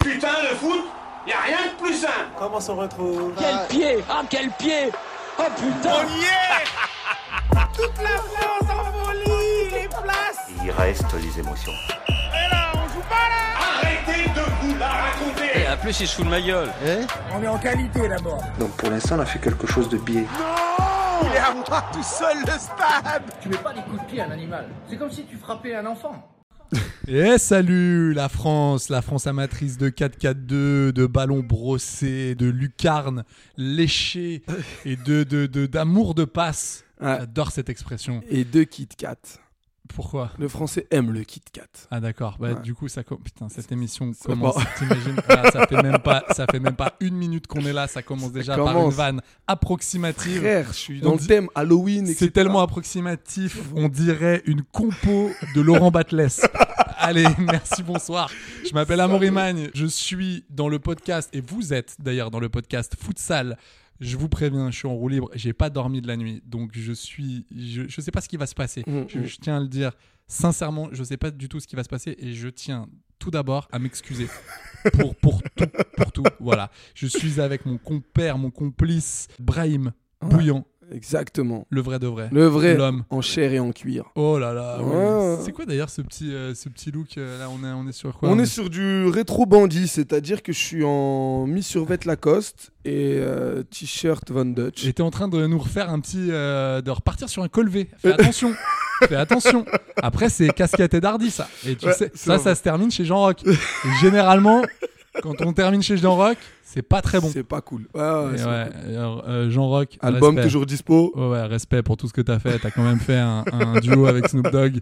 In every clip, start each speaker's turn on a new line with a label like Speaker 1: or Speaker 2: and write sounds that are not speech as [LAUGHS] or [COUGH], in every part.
Speaker 1: Putain, le foot, y a rien de plus simple.
Speaker 2: Comment on se retrouve
Speaker 3: Quel pied Ah, quel pied Oh putain
Speaker 4: On y est [LAUGHS] Toute la France en folie Les places
Speaker 5: Il reste les émotions.
Speaker 4: Et là, on joue pas là
Speaker 1: Arrêtez de vous la raconter.
Speaker 6: Eh,
Speaker 7: En plus, il se fout de ma gueule.
Speaker 4: On est en qualité d'abord
Speaker 8: Donc pour l'instant, on a fait quelque chose de biais.
Speaker 4: Il est à moi tout seul le stade
Speaker 9: Tu mets pas des coups de pied à un animal. C'est comme si tu frappais un enfant.
Speaker 10: Et Eh, salut la France, la France amatrice de 4-4-2, de ballons brossés, de lucarnes léchées et de, de, de- d'amour de passe.
Speaker 11: Ouais.
Speaker 10: J'adore cette expression.
Speaker 11: Et deux Kit Kat.
Speaker 10: Pourquoi
Speaker 11: Le français aime le Kit Kat.
Speaker 10: Ah d'accord. Bah,
Speaker 11: Ouais.
Speaker 10: Du coup, ça co- putain, cette émission
Speaker 11: c'est
Speaker 10: commence.
Speaker 11: bon.
Speaker 10: T'imagines Voilà, Ça fait même pas, ça fait même pas une minute qu'on est là. Ça commence déjà par une
Speaker 11: commence.
Speaker 10: vanne approximative.
Speaker 11: Frère, je suis
Speaker 10: On
Speaker 11: dans le
Speaker 10: dit-
Speaker 11: thème Halloween. etc.
Speaker 10: C'est tellement approximatif, on dirait une compo de Laurent
Speaker 11: [LAUGHS]
Speaker 10: Batless. Allez, merci, bonsoir. Je m'appelle Amaury Magne, je suis dans le podcast, et vous êtes d'ailleurs dans le podcast Futsal. Je vous préviens, je suis en roue libre, j'ai pas dormi de la nuit, donc je suis. Je, je sais pas ce qui va se passer.
Speaker 11: Mm,
Speaker 10: Je, je tiens à le dire sincèrement, je sais pas du tout ce qui va se passer, et je tiens tout d'abord à m'excuser pour, pour tout, pour tout. Voilà. Je suis avec mon compère, mon complice, Brahim Bouillant,
Speaker 11: Exactement.
Speaker 10: le vrai de vrai.
Speaker 11: Le vrai.
Speaker 10: L'homme.
Speaker 11: En chair et en cuir.
Speaker 10: Oh là là, ouais.
Speaker 11: Ouais.
Speaker 10: c'est quoi d'ailleurs ce petit, euh, ce petit look euh, Là, on est, on est sur quoi
Speaker 11: Ah. on est sur du rétro bandit, c'est-à-dire que je suis en mi-survêt Lacoste et euh, t-shirt Van Dutch.
Speaker 10: J'étais en train de nous refaire un petit. euh, de repartir sur un colvé. Fais
Speaker 11: Euh.
Speaker 10: attention Fais attention Après, c'est casquette et Dardy, ça. Et tu
Speaker 11: Ouais,
Speaker 10: sais,
Speaker 11: c'est
Speaker 10: ça,
Speaker 11: vrai.
Speaker 10: ça se termine chez Jean Rock. Et généralement, quand on termine chez Jean Rock, c'est pas très bon.
Speaker 11: C'est pas cool. Ouais, ouais,
Speaker 10: Et
Speaker 11: c'est
Speaker 10: ouais,
Speaker 11: pas cool.
Speaker 10: alors, euh, Jean Rock.
Speaker 11: Album
Speaker 10: respect.
Speaker 11: toujours dispo.
Speaker 10: Ouais, Oh ouais, respect pour tout ce que t'as fait. T'as quand même fait un, un duo avec Snoop Dogg,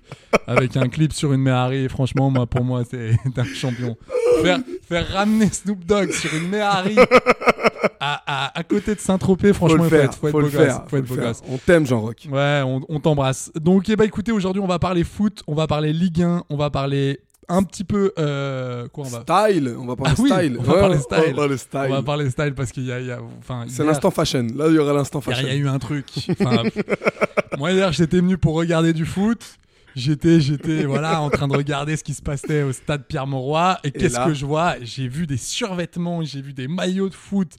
Speaker 10: avec un clip sur une Méhari. Franchement, moi, pour moi, c'est [LAUGHS] t'es un champion. Faire, faire ramener Snoop Dogg sur une Méhari à, à, à côté de Saint-Tropez,
Speaker 11: Faut
Speaker 10: franchement,
Speaker 11: le
Speaker 10: il faut
Speaker 11: faire.
Speaker 10: être, faut
Speaker 11: Faut,
Speaker 10: être
Speaker 11: le
Speaker 10: beau gosse.
Speaker 11: faire.
Speaker 10: Faut être
Speaker 11: faut
Speaker 10: beau
Speaker 11: le faire.
Speaker 10: gosse.
Speaker 11: On t'aime, Jean-Roch.
Speaker 10: Ouais, on, on t'embrasse. Donc, eh ben, écoutez, aujourd'hui, on va parler foot, on va parler Ligue 1, on va parler un petit peu. Euh, quoi on va,
Speaker 11: Style. On va parler
Speaker 10: Ah oui,
Speaker 11: style.
Speaker 10: on va
Speaker 11: Ouais,
Speaker 10: parler
Speaker 11: On
Speaker 10: style.
Speaker 11: va parler
Speaker 10: on
Speaker 11: style.
Speaker 10: va parler style parce qu'il y a. il y a- enfin,
Speaker 11: C'est
Speaker 10: hier-
Speaker 11: l'instant fashion. Là, il y aura l'instant
Speaker 10: Hier,
Speaker 11: fashion.
Speaker 10: Il y a eu un truc. Enfin, [LAUGHS] moi, hier, j'étais venu pour regarder du foot. J'étais, j'étais, voilà, en train de regarder ce qui se passait au stade Pierre-Mauroy. Et, qu'est-ce
Speaker 11: là-
Speaker 10: que je vois J'ai vu des survêtements, j'ai vu des maillots de foot.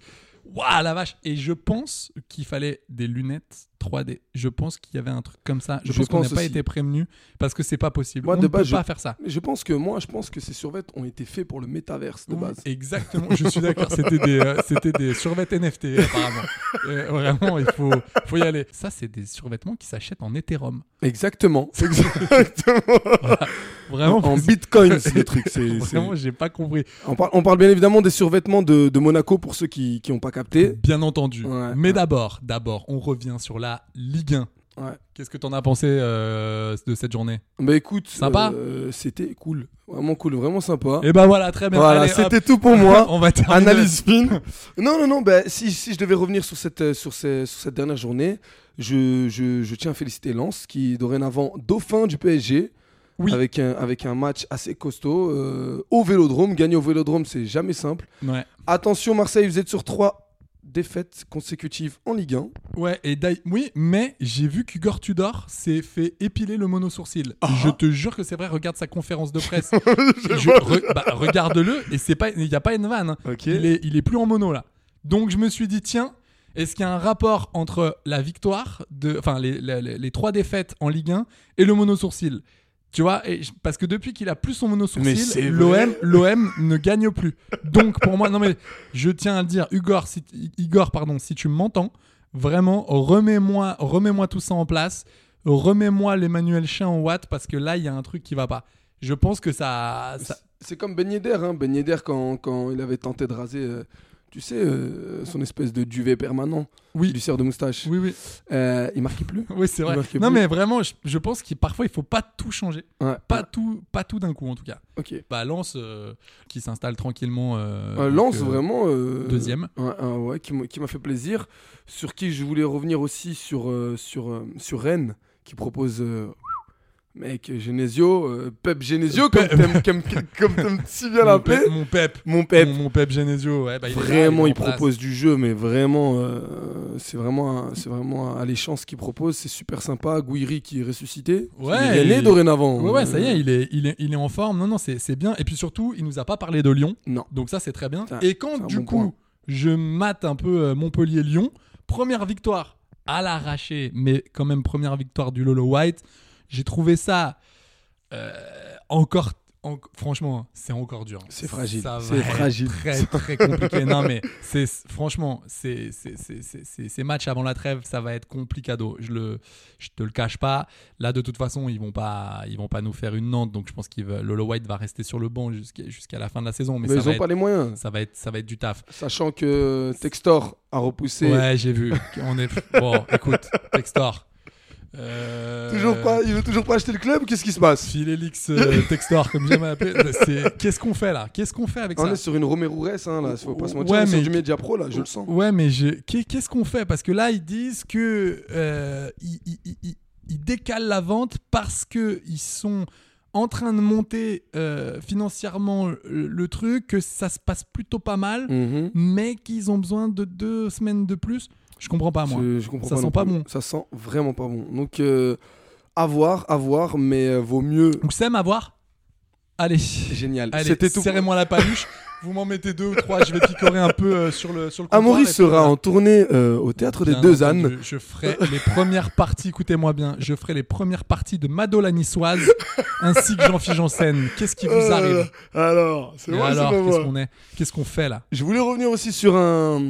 Speaker 10: Waouh, la vache Et je pense qu'il fallait des lunettes 3D. Je pense qu'il y avait un truc comme ça. Je,
Speaker 11: Je
Speaker 10: pense qu'on n'a
Speaker 11: pense
Speaker 10: pas
Speaker 11: aussi.
Speaker 10: été prévenu parce que c'est pas possible.
Speaker 11: Moi,
Speaker 10: On
Speaker 11: de
Speaker 10: ne peut
Speaker 11: base, je-
Speaker 10: pas faire ça.
Speaker 11: Mais Je pense que moi, je pense que ces survêtements ont été faits pour le métaverse de
Speaker 10: Oui,
Speaker 11: base.
Speaker 10: Exactement, je suis d'accord. C'était des, euh, c'était des survêtements NFT, apparemment. Euh, vraiment, il faut, faut y aller. Ça, c'est des survêtements qui s'achètent en Ethereum. [LAUGHS]
Speaker 11: Exactement.
Speaker 10: Ah
Speaker 11: Exactement.
Speaker 10: Vraiment,
Speaker 11: en
Speaker 10: parce- [LAUGHS]
Speaker 11: bitcoin, c'est le truc. c'est- c'est-
Speaker 10: Vraiment, j'ai pas compris.
Speaker 11: On, parle, on parle bien évidemment des survêtements de, de Monaco pour ceux qui n'ont pas capté.
Speaker 10: Bien entendu.
Speaker 11: Ouais.
Speaker 10: Mais d'abord, d'abord, on revient sur la Ligue 1.
Speaker 11: Ouais.
Speaker 10: Qu'est-ce que t'en as pensé euh, de cette journée
Speaker 11: Bah écoute,
Speaker 10: Sympa.
Speaker 11: euh, c'était cool. Vraiment cool, vraiment sympa.
Speaker 10: Et ben voilà, très bien.
Speaker 11: Ah. voilà,
Speaker 10: Allez, hop,
Speaker 11: c'était tout pour
Speaker 10: [LAUGHS]
Speaker 11: moi.
Speaker 10: on va terminer.
Speaker 11: Analyse fine. Non, non, non, bah, si, si je devais revenir sur cette, euh, sur ces- sur cette dernière journée, je, je- je tiens à féliciter Lens, qui est dorénavant dauphin du PSG,
Speaker 10: Oui.
Speaker 11: avec, un, avec un match assez costaud, euh, au Vélodrome. Gagner au Vélodrome, c'est jamais simple.
Speaker 10: Ouais.
Speaker 11: Attention, Marseille, vous êtes sur trois défaites consécutives en Ligue 1.
Speaker 10: Ouais, et d'ailleurs- oui, mais j'ai vu qu'Ugor Tudor s'est fait épiler le mono-sourcil. Je te jure que c'est vrai, regarde sa conférence de presse. Je- re- bah, regarde-le, et c'est pas, il n'y a pas une vanne. hein.
Speaker 11: Ok.
Speaker 10: Il, est, il est plus en mono là. Donc je me suis dit, tiens, est-ce qu'il y a un rapport entre la victoire, de, enfin les, les- les- les trois défaites en Ligue 1 et le mono-sourcil tu vois, et je- parce que depuis qu'il a plus son
Speaker 11: Mais
Speaker 10: mono-sourcil,
Speaker 11: c'est
Speaker 10: l'OM, l'OM ne gagne plus. Donc pour moi, non mais je tiens à le dire, Igor, si, Igor pardon, si tu m'entends, vraiment remets-moi remets-moi tout ça en place remets-moi l'Emmanuel Chien en Watt parce que là il y a un truc qui va pas je pense que ça, ça-
Speaker 11: C'est comme Ben Yedder, hein. Ben Yedder, quand, quand il avait tenté de raser, euh, tu sais, euh, son espèce de duvet permanent,
Speaker 10: oui
Speaker 11: du cerf de moustache,
Speaker 10: oui oui
Speaker 11: Euh, il marquait plus.
Speaker 10: oui c'est vrai
Speaker 11: Il marquait
Speaker 10: non
Speaker 11: plus.
Speaker 10: mais vraiment je, je pense qu'il parfois il faut pas tout changer
Speaker 11: Ouais.
Speaker 10: pas tout pas tout d'un coup en tout cas
Speaker 11: Ok.
Speaker 10: bah Lens euh, qui s'installe tranquillement euh,
Speaker 11: Euh, Lens,
Speaker 10: donc, euh,
Speaker 11: vraiment. euh,
Speaker 10: deuxième
Speaker 11: Ouais, ouais, ouais, qui m'a qui m'a fait plaisir. Sur qui je voulais revenir aussi sur, euh, sur, euh, sur Rennes, qui propose euh, Mec, Genesio, euh, Pep Genesio, comme
Speaker 10: Pep.
Speaker 11: t'aimes- comme- comme t'aimes si bien
Speaker 10: Mon
Speaker 11: l'appeler.
Speaker 10: Pep, mon Pep.
Speaker 11: Mon Pep.
Speaker 10: Mon, mon Pep Genesio, ouais, bah, il est là,
Speaker 11: Vraiment,
Speaker 10: est
Speaker 11: il
Speaker 10: en place.
Speaker 11: propose du jeu, mais vraiment, euh, c'est vraiment, un- c'est vraiment un alléchant ce qu'il propose. C'est super sympa. Guiri qui est ressuscité.
Speaker 10: Ouais,
Speaker 11: il est né
Speaker 10: il-
Speaker 11: dorénavant.
Speaker 10: Ouais, ouais, ça y
Speaker 11: Euh,
Speaker 10: est, il est, il est, il est en forme. Non, non, c'est c'est bien. Et puis surtout, il nous a pas parlé de Lyon.
Speaker 11: Non.
Speaker 10: Donc ça, c'est très bien.
Speaker 11: C'est un-
Speaker 10: Et
Speaker 11: c'est
Speaker 10: quand,
Speaker 11: un
Speaker 10: du
Speaker 11: bon
Speaker 10: coup,
Speaker 11: point.
Speaker 10: je mate un peu euh, Montpellier-Lyon, première victoire à l'arraché, mais quand même première victoire du Lolo White, j'ai trouvé ça euh, encore... en- franchement, c'est encore dur.
Speaker 11: C'est fragile,
Speaker 10: Ça va
Speaker 11: c'est
Speaker 10: être
Speaker 11: fragile.
Speaker 10: Très, très compliqué. non, mais c'est franchement, c'est c'est- c'est- c'est- c'est- ces matchs avant la trêve, ça va être complicado. Je le, je te le cache pas. Là, de toute façon, ils vont pas, ils vont pas nous faire une Nantes. Donc, je pense que Lolo White va rester sur le banc jusqu'à jusqu'à la fin de la saison. Mais,
Speaker 11: Mais,
Speaker 10: ça,
Speaker 11: ils
Speaker 10: va
Speaker 11: n'ont pas
Speaker 10: être,
Speaker 11: les moyens.
Speaker 10: ça va être, ça va être du taf.
Speaker 11: Sachant que Textor a repoussé.
Speaker 10: Ouais, j'ai vu. On est bon. écoute, Textor. Euh,
Speaker 11: Toujours pas, il veut toujours pas acheter le club. Qu'est-ce qui se passe
Speaker 10: Philélix euh, Textor, comme j'aime appeler. C'est- Qu'est-ce qu'on fait là Qu'est-ce qu'on fait avec
Speaker 11: On
Speaker 10: ça
Speaker 11: est sur une Romero Ress, hein, là. Faut pas se mentir.
Speaker 10: Ouais,
Speaker 11: on est sur
Speaker 10: mais-
Speaker 11: du média pro, là. Je le sens.
Speaker 10: Ouais, mais je- qu'est- qu'est-ce qu'on fait Parce que là, ils disent que euh, ils, ils- ils- ils- ils décalent la vente parce que ils sont en train de monter euh, financièrement le, le truc, que ça se passe plutôt pas mal,
Speaker 11: Mhm.
Speaker 10: mais qu'ils ont besoin de deux semaines de plus. Je comprends pas moi.
Speaker 11: Je, je comprends
Speaker 10: Ça
Speaker 11: pas
Speaker 10: sent
Speaker 11: non
Speaker 10: pas
Speaker 11: plus.
Speaker 10: bon.
Speaker 11: Ah, Ça sent vraiment pas bon. Donc, euh, à voir, à voir, mais euh, vaut mieux.
Speaker 10: Donc Sam, à voir. Allez.
Speaker 11: Génial.
Speaker 10: Allez,
Speaker 11: C'était tout.
Speaker 10: Serrez-moi la
Speaker 11: [LAUGHS]
Speaker 10: paluche. Vous m'en mettez deux ou trois. Je vais picorer un peu euh, sur le sur le. comptoir,
Speaker 11: Amaury
Speaker 10: et puis
Speaker 11: Ah, sera
Speaker 10: voilà.
Speaker 11: en tournée euh, au théâtre des
Speaker 10: Bien
Speaker 11: Deux
Speaker 10: entendu,
Speaker 11: Ânes.
Speaker 10: Je ferai les premières parties, écoutez-moi bien, je ferai les premières parties de Madola niçoise ainsi que Jean-Philippe Janssen. Qu'est-ce qui vous arrive
Speaker 11: Alors, c'est
Speaker 10: Et
Speaker 11: moi, Euh, c'est
Speaker 10: Alors,
Speaker 11: pas
Speaker 10: qu'est-ce
Speaker 11: moi.
Speaker 10: qu'on est Qu'est-ce qu'on fait là
Speaker 11: Je voulais revenir aussi sur un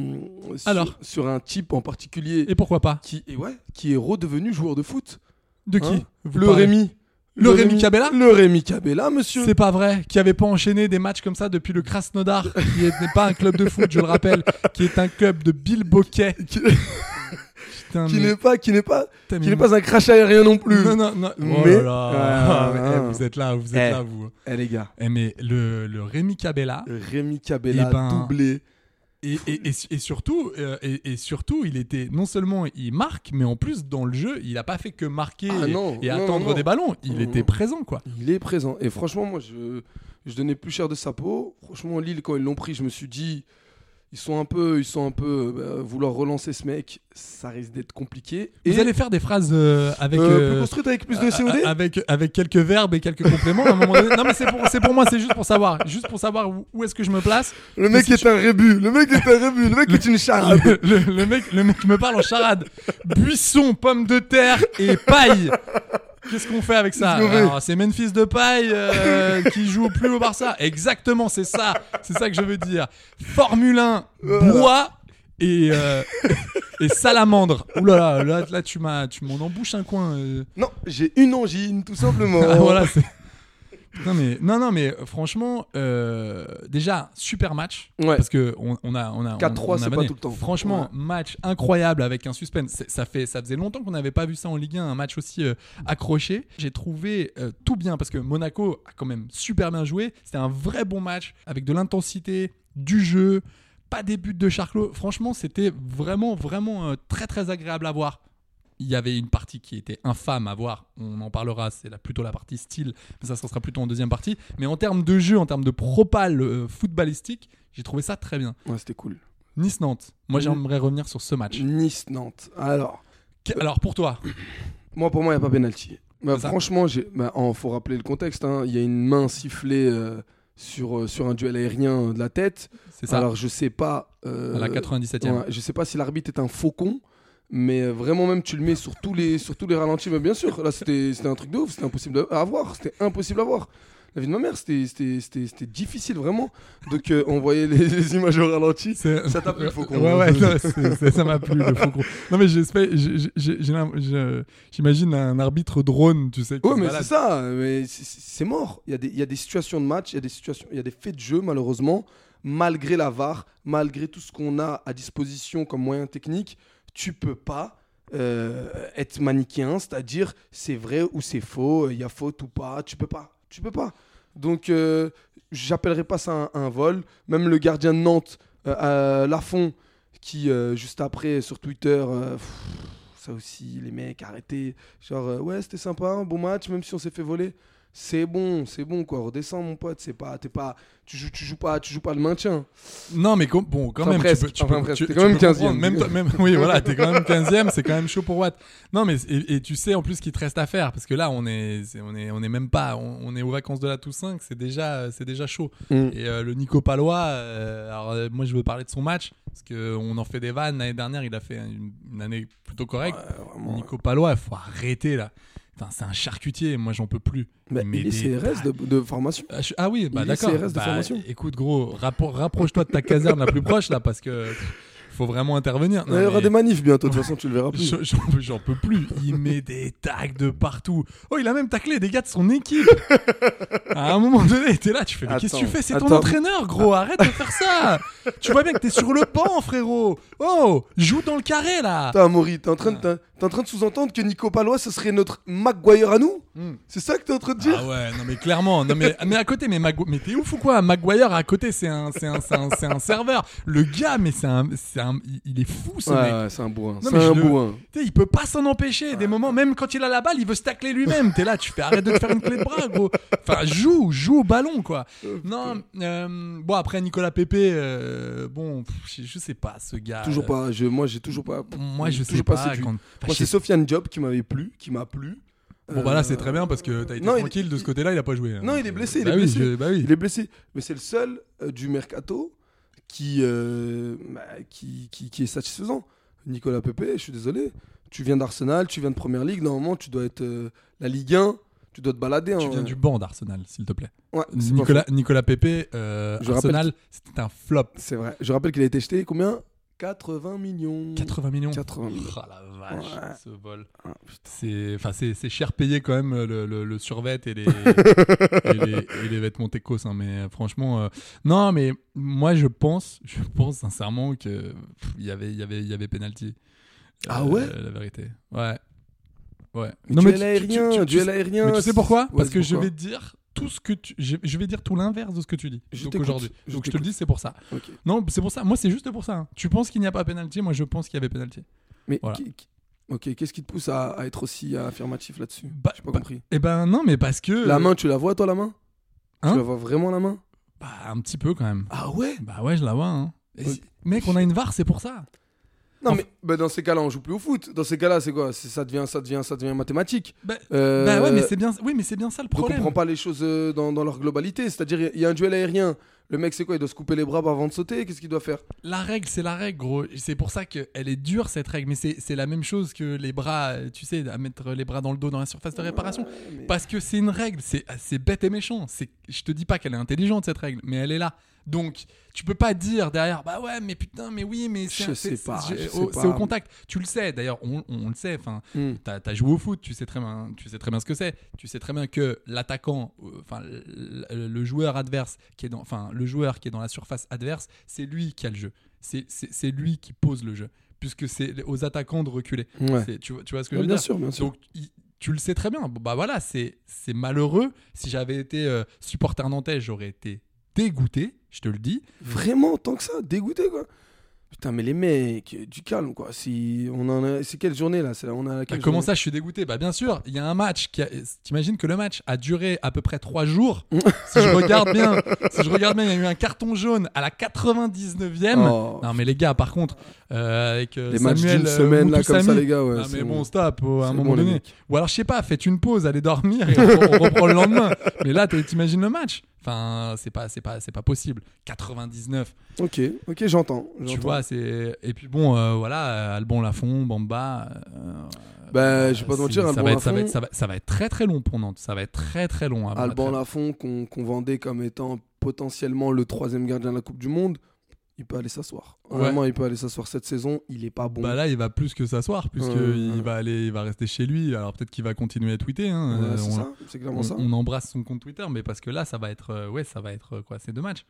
Speaker 11: sur,
Speaker 10: Alors
Speaker 11: sur un type en particulier
Speaker 10: Et pourquoi pas
Speaker 11: qui et ouais, qui est redevenu joueur de foot.
Speaker 10: De qui
Speaker 11: Hein
Speaker 10: Vous
Speaker 11: le
Speaker 10: parlez
Speaker 11: Rémi.
Speaker 10: Le Rémi Cabella
Speaker 11: Le Rémi Cabella, monsieur.
Speaker 10: C'est pas vrai, qui avait pas enchaîné des matchs comme ça depuis le Krasnodar, qui n'est pas un club de foot, je le rappelle, qui est un club de Bill
Speaker 11: [LAUGHS]
Speaker 10: Boquet. Putain,
Speaker 11: Qui
Speaker 10: mais-
Speaker 11: n'est pas qui n'est pas
Speaker 10: putain,
Speaker 11: qui
Speaker 10: mais-
Speaker 11: n'est pas un crash aérien non plus.
Speaker 10: Non, non, non. Oh
Speaker 11: Mais-
Speaker 10: là
Speaker 11: Ah,
Speaker 10: là.
Speaker 11: ah,
Speaker 10: Eh,
Speaker 11: ah.
Speaker 10: vous êtes là, vous
Speaker 11: Eh.
Speaker 10: êtes là, vous.
Speaker 11: Eh les gars,
Speaker 10: Eh, mais le, le Rémi Cabella,
Speaker 11: Euh, Rémi Cabella
Speaker 10: Eh ben,
Speaker 11: doublé.
Speaker 10: Et, et- et su- et surtout, euh, et, et surtout, il était non seulement il marque, mais en plus dans le jeu, il n'a pas fait que marquer
Speaker 11: Ah
Speaker 10: et,
Speaker 11: non,
Speaker 10: et
Speaker 11: non,
Speaker 10: attendre
Speaker 11: non, non.
Speaker 10: des ballons. Il
Speaker 11: Non,
Speaker 10: était
Speaker 11: non.
Speaker 10: présent, quoi.
Speaker 11: Il est présent. Et franchement, moi, je, je donnais plus cher de sa peau. Franchement, Lille, quand ils l'ont pris, je me suis dit, ils sont un peu, ils sont un peu euh, vouloir relancer ce mec, ça risque d'être compliqué. Et
Speaker 10: Vous allez faire des phrases euh, avec
Speaker 11: Euh,
Speaker 10: euh, ah,
Speaker 11: plus construite avec plus de
Speaker 10: a-
Speaker 11: COD.
Speaker 10: a- avec avec quelques verbes et quelques compléments. à un moment donné. Non, mais c'est pour c'est pour moi, c'est juste pour savoir, juste pour savoir où, où est-ce que je me place.
Speaker 11: le mec est un rébut. Le mec est un rébut. Le mec est une charade.
Speaker 10: Ah, Le, le- le mec, le mec me parle en charade. Buisson, pomme de terre et paille. Qu'est-ce qu'on fait avec ça
Speaker 11: Qu'est-ce qu'on fait
Speaker 10: Alors, C'est Memphis de paille euh, qui joue au plus haut Barça. Exactement, c'est ça. C'est ça que je veux dire. Formule 1, bois et, euh, et salamandre. Ouh là là, là, là, tu m'as, tu m'en embouches un coin. euh.
Speaker 11: Non, j'ai une angine, tout simplement.
Speaker 10: [LAUGHS] Ah, voilà, c'est- Putain, mais, non, non, mais franchement, euh, déjà, super match.
Speaker 11: Ouais.
Speaker 10: Parce que on, on a, on a
Speaker 11: 4-3,
Speaker 10: on a
Speaker 11: c'est pas
Speaker 10: vanné.
Speaker 11: tout le temps.
Speaker 10: Franchement,
Speaker 11: Ouais.
Speaker 10: match incroyable avec un suspense. C'est- Ça fait, ça faisait longtemps qu'on n'avait pas vu ça en Ligue 1, un match aussi euh, accroché. J'ai trouvé euh, tout bien parce que Monaco a quand même super bien joué. C'était un vrai bon match avec de l'intensité, du jeu, pas des buts de Charclot. Franchement, c'était vraiment, vraiment euh, très, très agréable à voir. Il y avait une partie qui était infâme à voir, on en parlera, c'est la- plutôt la partie style, mais ça, ça sera plutôt en deuxième partie. Mais en termes de jeu, en termes de propal euh, footballistique, j'ai trouvé ça très bien.
Speaker 11: Ouais, c'était cool.
Speaker 10: Nice-Nantes, moi
Speaker 11: Mm.
Speaker 10: j'aimerais revenir sur ce match.
Speaker 11: Nice, Nantes. Alors,
Speaker 10: Qu- Alors pour toi,
Speaker 11: Moi, pour moi, il n'y a pas pénalty. Bah,
Speaker 10: C'est ça.
Speaker 11: franchement, il bah, en- faut rappeler le contexte. hein. Il y a une main sifflée euh, sur, euh, sur un duel aérien euh, de la tête.
Speaker 10: c'est ça,
Speaker 11: Alors, je sais pas. euh,
Speaker 10: à la 97 e
Speaker 11: ouais, je sais pas si l'arbitre est un faucon, mais euh, vraiment, même tu le mets sur tous les, sur tous les ralentis. Mais bien sûr, là, c'était c'était un truc de ouf. C'était impossible à à voir. C'était impossible à voir. La vie de ma mère, c'était- c'était c'était- c'était difficile, vraiment. Donc, euh, on voyait les, les images au ralenti. [LAUGHS] Ça t'a plu, le faucon.
Speaker 10: Ouais,
Speaker 11: [LAUGHS]
Speaker 10: ouais, non, c'est- c'est- ça m'a plu, le faucon. Non, mais j'espère, j'ai- j'ai- j'ai l'im- je- j'imagine un arbitre drone, tu sais. qui
Speaker 11: Ouais,
Speaker 10: se
Speaker 11: mais
Speaker 10: balade.
Speaker 11: c'est ça, mais c'est- c'est c'est mort. Il y, a des- il y a des situations de match, il y a des situations, il y a des faits de jeu malheureusement, malgré la VAR, malgré tout ce qu'on a à disposition comme moyens techniques, tu peux pas euh, être manichéen, c'est-à-dire c'est vrai ou c'est faux, il y a faute ou pas, tu peux pas, tu peux pas. Donc euh, j'appellerai pas ça un, un vol. Même le gardien de Nantes, euh, euh, Lafont, qui euh, juste après sur Twitter, euh, pff, ça aussi, les mecs, arrêtez. Genre, euh, ouais, c'était sympa, un bon match, même si on s'est fait voler. C'est bon, c'est bon, quoi. Redescends, mon pote. C'est pas, t'es pas, tu joues, tu joues pas, tu joues pas le maintien.
Speaker 10: Non, mais com- bon, quand
Speaker 11: Enfin,
Speaker 10: même,
Speaker 11: presque.
Speaker 10: tu peux, tu
Speaker 11: Enfin,
Speaker 10: peux-
Speaker 11: presque.
Speaker 10: tu-
Speaker 11: T'es
Speaker 10: tu
Speaker 11: quand même
Speaker 10: peux comprendre.
Speaker 11: 15e.
Speaker 10: Même, toi- même- oui,
Speaker 11: [LAUGHS]
Speaker 10: voilà, t'es quand même 15e, c'est quand même chaud pour Watt. Non, mais et, et tu sais en plus ce qu'il te reste à faire, parce que là, on est, c'est- on est, on est même pas, on, on est aux vacances de la Toussaint, c'est déjà, c'est déjà chaud.
Speaker 11: Mm.
Speaker 10: Et euh, le Nico Palois, euh, alors euh, moi, je veux parler de son match, parce que on en fait des vannes. L'année dernière, il a fait une, une année plutôt correcte. Nico Palois, il faut arrêter là. Putain, c'est un charcutier, moi, j'en peux plus.
Speaker 11: Mais,
Speaker 10: Mais
Speaker 11: Bah, il est
Speaker 10: des-
Speaker 11: CRS de, de formation.
Speaker 10: ah, je- ah oui, bah
Speaker 11: est
Speaker 10: d'accord.
Speaker 11: CRS de
Speaker 10: Bah,
Speaker 11: formation.
Speaker 10: Écoute, gros, rappo- rapproche-toi de ta caserne la plus proche là, parce que pff, faut vraiment intervenir. Non,
Speaker 11: il y aura
Speaker 10: mais
Speaker 11: des manifs
Speaker 10: [LAUGHS]
Speaker 11: bientôt. De toute façon, tu le verras plus.
Speaker 10: je- J'en peux- j'en peux plus. Il met des tacs de partout. Oh, il a même taclé des gars de son
Speaker 11: [LAUGHS]
Speaker 10: équipe. À un moment donné, t'es là, tu fais mais qu'est-ce que tu
Speaker 11: Attends,
Speaker 10: fais C'est ton
Speaker 11: attends.
Speaker 10: entraîneur, gros. Arrête de faire ça. tu vois bien que t'es sur le pan, frérot. Oh, joue dans le carré là. Ah
Speaker 11: Putain, Amaury, t'es en train de, t'es- t'es en train de sous-entendre que Nico Palois, ce serait notre Maguire à nous C'est ça que t'es en train de dire
Speaker 10: Mm. Ah ouais, non mais clairement, non mais, mais à côté, mais, Magui- mais t'es ouf ou quoi Maguire à côté, c'est un, c'est un, c'est un, c'est un serveur. Le gars, mais c'est un, c'est un- il- il est fou ce mec.
Speaker 11: c'est un bourrin.
Speaker 10: Non, mais je le- T'sais, il peut pas s'en empêcher. Des moments, même quand il a la balle, il veut se tacler lui-même. T'es là, tu fais arrête de te faire une clé de bras, gros. Enfin, joue, joue au ballon, quoi. non, euh, bon, après Nicolas Pepe, euh, bon, pff, je, je sais pas, ce gars.
Speaker 11: Toujours pas. Je, moi, j'ai toujours pas.
Speaker 10: Ah. Moi, je sais
Speaker 11: toujours
Speaker 10: pas.
Speaker 11: séduit.
Speaker 10: quand- enfin,
Speaker 11: Moi,
Speaker 10: je
Speaker 11: c'est
Speaker 10: sais-
Speaker 11: Sofiane Job qui m'avait plu, qui m'a plu. Euh,
Speaker 10: Bon, bah là, c'est très bien parce que t'as été
Speaker 11: non, il-
Speaker 10: tranquille de ce côté-là, il a pas joué. hein.
Speaker 11: Non, il est blessé, il
Speaker 10: Bah
Speaker 11: est
Speaker 10: oui,
Speaker 11: blessé.
Speaker 10: je- bah oui.
Speaker 11: Il est blessé. Mais c'est le seul euh, du mercato qui, euh, bah, qui, qui, qui est satisfaisant. Nicolas Pepe, je suis désolé. Tu viens d'Arsenal, tu viens de Première Ligue. Normalement, tu dois être euh, la Ligue 1. Tu dois te balader.
Speaker 10: Tu
Speaker 11: hein.
Speaker 10: viens du banc d'Arsenal, s'il te plaît.
Speaker 11: Ouais, c'est pas
Speaker 10: Nicolas, Nicolas Pepe, euh,
Speaker 11: Je rappelle
Speaker 10: Arsenal, c'était un flop.
Speaker 11: C'est vrai. Je rappelle qu'il a été jeté combien 80 millions.
Speaker 10: 80 millions.
Speaker 11: 80 millions.
Speaker 10: Oh la vache,
Speaker 11: Ouais.
Speaker 10: ce vol.
Speaker 11: Ah,
Speaker 10: C'est enfin, c'est- c'est cher payé quand même le, le, le survêt et
Speaker 11: [LAUGHS]
Speaker 10: les, et les, et les vêtements techos. hein, mais euh, franchement, euh, non, mais moi je pense, [LAUGHS] je pense sincèrement que pff, il y avait, il y avait, il y avait penalty. Euh,
Speaker 11: Ah ouais
Speaker 10: La vérité. Ouais. Ouais.
Speaker 11: Mais duel
Speaker 10: tu- tu- tu-
Speaker 11: aérien,
Speaker 10: tu-
Speaker 11: duel
Speaker 10: tu-
Speaker 11: aérien.
Speaker 10: mais tu sais pourquoi
Speaker 11: Ouais,
Speaker 10: Parce que je
Speaker 11: pourquoi
Speaker 10: vais te dire tout ce que tu, je, je vais dire tout l'inverse de ce que tu dis.
Speaker 11: Je
Speaker 10: Donc
Speaker 11: t'écoute,
Speaker 10: aujourd'hui,
Speaker 11: je
Speaker 10: donc je te le
Speaker 11: t'écoute.
Speaker 10: dis, c'est pour ça.
Speaker 11: Ok.
Speaker 10: Non, c'est pour ça. Moi, c'est juste pour ça. hein. Tu penses qu'il n'y a pas penalty Moi, je pense qu'il y avait penalty.
Speaker 11: Mais
Speaker 10: Voilà.
Speaker 11: qui- qui- ok, qu'est-ce qui te pousse à, à être aussi affirmatif là-dessus
Speaker 10: Bah,
Speaker 11: J'ai pas
Speaker 10: bah,
Speaker 11: compris.
Speaker 10: Eh ben non, mais parce que.
Speaker 11: La main, tu la vois toi la main
Speaker 10: Hein
Speaker 11: Tu la vois vraiment la main
Speaker 10: Bah, un petit peu quand même.
Speaker 11: Ah ouais
Speaker 10: Bah ouais, je la vois. Hein. Et
Speaker 11: Ok.
Speaker 10: c'est- Mec, on a une VAR, c'est pour ça.
Speaker 11: Non
Speaker 10: Enfin-
Speaker 11: mais bah, dans ces cas-là, on joue plus au foot. Dans ces cas-là, c'est quoi C'est- Ça devient, ça devient, ça devient mathématique.
Speaker 10: Bah,
Speaker 11: Euh,
Speaker 10: bah ouais, mais c'est bien, oui, mais c'est bien ça le
Speaker 11: Donc on
Speaker 10: problème.
Speaker 11: prend pas les choses euh, dans, dans leur globalité. C'est-à-dire, il y a- il y a un duel aérien. Le mec, c'est quoi Il doit se couper les bras avant de sauter. Qu'est-ce qu'il doit faire
Speaker 10: La règle, c'est la règle, gros. C'est pour ça qu'elle est dure, cette règle. Mais c'est c'est la même chose que les bras, euh, tu sais, à mettre les bras dans le dos dans la surface de réparation. Parce que c'est une règle, c'est c'est bête et méchant. C'est- Je te dis pas qu'elle est intelligente, cette règle, mais elle est là. Donc, tu peux pas dire derrière, bah ouais, mais putain, mais oui, mais c'est
Speaker 11: Je
Speaker 10: un-
Speaker 11: sais
Speaker 10: c'est-
Speaker 11: pas,
Speaker 10: c'est-
Speaker 11: je
Speaker 10: au-
Speaker 11: sais
Speaker 10: c'est au
Speaker 11: pas.
Speaker 10: contact. Tu le sais, d'ailleurs, on, on le sait. Enfin,
Speaker 11: Hmm.
Speaker 10: T'as as joué au foot, tu sais très bien, tu sais très bien ce que c'est. Tu sais très bien que l'attaquant, euh, enfin l- l- le joueur adverse qui est dans, enfin le joueur qui est dans la surface adverse, c'est lui qui a le jeu. C'est- C'est c'est lui qui pose le jeu, puisque c'est aux attaquants de reculer.
Speaker 11: Ouais.
Speaker 10: C'est- Tu, vois- tu vois ce que
Speaker 11: Ouais,
Speaker 10: je veux
Speaker 11: bien
Speaker 10: dire
Speaker 11: sûr, bien sûr.
Speaker 10: Donc il- tu le sais très bien. Bon, bah voilà, c'est c'est malheureux. Si j'avais été euh, supporter nantais, j'aurais été dégoûté. Je te le dis.
Speaker 11: Vraiment, tant que ça, dégoûté quoi. Putain, mais les mecs, euh, du calme quoi. Si on en a, c'est quelle journée là C'est la- on a
Speaker 10: Bah,
Speaker 11: quelle
Speaker 10: comment
Speaker 11: journée
Speaker 10: ça, je suis dégoûté Bah bien sûr, il y a un match qui a... T'imagines que le match a duré à peu près 3
Speaker 11: [LAUGHS]
Speaker 10: jours. si je regarde bien, si je regarde bien, il y a eu un carton jaune à la 99e.
Speaker 11: Oh.
Speaker 10: Non mais les gars, par contre, euh, avec euh,
Speaker 11: Les matchs
Speaker 10: Ah, Samuel,
Speaker 11: d'une semaine là comme ça
Speaker 10: Moutoussamy.
Speaker 11: les gars. Ouais,
Speaker 10: Ah,
Speaker 11: c'est
Speaker 10: mais bon, stop, oh, à un
Speaker 11: C'est
Speaker 10: moment
Speaker 11: bon, les
Speaker 10: donné.
Speaker 11: mecs.
Speaker 10: Ou alors, je sais pas, faites une pause, allez dormir
Speaker 11: [LAUGHS]
Speaker 10: et on, on reprend le lendemain. Mais là, t'as- t'imagines le match Enfin, c'est pas, c'est pas, c'est pas possible. 99.
Speaker 11: Ok, ok, j'entends.
Speaker 10: Tu
Speaker 11: j'entends.
Speaker 10: vois, c'est. Et puis bon, euh, voilà, euh, Albon Lafont, Bamba. euh,
Speaker 11: Bah, je vais pas te
Speaker 10: c'est-
Speaker 11: mentir,
Speaker 10: ça
Speaker 11: Alban
Speaker 10: va être- ça va
Speaker 11: Lafont-
Speaker 10: être- ça va- ça va être très très long pour Nantes. Ça va être très très long. avant la
Speaker 11: Alban
Speaker 10: trêve.
Speaker 11: Lafont qu'on qu'on vendait comme étant potentiellement le troisième gardien de la Coupe du Monde, il peut aller s'asseoir.
Speaker 10: Ouais.
Speaker 11: Vraiment, il peut aller s'asseoir cette saison. Il est pas bon.
Speaker 10: Bah là, il va plus que s'asseoir, puisque
Speaker 11: Euh,
Speaker 10: il
Speaker 11: ouais.
Speaker 10: va aller, il va rester chez lui. Alors peut-être qu'il va continuer à tweeter. hein.
Speaker 11: Ouais,
Speaker 10: Euh,
Speaker 11: c'est
Speaker 10: on,
Speaker 11: ça, c'est clairement
Speaker 10: on-
Speaker 11: ça.
Speaker 10: on embrasse son compte Twitter, mais parce que là, ça va être, euh, ouais, ça va être euh, quoi, ces deux matchs.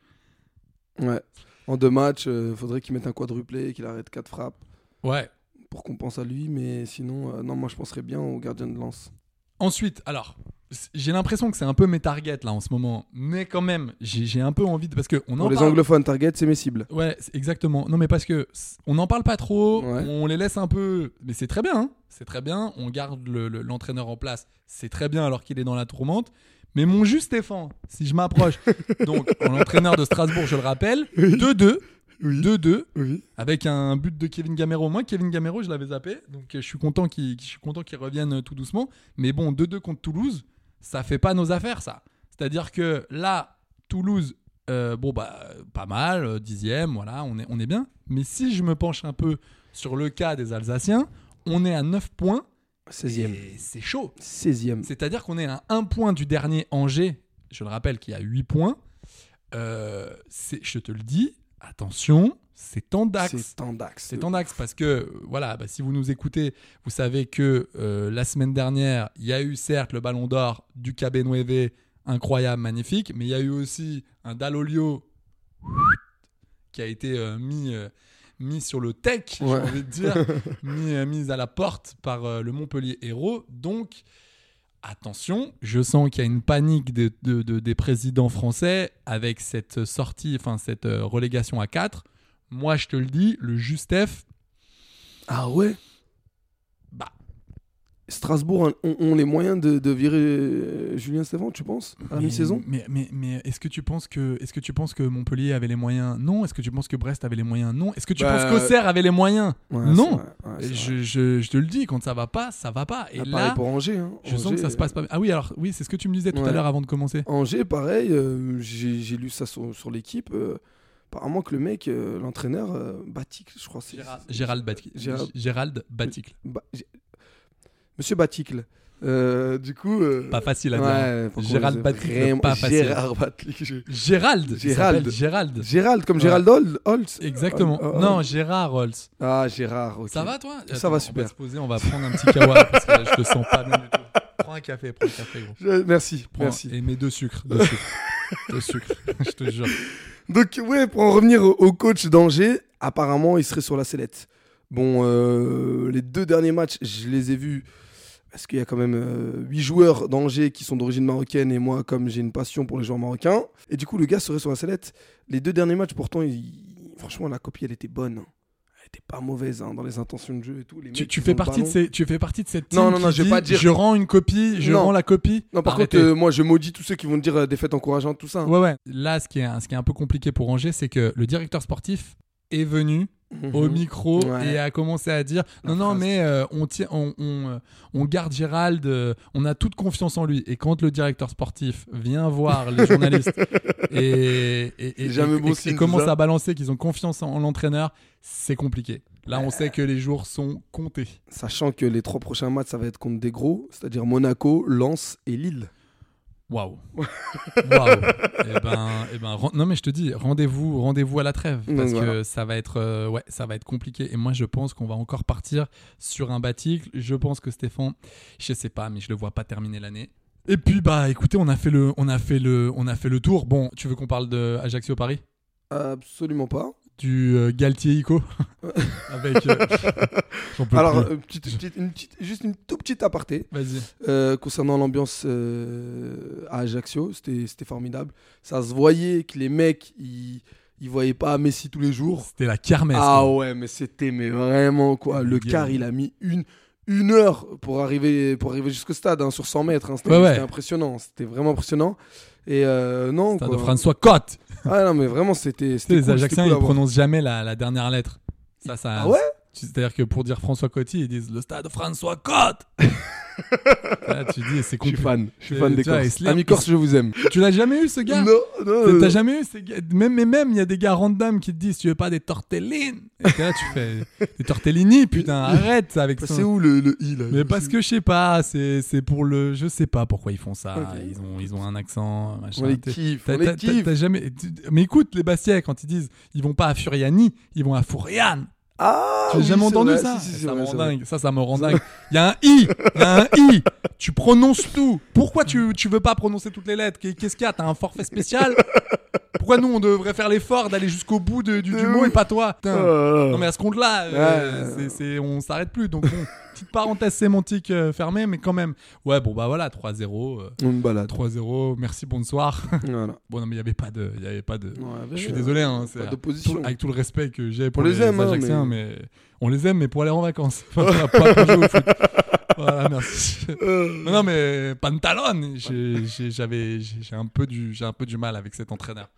Speaker 11: Ouais. En deux matchs, euh, faudrait qu'il mette un quadruplé, et qu'il arrête quatre frappes
Speaker 10: Ouais.
Speaker 11: pour qu'on pense à lui. Mais sinon, euh, non, moi je penserais bien au gardien de lance.
Speaker 10: Ensuite, alors, c- j'ai l'impression que c'est un peu mes targets là en ce moment, mais quand même, j'ai j'ai un peu envie de parce que on en
Speaker 11: Pour les
Speaker 10: parle.
Speaker 11: anglophones, Target, c'est mes cibles.
Speaker 10: Ouais, c'est- exactement. Non mais parce que c- on n'en parle pas trop,
Speaker 11: Ouais.
Speaker 10: on les laisse un peu, mais c'est très bien, hein. c'est très bien. On garde le- le- l'entraîneur en place, c'est très bien alors qu'il est dans la tourmente. Mais mon juste Stéphane, si je
Speaker 11: [LAUGHS]
Speaker 10: m'approche, donc l'entraîneur de Strasbourg, je le rappelle, 2-2, 2-2,
Speaker 11: Oui.
Speaker 10: avec un but de Kevin Gamero. Moi, Kevin Gamero, je l'avais zappé, donc euh, je suis content qu'il je suis content qu'il revienne euh, tout doucement. Mais bon, 2-2 contre Toulouse, ça fait pas nos affaires, ça. C'est-à-dire que là, Toulouse, euh, bon bah euh, pas mal, euh, dixième, voilà, on est on est bien. Mais si je me penche un peu sur le cas des Alsaciens, on est à 9 points
Speaker 11: 16e.
Speaker 10: et c'est chaud.
Speaker 11: 16e.
Speaker 10: C'est-à-dire qu'on est à un point du dernier Angers, je le rappelle, qui a 8 points. Euh, c'est- je te le dis, attention, c'est Tandax.
Speaker 11: C'est Tandax.
Speaker 10: C'est Tandax parce que, euh, voilà, bah, si vous nous écoutez, vous savez que euh, la semaine dernière, il y a eu certes le ballon d'or du KB Nueve, incroyable, magnifique, mais il y a eu aussi un Dalolio qui a été euh, mis, euh, mis sur le tech, j'ai
Speaker 11: Ouais.
Speaker 10: envie de
Speaker 11: [LAUGHS]
Speaker 10: dire, mis, euh, mis à la porte par euh, le Montpellier Héros. Donc, Attention, je sens qu'il y a une panique de- de- de- des présidents français avec cette sortie, enfin cette euh, relégation à 4. Moi, je te le dis, le Justef,
Speaker 11: Ah ouais
Speaker 10: bah,
Speaker 11: Strasbourg on- ont, les moyens de, de virer euh, Julien Stéphane, tu penses À la
Speaker 10: mais-
Speaker 11: mi-saison
Speaker 10: Mais, mais, mais est-ce que tu penses que est-ce que tu penses que Montpellier avait les moyens Non. Est-ce que tu penses que Brest avait les moyens Non. Est-ce que tu
Speaker 11: Bah,
Speaker 10: penses qu'Auxerre avait les moyens
Speaker 11: Ouais,
Speaker 10: Non.
Speaker 11: c'est vrai, ouais, Ah, c'est vrai.
Speaker 10: je, je- je te le dis, quand ça va pas, ça va pas. Et
Speaker 11: Ah,
Speaker 10: là,
Speaker 11: pareil pour Angers. hein.
Speaker 10: je sens
Speaker 11: Angers,
Speaker 10: que ça se passe pas. Ah oui, alors oui, c'est ce que tu me disais tout à
Speaker 11: Ouais.
Speaker 10: l'heure avant de commencer.
Speaker 11: Angers, pareil, euh, j'ai j'ai lu ça sur, sur l'équipe. euh, apparemment que le mec, euh, l'entraîneur, euh, Batik, je crois. c'est-
Speaker 10: Gérald,
Speaker 11: c'est-
Speaker 10: Gérald Baticle.
Speaker 11: Gérald-
Speaker 10: Gérald Baticle.
Speaker 11: Ba- Gé- Monsieur Baticle. Euh, du coup. euh,
Speaker 10: Pas facile à dire. hein.
Speaker 11: ouais, faut qu'on
Speaker 10: Gérald
Speaker 11: dise
Speaker 10: Baticle,
Speaker 11: vraiment-
Speaker 10: pas facile.
Speaker 11: Gérard
Speaker 10: [LAUGHS]
Speaker 11: Baticle. je-
Speaker 10: Gérald. il
Speaker 11: Gérald.
Speaker 10: s'appelle Gérald.
Speaker 11: Gérald, comme
Speaker 10: Ouais.
Speaker 11: Gérald Hol- Holtz.
Speaker 10: Exactement.
Speaker 11: Hol- Hol-
Speaker 10: non, Gérard Rolls.
Speaker 11: Ah, Gérard, oh. ok.
Speaker 10: Ça va toi
Speaker 11: Ça
Speaker 10: Attends,
Speaker 11: va,
Speaker 10: On
Speaker 11: super.
Speaker 10: va se poser, on va prendre un petit kawa parce que là, je te sens pas bien du tout. Prends un café, prends un café gros.
Speaker 11: Je- Merci,
Speaker 10: Prends-
Speaker 11: merci.
Speaker 10: Et mets deux sucres, deux sucres. deux sucres, [LAUGHS] je te jure.
Speaker 11: Donc, ouais, pour en revenir au- au coach d'Angers, apparemment, il serait sur la sellette. Bon, euh, les deux derniers matchs, je les ai vus parce qu'il y a quand même euh, huit joueurs d'Angers qui sont d'origine marocaine et moi, comme j'ai une passion pour les joueurs marocains, et du coup, le gars serait sur la sellette. Les deux derniers matchs, pourtant, il- franchement, la copie, elle était bonne. hein. Elle était pas mauvaise hein, dans les intentions de jeu et tout. Les
Speaker 10: Tu,
Speaker 11: mecs,
Speaker 10: tu
Speaker 11: ils
Speaker 10: fais
Speaker 11: ont le
Speaker 10: partie de
Speaker 11: ballon.
Speaker 10: ces, tu fais partie de cette team
Speaker 11: Non, non, non,
Speaker 10: qui
Speaker 11: je vais
Speaker 10: dit,
Speaker 11: pas dire-
Speaker 10: Je rends une copie, je
Speaker 11: Non.
Speaker 10: rends la copie.
Speaker 11: Non, par
Speaker 10: Arrêtez.
Speaker 11: contre, euh, moi, je maudis tous ceux qui vont te dire euh, défaite encourageante, tout ça. hein.
Speaker 10: Ouais, ouais. Là, ce qui est, un- ce qui est un peu compliqué pour Angers, c'est que le directeur sportif est venu
Speaker 11: Mhm.
Speaker 10: au micro
Speaker 11: Ouais.
Speaker 10: et a commencé à dire
Speaker 11: La
Speaker 10: non non
Speaker 11: phrase.
Speaker 10: mais euh, on, tient, on, on, euh, on garde Gérald euh, on a toute confiance en lui et quand le directeur sportif vient voir
Speaker 11: [LAUGHS]
Speaker 10: les journalistes et, et, et-
Speaker 11: C'est jamais
Speaker 10: et-
Speaker 11: bon
Speaker 10: et- et
Speaker 11: signe,
Speaker 10: commence
Speaker 11: ça.
Speaker 10: à balancer qu'ils ont confiance en, en l'entraîneur c'est compliqué là on
Speaker 11: euh,
Speaker 10: sait que les jours sont comptés
Speaker 11: Sachant que les trois prochains matchs, ça va être contre des gros, c'est-à-dire Monaco, Lens et Lille. [LAUGHS]
Speaker 10: waouh waouh et ben, eh ben ren- non mais je te dis rendez-vous rendez-vous à la trêve
Speaker 11: Donc
Speaker 10: parce que
Speaker 11: Mm, voilà.
Speaker 10: ça va être euh, ouais ça va être compliqué et moi je pense qu'on va encore partir sur un baticle je pense que Stéphane je sais pas mais je le vois pas terminer l'année et puis bah écoutez on a fait le on a fait le on a fait le tour bon tu veux qu'on parle de Ajaccio Paris
Speaker 11: Absolument pas.
Speaker 10: du euh, Galtier
Speaker 11: [LAUGHS]
Speaker 10: Ico avec euh, j'en peux
Speaker 11: Alors,
Speaker 10: plus.
Speaker 11: euh, petite- petite- une petite- juste une tout petite aparté
Speaker 10: vas-y
Speaker 11: euh, concernant l'ambiance euh, à Ajaccio. C'était c'était formidable. Ça se voyait que les mecs, ils, ils voyaient pas Messi tous les jours.
Speaker 10: c'était la kermesse
Speaker 11: Ah
Speaker 10: quoi.
Speaker 11: ouais, mais c'était mais vraiment quoi.
Speaker 10: Le
Speaker 11: Le
Speaker 10: gars,
Speaker 11: car,
Speaker 10: il-
Speaker 11: il a mis une, une heure pour arriver, pour arriver jusqu'au stade hein, sur 100 mètres. hein. C'était
Speaker 10: Ouais, ouais.
Speaker 11: c'était impressionnant. C'était vraiment impressionnant. Et euh, non,
Speaker 10: Stade
Speaker 11: quoi.
Speaker 10: de François Cotte
Speaker 11: Ah non, mais vraiment, c'était.
Speaker 10: Tu sais,
Speaker 11: c'était
Speaker 10: les
Speaker 11: cool, c'était
Speaker 10: Ajacciens,
Speaker 11: cool à
Speaker 10: ils
Speaker 11: voir.
Speaker 10: prononcent jamais la, la dernière lettre. Ça, ça.
Speaker 11: Ah ouais
Speaker 10: tu- C'est-à-dire que pour dire François Coty, ils disent le stade François
Speaker 11: [LAUGHS]
Speaker 10: Cotte. Là, tu dis, Ah, c'est
Speaker 11: Je suis
Speaker 10: compliqué.
Speaker 11: fan. Je suis
Speaker 10: Et
Speaker 11: fan des
Speaker 10: tu vois, et
Speaker 11: Corses.
Speaker 10: Slayer-
Speaker 11: Amis Corses, je vous aime.
Speaker 10: Tu l'as jamais eu, ce gars
Speaker 11: Non, non.
Speaker 10: T'as jamais eu ces gars Même, mais même, il y a des gars random qui te disent tu veux pas des tortellines Et t'es là, tu
Speaker 11: [LAUGHS]
Speaker 10: fais des tortellini, putain, arrête avec ça.
Speaker 11: Bah, C'est où le, le i là
Speaker 10: Mais parce que je sais pas, c'est c'est pour le. Je sais pas pourquoi ils font ça.
Speaker 11: Ok.
Speaker 10: Ils, ont, ils ont un accent, machin.
Speaker 11: On les
Speaker 10: T'es-
Speaker 11: kiffe,
Speaker 10: T'as-
Speaker 11: on
Speaker 10: t'as-
Speaker 11: les
Speaker 10: t'as-
Speaker 11: kiffe.
Speaker 10: t'as jamais... tu- Mais écoute, les Bastiais, quand ils disent ils vont pas à Furiani, ils vont à Fouriane.
Speaker 11: Ah
Speaker 10: Tu as
Speaker 11: oui,
Speaker 10: jamais
Speaker 11: c'est
Speaker 10: entendu
Speaker 11: vrai,
Speaker 10: ça
Speaker 11: si, si, c'est
Speaker 10: ça,
Speaker 11: vrai,
Speaker 10: me
Speaker 11: c'est
Speaker 10: rend
Speaker 11: vrai.
Speaker 10: dingue. ça, ça me rend dingue. Il y a un i, il y a un i. Tu prononces tout. Pourquoi tu, tu veux pas prononcer toutes les lettres Qu'est- Qu'est-ce qu'il y a T'as un forfait spécial Pourquoi nous, on devrait faire l'effort d'aller jusqu'au bout de- du, du mot et pas toi Putain.
Speaker 11: Euh,
Speaker 10: Non mais à ce compte-là, euh,
Speaker 11: Ouais.
Speaker 10: c'est- c'est- on s'arrête plus. Donc bon, [LAUGHS] petite parenthèse sémantique euh, fermée, mais quand même. Ouais, bon, bah voilà, 3-0. euh,
Speaker 11: Une balade.
Speaker 10: 3-0, merci, bonsoir.
Speaker 11: Voilà.
Speaker 10: [LAUGHS] bon, non, mais il n'y avait pas de. il Y avait pas de...
Speaker 11: Ouais, ouais,
Speaker 10: Je suis
Speaker 11: ouais.
Speaker 10: désolé, hein, c'est-
Speaker 11: Pas d'opposition.
Speaker 10: tout- avec tout le respect que j'ai pour
Speaker 11: On les
Speaker 10: les,
Speaker 11: aime, hein,
Speaker 10: Ajacciens, mais... on les aime, mais pour aller en
Speaker 11: [LAUGHS]
Speaker 10: vacances. Enfin, voilà, pas pour jouer au foot. Voilà, merci.
Speaker 11: Euh.
Speaker 10: Non, non, mais pantalon, j'ai j'ai- j'avais- j'ai j'ai un, peu du- j'ai un peu du mal avec cet entraîneur.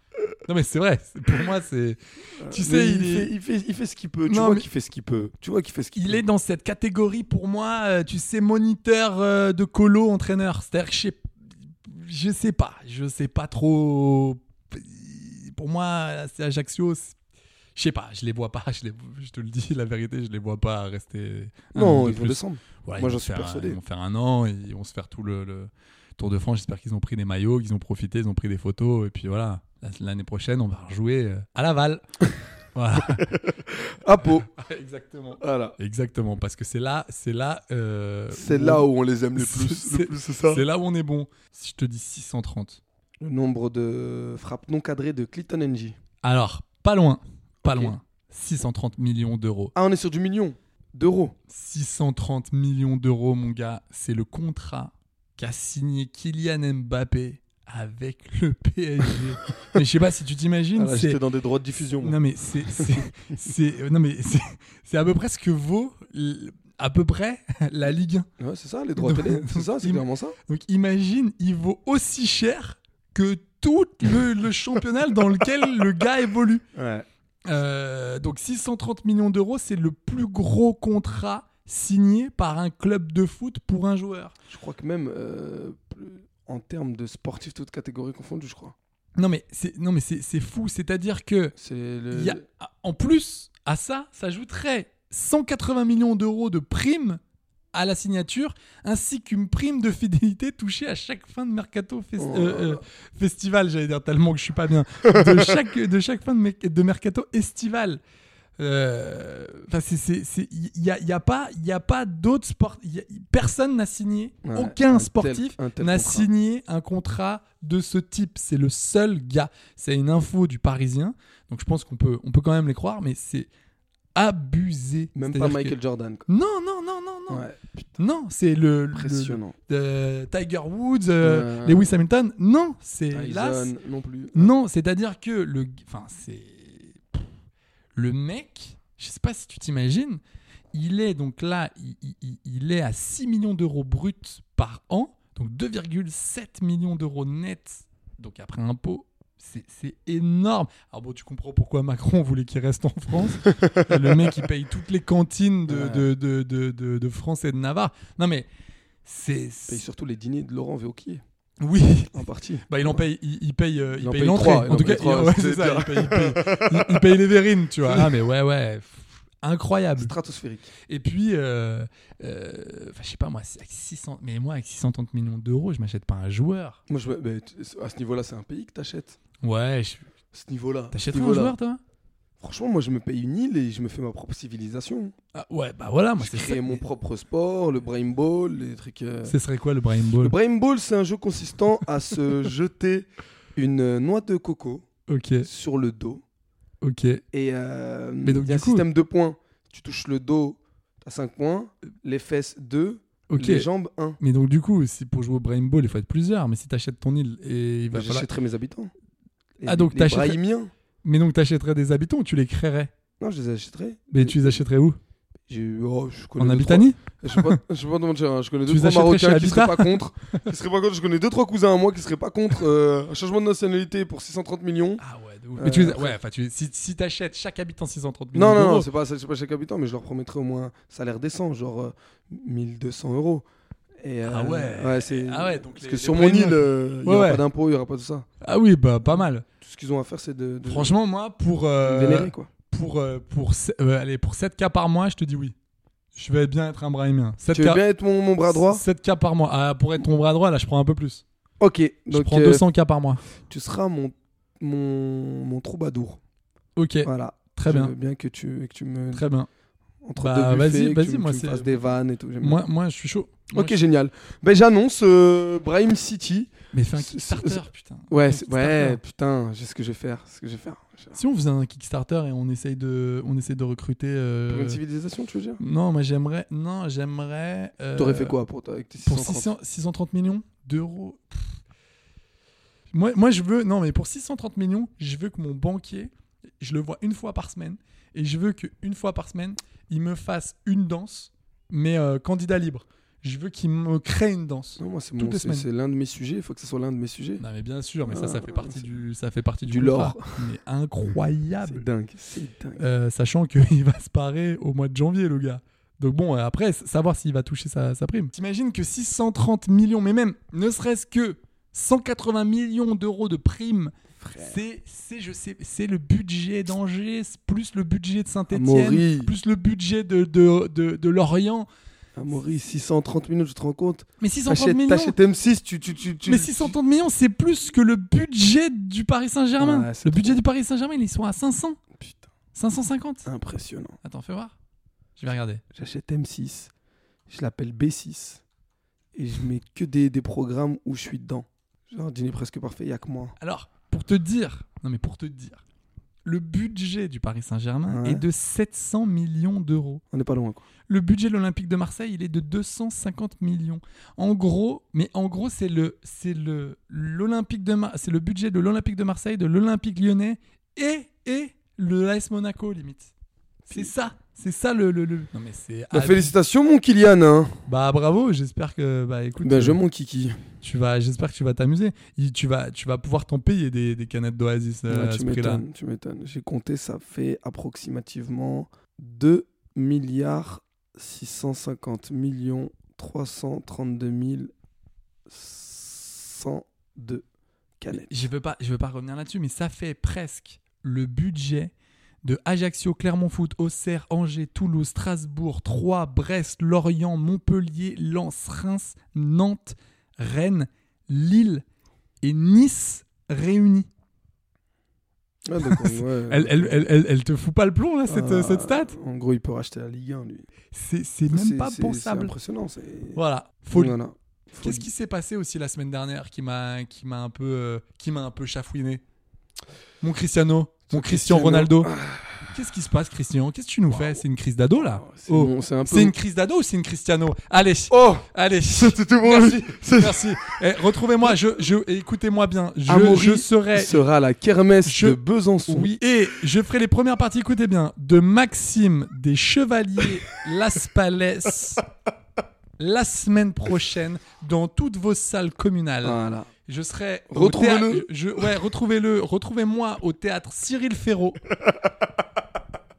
Speaker 10: Non, mais c'est vrai, c'est- pour moi, c'est. Tu sais,
Speaker 11: Euh, Mais
Speaker 10: il, est...
Speaker 11: fait, il, fait, il fait ce qu'il peut. Tu
Speaker 10: Non,
Speaker 11: vois
Speaker 10: mais-
Speaker 11: qu'il fait ce qu'il peut. Tu vois qu'il fait ce qu'il peut.
Speaker 10: Il est dans cette catégorie pour moi, euh, tu sais, moniteur euh, de colo entraîneur. C'est-à-dire que je sais, je sais pas, je sais pas trop. Pour moi, c'est Ajaccio. c'est- Je sais pas, je les vois pas. Je, les- je te le dis, la vérité, je les vois pas rester. un an
Speaker 11: Non,
Speaker 10: de
Speaker 11: il vont
Speaker 10: plus.
Speaker 11: descendre.
Speaker 10: Voilà,
Speaker 11: Moi,
Speaker 10: ils vont
Speaker 11: j'en suis
Speaker 10: faire-
Speaker 11: persuadé.
Speaker 10: Ils vont faire un an, ils vont se faire tout le, le Tour de France. J'espère qu'ils ont pris des maillots, qu'ils ont profité, ils ont pris des photos. Et puis voilà, l'année prochaine, on va rejouer euh, à
Speaker 11: [LAUGHS]
Speaker 10: Laval. voilà. [LAUGHS]
Speaker 11: À Pau.
Speaker 10: Exactement.
Speaker 11: Voilà.
Speaker 10: Exactement, parce que c'est là, c'est là, euh,
Speaker 11: C'est
Speaker 10: où-
Speaker 11: là où on les aime le
Speaker 10: C'est-
Speaker 11: plus. Le plus, c'est ça.
Speaker 10: c'est là où on est bon. Si je te dis 630.
Speaker 11: Le nombre de frappes non cadrées de Clinton NG.
Speaker 10: Alors, pas loin, pas
Speaker 11: Ok.
Speaker 10: loin. 630 millions d'euros.
Speaker 11: Ah, on est sur du million d'euros.
Speaker 10: 630 millions d'euros, mon gars, c'est le contrat qu'a signé Kylian Mbappé avec le
Speaker 11: [LAUGHS]
Speaker 10: PSG. Mais je sais pas si tu
Speaker 11: Ah
Speaker 10: t'imagines,
Speaker 11: là,
Speaker 10: c'est
Speaker 11: J'étais dans des droits de diffusion. moi.
Speaker 10: Non mais c'est c'est- c'est euh, non mais c'est- c'est à peu près ce que vaut l- à peu près la Ligue 1.
Speaker 11: Ouais, c'est ça, les droits
Speaker 10: Donc- [LAUGHS]
Speaker 11: télé. C'est ça, c'est
Speaker 10: il-
Speaker 11: clairement ça.
Speaker 10: Donc imagine, il vaut aussi cher que tout le, le championnat dans lequel le gars évolue.
Speaker 11: Ouais.
Speaker 10: Euh, donc 630 millions d'euros, c'est le plus gros contrat signé par un club de foot pour un joueur.
Speaker 11: Je crois que même euh, plus- en termes de sportifs, toutes catégories confondues, je crois.
Speaker 10: Non mais c'est non mais c'est c'est fou, c'est-à-dire que
Speaker 11: C'est le.
Speaker 10: il y a- Ah, en plus à ça s'ajouterait 180 millions d'euros de primes à la signature ainsi qu'une prime de fidélité touchée à chaque fin de mercato fes-
Speaker 11: Oh.
Speaker 10: euh, euh, festival, j'allais dire tellement que je suis pas bien,
Speaker 11: [LAUGHS]
Speaker 10: de chaque, de chaque fin de, mec- de mercato estival. Euh, Enfin, c'est- c'est- c'est- il n'y a, il y a pas, il y a pas d'autres sports. il y a- Personne n'a signé,
Speaker 11: Ouais, un
Speaker 10: aucun
Speaker 11: tel-
Speaker 10: sportif
Speaker 11: un tel
Speaker 10: n'a
Speaker 11: contrat.
Speaker 10: signé un contrat de ce type. C'est le seul gars. C'est une info du Parisien, donc je pense qu'on peut, on peut quand même les croire, mais c'est abusé.
Speaker 11: Même pas
Speaker 10: C'est-à-dire
Speaker 11: Michael
Speaker 10: que-
Speaker 11: Jordan. quoi.
Speaker 10: Non, non, non, non, non.
Speaker 11: Ouais,
Speaker 10: Non, c'est le, le-
Speaker 11: impressionnant.
Speaker 10: euh, Tiger Woods, euh,
Speaker 11: Ouais.
Speaker 10: Lewis Hamilton. Non, c'est là. c'est-
Speaker 11: Tyson, non plus.
Speaker 10: Non, c'est-à-dire que le, enfin c'est le mec. Je sais pas si tu t'imagines. Il est donc là, il, il- il- il est à 6 millions d'euros bruts par an, donc 2,7 millions d'euros nets, donc après impôt. C'est c'est énorme. Alors bon, tu comprends pourquoi Macron voulait qu'il reste en France. le mec, il paye toutes les cantines de, de, de, de- de- de France et de Navarre. Non mais, c'est...
Speaker 11: Et surtout les dîners de Laurent Vauquier,
Speaker 10: Oui,
Speaker 11: en partie.
Speaker 10: bah, il en paye, il, il paye, euh,
Speaker 11: Il
Speaker 10: il
Speaker 11: en
Speaker 10: paye
Speaker 11: paye
Speaker 10: l'entrée.
Speaker 11: trois, il
Speaker 10: En
Speaker 11: en
Speaker 10: tout
Speaker 11: paye
Speaker 10: cas,
Speaker 11: trois,
Speaker 10: il, ouais,
Speaker 11: c'était
Speaker 10: c'est ça,
Speaker 11: bien.
Speaker 10: il paye, il paye- il- il paye les verrines, tu vois.
Speaker 11: [LAUGHS]
Speaker 10: Ah, mais ouais, ouais. pff, Incroyable.
Speaker 11: Stratosphérique.
Speaker 10: Et puis, euh, euh, enfin, je sais pas moi, c'est avec 600, mais moi avec 630 millions d'euros, je m'achète pas un joueur.
Speaker 11: Moi, je, mais tu- à ce niveau-là, c'est un pays que t'achètes.
Speaker 10: Ouais, je-
Speaker 11: À ce niveau-là.
Speaker 10: t'achètes
Speaker 11: ce
Speaker 10: un
Speaker 11: niveau-là.
Speaker 10: joueur toi
Speaker 11: Franchement, moi, je me paye une île et je me fais ma propre civilisation.
Speaker 10: Ah, Ouais, bah voilà, moi
Speaker 11: je
Speaker 10: c'est
Speaker 11: crée
Speaker 10: ça.
Speaker 11: mon propre sport, le brain ball, les trucs. euh,
Speaker 10: Ce serait quoi le Brian Ball
Speaker 11: Le brain ball, c'est un jeu consistant à se [LAUGHS] jeter une euh, noix de coco
Speaker 10: Ok,
Speaker 11: sur le dos.
Speaker 10: ok.
Speaker 11: Et euh,
Speaker 10: Mais donc,
Speaker 11: il y a un
Speaker 10: du coup-
Speaker 11: système de points. Tu touches le dos, à 5 points. Les fesses, 2.
Speaker 10: Ok. Bah,
Speaker 11: Les jambes, 1.
Speaker 10: Mais donc, du coup, si pour jouer au Brian Ball, il faut être plusieurs, mais si t'achètes ton île et il va falloir.
Speaker 11: Bah, J'achèterai mes habitants. Les-
Speaker 10: Ah, donc
Speaker 11: les
Speaker 10: t'achèterais-
Speaker 11: Brahimiens.
Speaker 10: Mais donc, t'achèterais des habitants ou tu les créerais
Speaker 11: Non, je les achèterai.
Speaker 10: Mais tu les achèterais où
Speaker 11: J'ai- oh, je connais
Speaker 10: En
Speaker 11: deux,
Speaker 10: Habitanie
Speaker 11: trois- [LAUGHS] Je sais pas, je sais pas te mentir, hein. je connais
Speaker 10: Tu
Speaker 11: deux
Speaker 10: les
Speaker 11: trois
Speaker 10: achèterais chez
Speaker 11: Marocains qui seraient
Speaker 10: Habitat
Speaker 11: pas contre. qui seraient pas contre. Je connais deux trois cousins à moi qui seraient pas contre euh, un changement de nationalité pour 630 millions.
Speaker 10: Ah ouais, de
Speaker 11: Euh,
Speaker 10: Mais tu les-
Speaker 11: après-
Speaker 10: ouais, enfin, tu... si, si t'achètes chaque habitant 630 millions
Speaker 11: Non, non,
Speaker 10: d'euros,
Speaker 11: non, c'est pas, c'est pas chaque habitant, mais je leur promettrais au moins un salaire décent, genre euh, 1200 euros. Et, euh,
Speaker 10: Ah ouais.
Speaker 11: c'est-
Speaker 10: Ah ouais, donc
Speaker 11: parce
Speaker 10: les-
Speaker 11: que
Speaker 10: les
Speaker 11: sur mon
Speaker 10: prémices.
Speaker 11: île, euh, il n'y
Speaker 10: Ouais,
Speaker 11: aura
Speaker 10: ouais.
Speaker 11: pas d'impôts, il n'y aura pas de ça.
Speaker 10: Ah oui, bah pas mal.
Speaker 11: Tout ce qu'ils ont à faire, c'est de, de-
Speaker 10: Franchement, moi, pour,
Speaker 11: de
Speaker 10: euh,
Speaker 11: me vénérer, quoi.
Speaker 10: pour, euh, pour, se- euh, allez, pour 7K par mois, je te dis oui. Je vais bien être un Brahimien. 7K,
Speaker 11: Tu veux bien être mon, mon bras droit
Speaker 10: 7K par mois. Ah, pour être ton bras droit, là, je prends un peu plus.
Speaker 11: Ok,
Speaker 10: je
Speaker 11: donc
Speaker 10: prends
Speaker 11: euh,
Speaker 10: 200K par mois.
Speaker 11: tu seras mon, mon, mon troubadour.
Speaker 10: Ok,
Speaker 11: Voilà.
Speaker 10: très
Speaker 11: Je
Speaker 10: bien.
Speaker 11: veux bien que tu, que tu me.
Speaker 10: Très bien.
Speaker 11: Entre
Speaker 10: Bah,
Speaker 11: deux buffets,
Speaker 10: vas-y,
Speaker 11: que
Speaker 10: vas-y,
Speaker 11: tu, me-
Speaker 10: moi,
Speaker 11: tu me
Speaker 10: c'est-
Speaker 11: fasses des vannes et tout. j'aime
Speaker 10: Moi, moi, je suis chaud.
Speaker 11: bien.
Speaker 10: Moi,
Speaker 11: Ok,
Speaker 10: je-
Speaker 11: génial. Ben, j'annonce euh, Brahim City.
Speaker 10: Mais fais un
Speaker 11: c'est-
Speaker 10: Kickstarter, putain.
Speaker 11: Ouais,
Speaker 10: Un
Speaker 11: c'est-
Speaker 10: Kickstarter.
Speaker 11: ouais putain, j'ai ce que je vais faire. Ce que je vais faire.
Speaker 10: Si on faisait un Kickstarter et on essaye de, on essaye de recruter. euh,
Speaker 11: Pour une civilisation, tu veux dire
Speaker 10: Non, moi j'aimerais. Non, j'aimerais. euh,
Speaker 11: T'aurais fait quoi pour ta- avec tes
Speaker 10: Pour
Speaker 11: 630
Speaker 10: 600 630 millions d'euros. Pff. Moi, moi, je veux. Non, mais pour 630 millions, je veux que mon banquier, je le vois une fois par semaine, et je veux que une fois par semaine, il me fasse une danse, mais euh, candidat libre. Je veux qu'il me crée une danse.
Speaker 11: Non, moi, c'est
Speaker 10: Toutes
Speaker 11: mon-
Speaker 10: les
Speaker 11: c'est
Speaker 10: semaines.
Speaker 11: c'est l'un de mes sujets. Il faut que ce soit l'un de mes sujets.
Speaker 10: Non, mais bien sûr, mais ça, ça fait partie
Speaker 11: c'est-
Speaker 10: du, ça fait partie du,
Speaker 11: du
Speaker 10: contrat.
Speaker 11: lore.
Speaker 10: Mais incroyable.
Speaker 11: C'est dingue. C'est dingue.
Speaker 10: Euh, sachant [LAUGHS] qu'il va se parer au mois de janvier, le gars. Donc bon, euh, après, s- savoir s'il va toucher sa, sa prime. T'imagines que 630 millions, mais même ne serait-ce que 180 millions d'euros de prime, c'est c'est je sais, c'est le budget d'Angers, plus le budget de
Speaker 11: Amaury.
Speaker 10: Saint-Etienne, plus le budget de, de, de, de Lorient.
Speaker 11: Amaury, 630 minutes, je te rends compte
Speaker 10: Mais 630
Speaker 11: T'achètes
Speaker 10: millions,
Speaker 11: t'achètes M6, tu. tu, tu, tu
Speaker 10: mais 630 millions, c'est plus que le budget du Paris Saint-Germain.
Speaker 11: Ouais, c'est
Speaker 10: le
Speaker 11: trop.
Speaker 10: budget du Paris Saint-Germain, ils sont à 500,
Speaker 11: Putain,
Speaker 10: 550.
Speaker 11: impressionnant.
Speaker 10: Attends, fais voir. Je vais regarder.
Speaker 11: J'achète M6, je l'appelle B6, et je mets que des, des programmes où je suis dedans. Genre, dîner presque parfait, il a que moi.
Speaker 10: Alors, pour te dire, non mais pour te dire, le budget du Paris Saint-Germain
Speaker 11: Ouais.
Speaker 10: est de 700 millions d'euros.
Speaker 11: On n'est pas loin, quoi.
Speaker 10: Le budget de l'Olympique de Marseille, il est de 250 millions. En gros, mais en gros, c'est le c'est le l'Olympique de Mar- c'est le budget de l'Olympique de Marseille, de l'Olympique Lyonnais et et le AS Monaco limite. C'est ça, c'est ça le, le, le- Non mais c'est
Speaker 11: Bah, félicitations, mon Kylian. Hein.
Speaker 10: bah bravo, j'espère que bah écoute
Speaker 11: Ben, je
Speaker 10: euh,
Speaker 11: mon kiki.
Speaker 10: tu vas j'espère que tu vas t'amuser, Il- tu vas tu vas pouvoir t'en payer des, des canettes d'Oasis euh,
Speaker 11: Ouais,
Speaker 10: à
Speaker 11: tu
Speaker 10: ce prix-là.
Speaker 11: m'étonnes, tu m'étonnes. J'ai compté, ça fait approximativement 2 milliards 650 millions 332 mille 102 canettes.
Speaker 10: je veux pas, je veux pas revenir là-dessus, mais ça fait presque le budget de Ajaccio, Clermont Foot, Auxerre, Angers, Toulouse, Strasbourg, Troyes, Brest, Lorient, Montpellier, Lens, Reims, Nantes, Rennes, Lille et Nice réunis.
Speaker 11: Ouais, donc, on- Ah, [LAUGHS] ouais.
Speaker 10: Euh, Elle, elle, elle- elle- elle te fout pas le plomb là cette,
Speaker 11: Ah,
Speaker 10: cette stat
Speaker 11: En gros, il peut racheter la Ligue 1, lui.
Speaker 10: C'est c'est même
Speaker 11: C'est-
Speaker 10: pas
Speaker 11: c'est- C'est
Speaker 10: pensable.
Speaker 11: impressionnant. c'est-
Speaker 10: Voilà, folie.
Speaker 11: Voilà. Folie.
Speaker 10: Qu'est-ce qui s'est passé aussi la semaine dernière qui m'a qui m'a un peu euh, qui m'a un peu chafouiné Mon Cristiano, mon Cristiano
Speaker 11: Cristiano. Ah,
Speaker 10: Ronaldo. Qu'est-ce qui se passe Christian Qu'est-ce que tu nous fais C'est une crise d'ado là
Speaker 11: Oh, C'est
Speaker 10: Oh.
Speaker 11: bon, c'est un peu.
Speaker 10: C'est une crise d'ado ou c'est une Cristiano Allez,
Speaker 11: Oh [LAUGHS]
Speaker 10: allez.
Speaker 11: C'était tout bon.
Speaker 10: Merci, [LAUGHS]
Speaker 11: C'est-
Speaker 10: merci. Eh, Retrouvez-moi, je, je, écoutez-moi bien. Je,
Speaker 11: Amaury
Speaker 10: je serai,
Speaker 11: sera à la kermesse
Speaker 10: Je-
Speaker 11: de Besançon.
Speaker 10: oui, et je ferai les premières parties. Écoutez bien, de Maxime des
Speaker 11: [LAUGHS]
Speaker 10: Chevaliers Las Palais la semaine prochaine dans toutes vos salles communales.
Speaker 11: Voilà.
Speaker 10: Je serai. au
Speaker 11: Retrouvez-le.
Speaker 10: théâ- Je, je- ouais, retrouvez-le. Retrouvez-moi au théâtre Cyril
Speaker 11: [LAUGHS]
Speaker 10: Ferraud.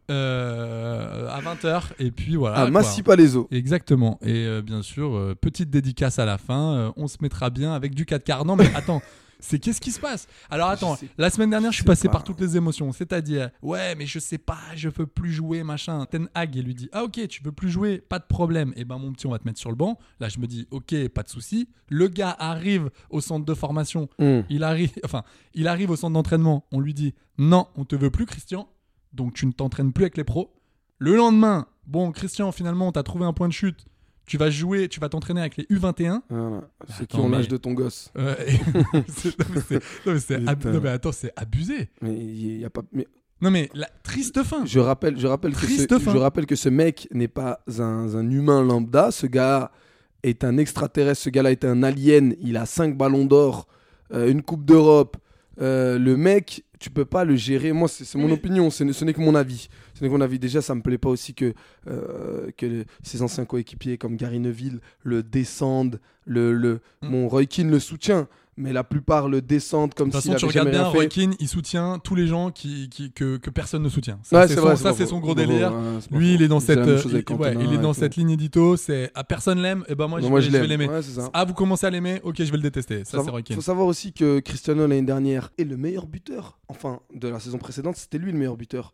Speaker 10: Euh, à 20h. Et puis voilà.
Speaker 11: À
Speaker 10: quoi.
Speaker 11: Massipalaiso.
Speaker 10: Exactement. Et euh, bien sûr, euh, petite dédicace à la fin. euh, on se mettra bien avec du 4 quarts.
Speaker 11: [LAUGHS]
Speaker 10: Non, mais attends. C'est qu'est-ce qui se passe Alors attends,
Speaker 11: sais-
Speaker 10: la semaine dernière, je suis
Speaker 11: sais
Speaker 10: passé
Speaker 11: pas.
Speaker 10: par toutes les émotions, c'est-à-dire ouais, mais je sais pas, je peux plus jouer, machin. Ten Hag, il lui dit ah ok, tu peux plus jouer, pas de problème. Et ben mon petit, on va te mettre sur le banc. Là, je me dis ok, pas de souci. Le gars arrive au centre de formation,
Speaker 11: Hmm.
Speaker 10: il arrive, [LAUGHS] enfin, il arrive au centre d'entraînement. On lui dit non, on te veut plus, Christian. Donc tu ne t'entraînes plus avec les pros. Le lendemain, bon, Christian, finalement, t'as trouvé un point de chute. Tu vas jouer, tu vas t'entraîner avec les U21.
Speaker 11: Voilà. Ceux qui
Speaker 10: Bah, attends,
Speaker 11: ont l'âge
Speaker 10: mais-
Speaker 11: de ton gosse.
Speaker 10: Euh, et- [LAUGHS] c'est- non, mais c'est- non, mais c'est ab-
Speaker 11: Putain.
Speaker 10: non, mais attends, c'est abusé.
Speaker 11: Mais il y a pas. Mais
Speaker 10: Non mais la triste fin.
Speaker 11: je rappelle, je rappelle que
Speaker 10: Triste
Speaker 11: ce,
Speaker 10: fin.
Speaker 11: je rappelle que ce mec n'est pas un, un humain lambda. Ce gars est un extraterrestre. Ce gars-là est un alien. Il a 5 ballons d'or, euh, une coupe d'Europe. Euh, le mec, tu peux pas le gérer. Moi, c'est c'est mon opinion. Ce n'est ce n'est que mon avis. Ce n'est que mon avis. Déjà, ça me plaît pas aussi que euh, que le- ses anciens coéquipiers comme Gary Neville le descendent. Le, le
Speaker 10: Mm.
Speaker 11: mon Roy Keane le soutient, mais la plupart le descendent
Speaker 10: De
Speaker 11: comme
Speaker 10: toute façon,
Speaker 11: s'il
Speaker 10: tu
Speaker 11: avait
Speaker 10: regardes
Speaker 11: jamais
Speaker 10: bien,
Speaker 11: rien fait.
Speaker 10: Roy Keane, il soutient tous les gens qui, qui- que, que personne ne soutient. Ça,
Speaker 11: Ouais,
Speaker 10: c'est
Speaker 11: c'est
Speaker 10: son,
Speaker 11: vrai,
Speaker 10: ça,
Speaker 11: pas
Speaker 10: c'est
Speaker 11: faux.
Speaker 10: son
Speaker 11: Ouais,
Speaker 10: gros délire.
Speaker 11: ouais, c'est pas
Speaker 10: Lui,
Speaker 11: faux.
Speaker 10: il est dans
Speaker 11: C'est la
Speaker 10: cette,
Speaker 11: même
Speaker 10: euh,
Speaker 11: chose avec
Speaker 10: il- ouais,
Speaker 11: Cantona
Speaker 10: il est
Speaker 11: et
Speaker 10: dans
Speaker 11: tout.
Speaker 10: cette ligne édito. C'est à personne l'aime. Et ben moi, je,
Speaker 11: Non, moi,
Speaker 10: vais-
Speaker 11: je
Speaker 10: je vais
Speaker 11: l'aime.
Speaker 10: l'aimer.
Speaker 11: Ouais, c'est ça.
Speaker 10: Ah, vous commencez à l'aimer. Ok, je vais le détester. Ça,
Speaker 11: Faut
Speaker 10: c'est
Speaker 11: savoir-
Speaker 10: Roy Keane.
Speaker 11: faut savoir aussi que Cristiano l'année dernière est le meilleur buteur. Enfin, de la saison précédente, c'était lui le meilleur buteur.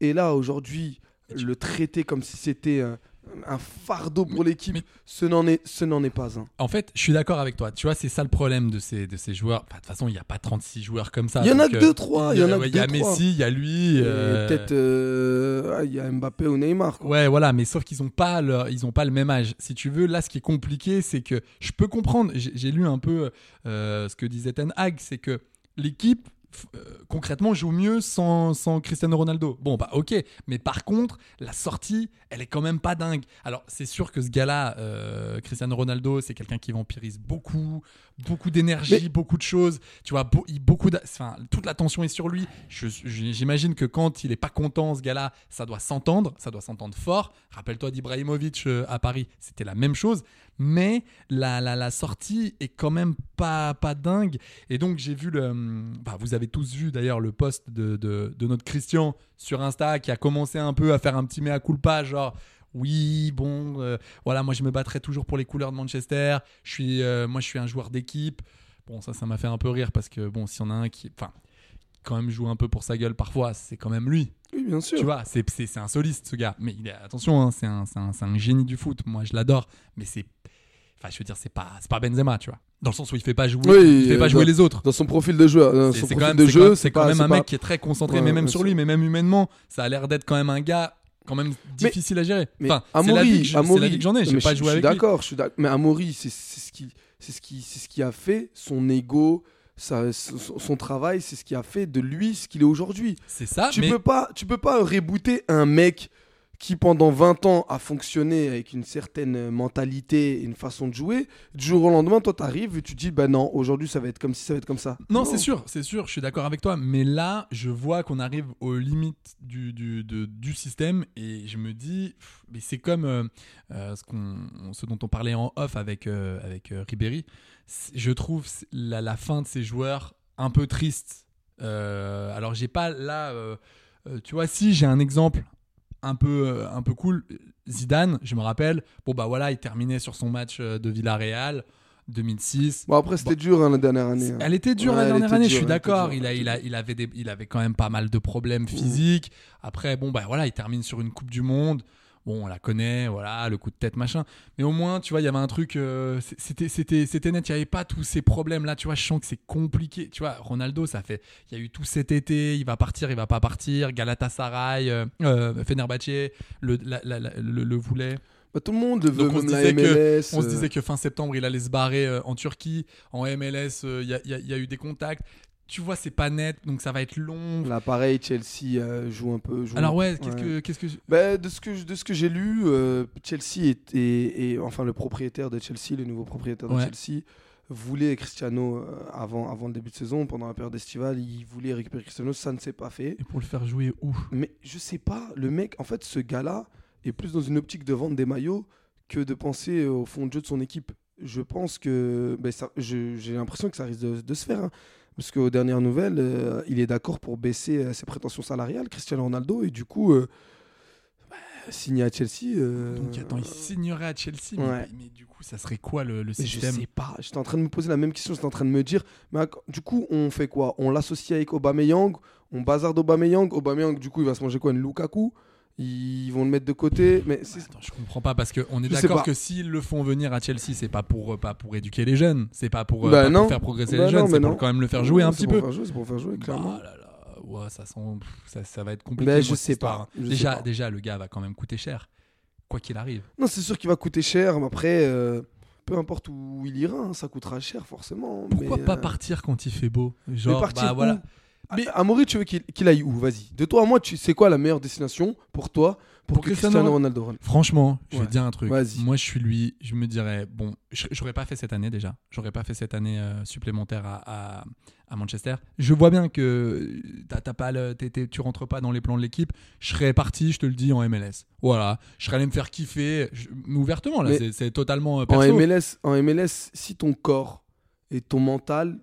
Speaker 11: Et là, aujourd'hui, le traiter comme si c'était un, un fardeau pour l'équipe,
Speaker 10: mais-
Speaker 11: ce n'en est, ce n'en est pas un.
Speaker 10: En fait, je suis d'accord avec toi. Tu vois, c'est ça le problème de ces, de ces joueurs. Enfin, De toute façon, il n'y a pas 36 joueurs comme ça.
Speaker 11: Il y en a
Speaker 10: donc,
Speaker 11: que
Speaker 10: euh,
Speaker 11: deux, trois. Il y en a
Speaker 10: ouais,
Speaker 11: que
Speaker 10: il y a
Speaker 11: deux, trois.
Speaker 10: Messi, il y a lui.
Speaker 11: Et
Speaker 10: euh,
Speaker 11: Peut-être, euh, ah, il y a Mbappé ou Neymar. quoi.
Speaker 10: Ouais, voilà, mais sauf qu'ils ont pas leur- ils ont pas le même âge. Si tu veux, là, ce qui est compliqué, c'est que je peux comprendre. J'ai j'ai lu un peu euh, ce que disait Ten Hag, c'est que l'équipe f- euh, concrètement joue mieux sans, sans Cristiano Ronaldo. Bon, bah ok, mais par contre, la sortie, elle est quand même pas dingue. Alors, c'est sûr que ce gars-là, euh, Cristiano Ronaldo, c'est quelqu'un qui vampirise beaucoup, beaucoup d'énergie, beaucoup de choses. Tu vois, beau- il- beaucoup d'a- enfin, toute l'attention est sur lui. Je- je- J'imagine que quand il est pas content, ce gars-là, ça doit s'entendre, ça doit s'entendre fort. Rappelle-toi d'Ibrahimovic euh, à Paris, c'était la même chose. Mais la, la, la sortie est quand même pas, pas dingue. Et donc, j'ai vu le. hum, bah, vous avez tous vu d'ailleurs le post de, de, de notre Christian sur Insta qui a commencé un peu à faire un petit mea culpa, genre. Oui, bon, euh, voilà, moi je me battrai toujours pour les couleurs de Manchester. Je suis, euh, moi je suis un joueur d'équipe. Bon, ça, ça m'a fait un peu rire parce que bon, s'il y en a un qui, enfin, quand même joue un peu pour sa gueule parfois, c'est quand même lui.
Speaker 11: Oui, bien sûr.
Speaker 10: Tu vois, c'est c'est- c'est un soliste ce gars. Mais il est, attention, hein, c'est un, c'est un- c'est un génie du foot. Moi, je l'adore. Mais c'est. Enfin, je veux dire, c'est pas, c'est pas Benzema, tu vois. Dans le sens où il fait pas jouer,
Speaker 11: Oui,
Speaker 10: il fait pas
Speaker 11: euh,
Speaker 10: jouer
Speaker 11: dans-
Speaker 10: les autres.
Speaker 11: Dans son profil de jeu, dans
Speaker 10: C'est
Speaker 11: son
Speaker 10: c'est
Speaker 11: profil
Speaker 10: quand même,
Speaker 11: de
Speaker 10: c'est quand-
Speaker 11: jeu,
Speaker 10: c'est quand
Speaker 11: pas-
Speaker 10: même un
Speaker 11: pas-
Speaker 10: mec qui est très concentré,
Speaker 11: Ouais,
Speaker 10: mais même
Speaker 11: ouais,
Speaker 10: sur
Speaker 11: c'est-
Speaker 10: lui, mais même humainement, ça a l'air d'être quand même un gars quand même difficile à gérer.
Speaker 11: Mais
Speaker 10: enfin, c'est la
Speaker 11: Amaury,
Speaker 10: vie que je- c'est la
Speaker 11: Amaury-
Speaker 10: vie que j'en ai.
Speaker 11: Non,
Speaker 10: J'ai
Speaker 11: mais
Speaker 10: pas
Speaker 11: je-
Speaker 10: joué avec
Speaker 11: Je suis
Speaker 10: lui.
Speaker 11: d'accord, je suis d'accord. Mais Amaury, c'est c'est ce qui, c'est ce qui, c'est ce qui a fait son ego, sa- son, son travail, c'est ce qui a fait de lui ce qu'il est aujourd'hui.
Speaker 10: C'est ça,
Speaker 11: tu
Speaker 10: Ah, mais
Speaker 11: peux pas, tu peux pas rebooter un mec qui pendant 20 ans a fonctionné avec une certaine mentalité et une façon de jouer. Du jour au lendemain, toi t'arrives et tu te dis bah non, aujourd'hui ça va être comme si ça va être comme ça. Oh.
Speaker 10: Non, c'est sûr, c'est sûr, je suis d'accord avec toi. Mais là, je vois qu'on arrive aux limites du, du, de- du système et je me dis, pff, mais c'est comme euh, euh, ce, qu'on, ce dont on parlait en off avec, euh, avec euh, Ribéry. C'est- Je trouve c- la, la fin de ces joueurs un peu triste. Euh, alors, j'ai pas là, euh, euh, tu vois, si j'ai un exemple un peu, euh, un peu cool, Zidane, je me rappelle, bon bah voilà, il terminait sur son match euh, de Villarreal 2006.
Speaker 11: Bon après c'était dur hein, la dernière année. hein.
Speaker 10: Elle était dure
Speaker 11: Ouais,
Speaker 10: la
Speaker 11: elle
Speaker 10: dernière
Speaker 11: était
Speaker 10: année,
Speaker 11: dure,
Speaker 10: je suis
Speaker 11: elle était
Speaker 10: d'accord.
Speaker 11: dure, Mm.
Speaker 10: Il, a-
Speaker 11: elle était
Speaker 10: il, a- il, avait des- il avait quand même pas mal de problèmes physiques. Après, bon, bah voilà, il termine sur une Coupe du Monde. Bon, on la connaît, voilà, le coup de tête, machin. Mais au moins, tu vois, il y avait un truc, euh, c- c'était, c'était, c'était net, il n'y avait pas tous ces problèmes-là, tu vois, je sens que c'est compliqué. Tu vois, Ronaldo, ça fait, il y a eu tout cet été, il va partir, il va pas partir, Galatasaray, euh, euh, Fenerbahçe, le, la- la- la- le, le voulait.
Speaker 11: Bah, tout le monde le veut,
Speaker 10: Donc on se
Speaker 11: même la
Speaker 10: disait que-
Speaker 11: MLS.
Speaker 10: On se
Speaker 11: euh,
Speaker 10: disait que fin septembre, il allait se barrer euh, en Turquie. En MLS, euh, il y, a- il y a- il y a eu des contacts. Tu vois, c'est pas net, donc ça va être long.
Speaker 11: Là, pareil, Chelsea euh, joue un peu. joue-
Speaker 10: Alors ouais, qu'est-ce que, qu'est-ce que,
Speaker 11: Bah, de ce que je- de ce que j'ai lu, euh, Chelsea est, et, et- enfin le propriétaire de Chelsea, le nouveau propriétaire de
Speaker 10: Ouais.
Speaker 11: Chelsea voulait Cristiano euh, avant avant le début de saison, pendant la période estivale, il voulait récupérer Cristiano, ça ne s'est pas fait.
Speaker 10: et pour le faire jouer où
Speaker 11: Mais je sais pas, le mec, en fait, ce gars-là est plus dans une optique de vendre des maillots que de penser euh, au fond de jeu de son équipe. Je pense que ben, ça- je- j'ai l'impression que ça risque de, de se faire. hein. Parce qu'aux dernières nouvelles, euh, il est d'accord pour baisser euh, ses prétentions salariales, Cristiano Ronaldo, et du coup, euh, bah, signer à Chelsea. euh,
Speaker 10: Donc attends, il signerait à Chelsea, mais,
Speaker 11: ouais.
Speaker 10: mais du coup, ça serait quoi le, le
Speaker 11: mais je
Speaker 10: système
Speaker 11: sais pas, j'étais en train de me poser la même question, j'étais en train de me dire, mais acc- du coup, on fait quoi On l'associe avec Aubameyang, on bazarde Aubameyang, Aubameyang, du coup, il va se manger quoi Une Lukaku Ils vont le mettre de côté, mais c'est-
Speaker 10: Attends, je comprends pas parce que on est
Speaker 11: Je sais
Speaker 10: d'accord
Speaker 11: pas.
Speaker 10: que s'ils le font venir à Chelsea, c'est pas pour euh, pas pour éduquer les jeunes, c'est pas pour, euh,
Speaker 11: Bah
Speaker 10: pas pour
Speaker 11: non.
Speaker 10: faire progresser
Speaker 11: Bah
Speaker 10: les jeunes,
Speaker 11: non,
Speaker 10: c'est
Speaker 11: mais
Speaker 10: pour
Speaker 11: non.
Speaker 10: quand même le faire jouer un
Speaker 11: C'est
Speaker 10: petit
Speaker 11: pour
Speaker 10: peu.
Speaker 11: faire jouer, c'est pour faire jouer, clairement.
Speaker 10: Bah là là, ouais, ça, sent, pff, ça, ça va être compliqué.
Speaker 11: Ben,
Speaker 10: moi,
Speaker 11: je
Speaker 10: cette
Speaker 11: sais pas,
Speaker 10: histoire, hein.
Speaker 11: je sais
Speaker 10: déjà,
Speaker 11: pas.
Speaker 10: déjà, le gars va quand même coûter cher, quoi qu'il arrive.
Speaker 11: Non, c'est sûr qu'il va coûter cher, mais après, euh, peu importe où il ira, hein, ça coûtera cher forcément.
Speaker 10: Pourquoi
Speaker 11: mais,
Speaker 10: pas
Speaker 11: euh,
Speaker 10: partir quand il fait beau
Speaker 11: mais
Speaker 10: Genre,
Speaker 11: partir
Speaker 10: bah
Speaker 11: où
Speaker 10: voilà.
Speaker 11: Mais Amaury, tu veux qu'il qu'il aille où Vas-y. De toi à moi, tu c'est quoi la meilleure destination pour toi, pour,
Speaker 10: Pour
Speaker 11: que
Speaker 10: Cristiano
Speaker 11: Cristiano, Ronaldo rentre
Speaker 10: Franchement, je vais
Speaker 11: Ouais,
Speaker 10: te dire un truc.
Speaker 11: vas-y.
Speaker 10: Moi, je suis lui, je me dirais, bon, je- j'aurais pas fait cette année déjà. J'aurais pas fait cette année euh, supplémentaire à, à, à Manchester. Je vois bien que euh, t'as, t'as pas le, t'es- t'es- tu rentres pas dans les plans de l'équipe. Je serais parti, je te le dis, en MLS. Voilà. Je serais allé me faire kiffer, je- mais ouvertement, là.
Speaker 11: Mais-
Speaker 10: c'est, c'est totalement euh,
Speaker 11: En
Speaker 10: perso.
Speaker 11: MLS, en MLS, si ton corps et ton mental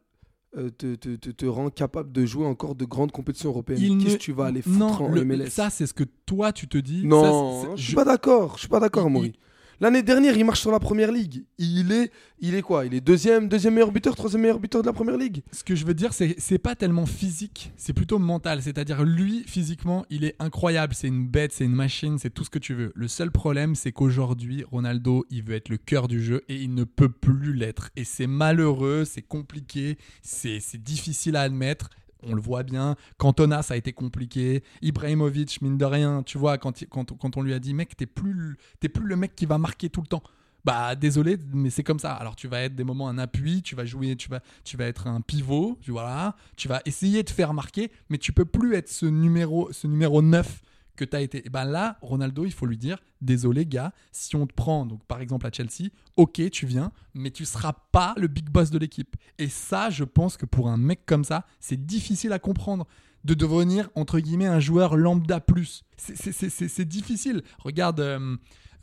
Speaker 11: euh, te, te, te, te rend capable de jouer encore de grandes compétitions européennes,
Speaker 10: Il
Speaker 11: qu'est-ce
Speaker 10: ne-
Speaker 11: que tu vas aller foutre
Speaker 10: non,
Speaker 11: en
Speaker 10: le-
Speaker 11: MLS
Speaker 10: Ça, c'est ce que toi, tu te dis.
Speaker 11: Non,
Speaker 10: Ça, c'est-
Speaker 11: je suis
Speaker 10: je-
Speaker 11: pas d'accord. Je suis pas d'accord,
Speaker 10: Il-
Speaker 11: Amaury. L'année dernière, il marche sur la première ligue. Il est, il est quoi Il est deuxième, deuxième meilleur buteur, troisième meilleur buteur de la première ligue.
Speaker 10: Ce que je veux dire, c'est c'est pas tellement physique, c'est plutôt mental. C'est-à-dire, lui, physiquement, il est incroyable. C'est une bête, c'est une machine, c'est tout ce que tu veux. Le seul problème, c'est qu'aujourd'hui, Ronaldo, il veut être le cœur du jeu et il ne peut plus l'être. Et c'est malheureux, c'est compliqué, c'est c'est difficile à admettre. On le voit bien. Cantona, ça a été compliqué. Ibrahimovic, mine de rien, tu vois, quand, il- quand, quand on lui a dit, mec, t'es plus, le- t'es plus le mec qui va marquer tout le temps. bah désolé, mais c'est comme ça. Alors tu vas être des moments un appui, tu vas jouer, tu vas, tu vas être un pivot, tu, voilà, tu vas essayer de faire marquer, mais tu peux plus être ce numéro, ce numéro 9 que tu as été. Et ben là, Ronaldo, il faut lui dire désolé gars, si on te prend donc par exemple à Chelsea, OK, tu viens, mais tu seras pas le big boss de l'équipe. Et ça, je pense que pour un mec comme ça, c'est difficile à comprendre de devenir entre guillemets un joueur lambda plus. C'est- c'est- C'est c'est- c'est difficile. Regarde euh,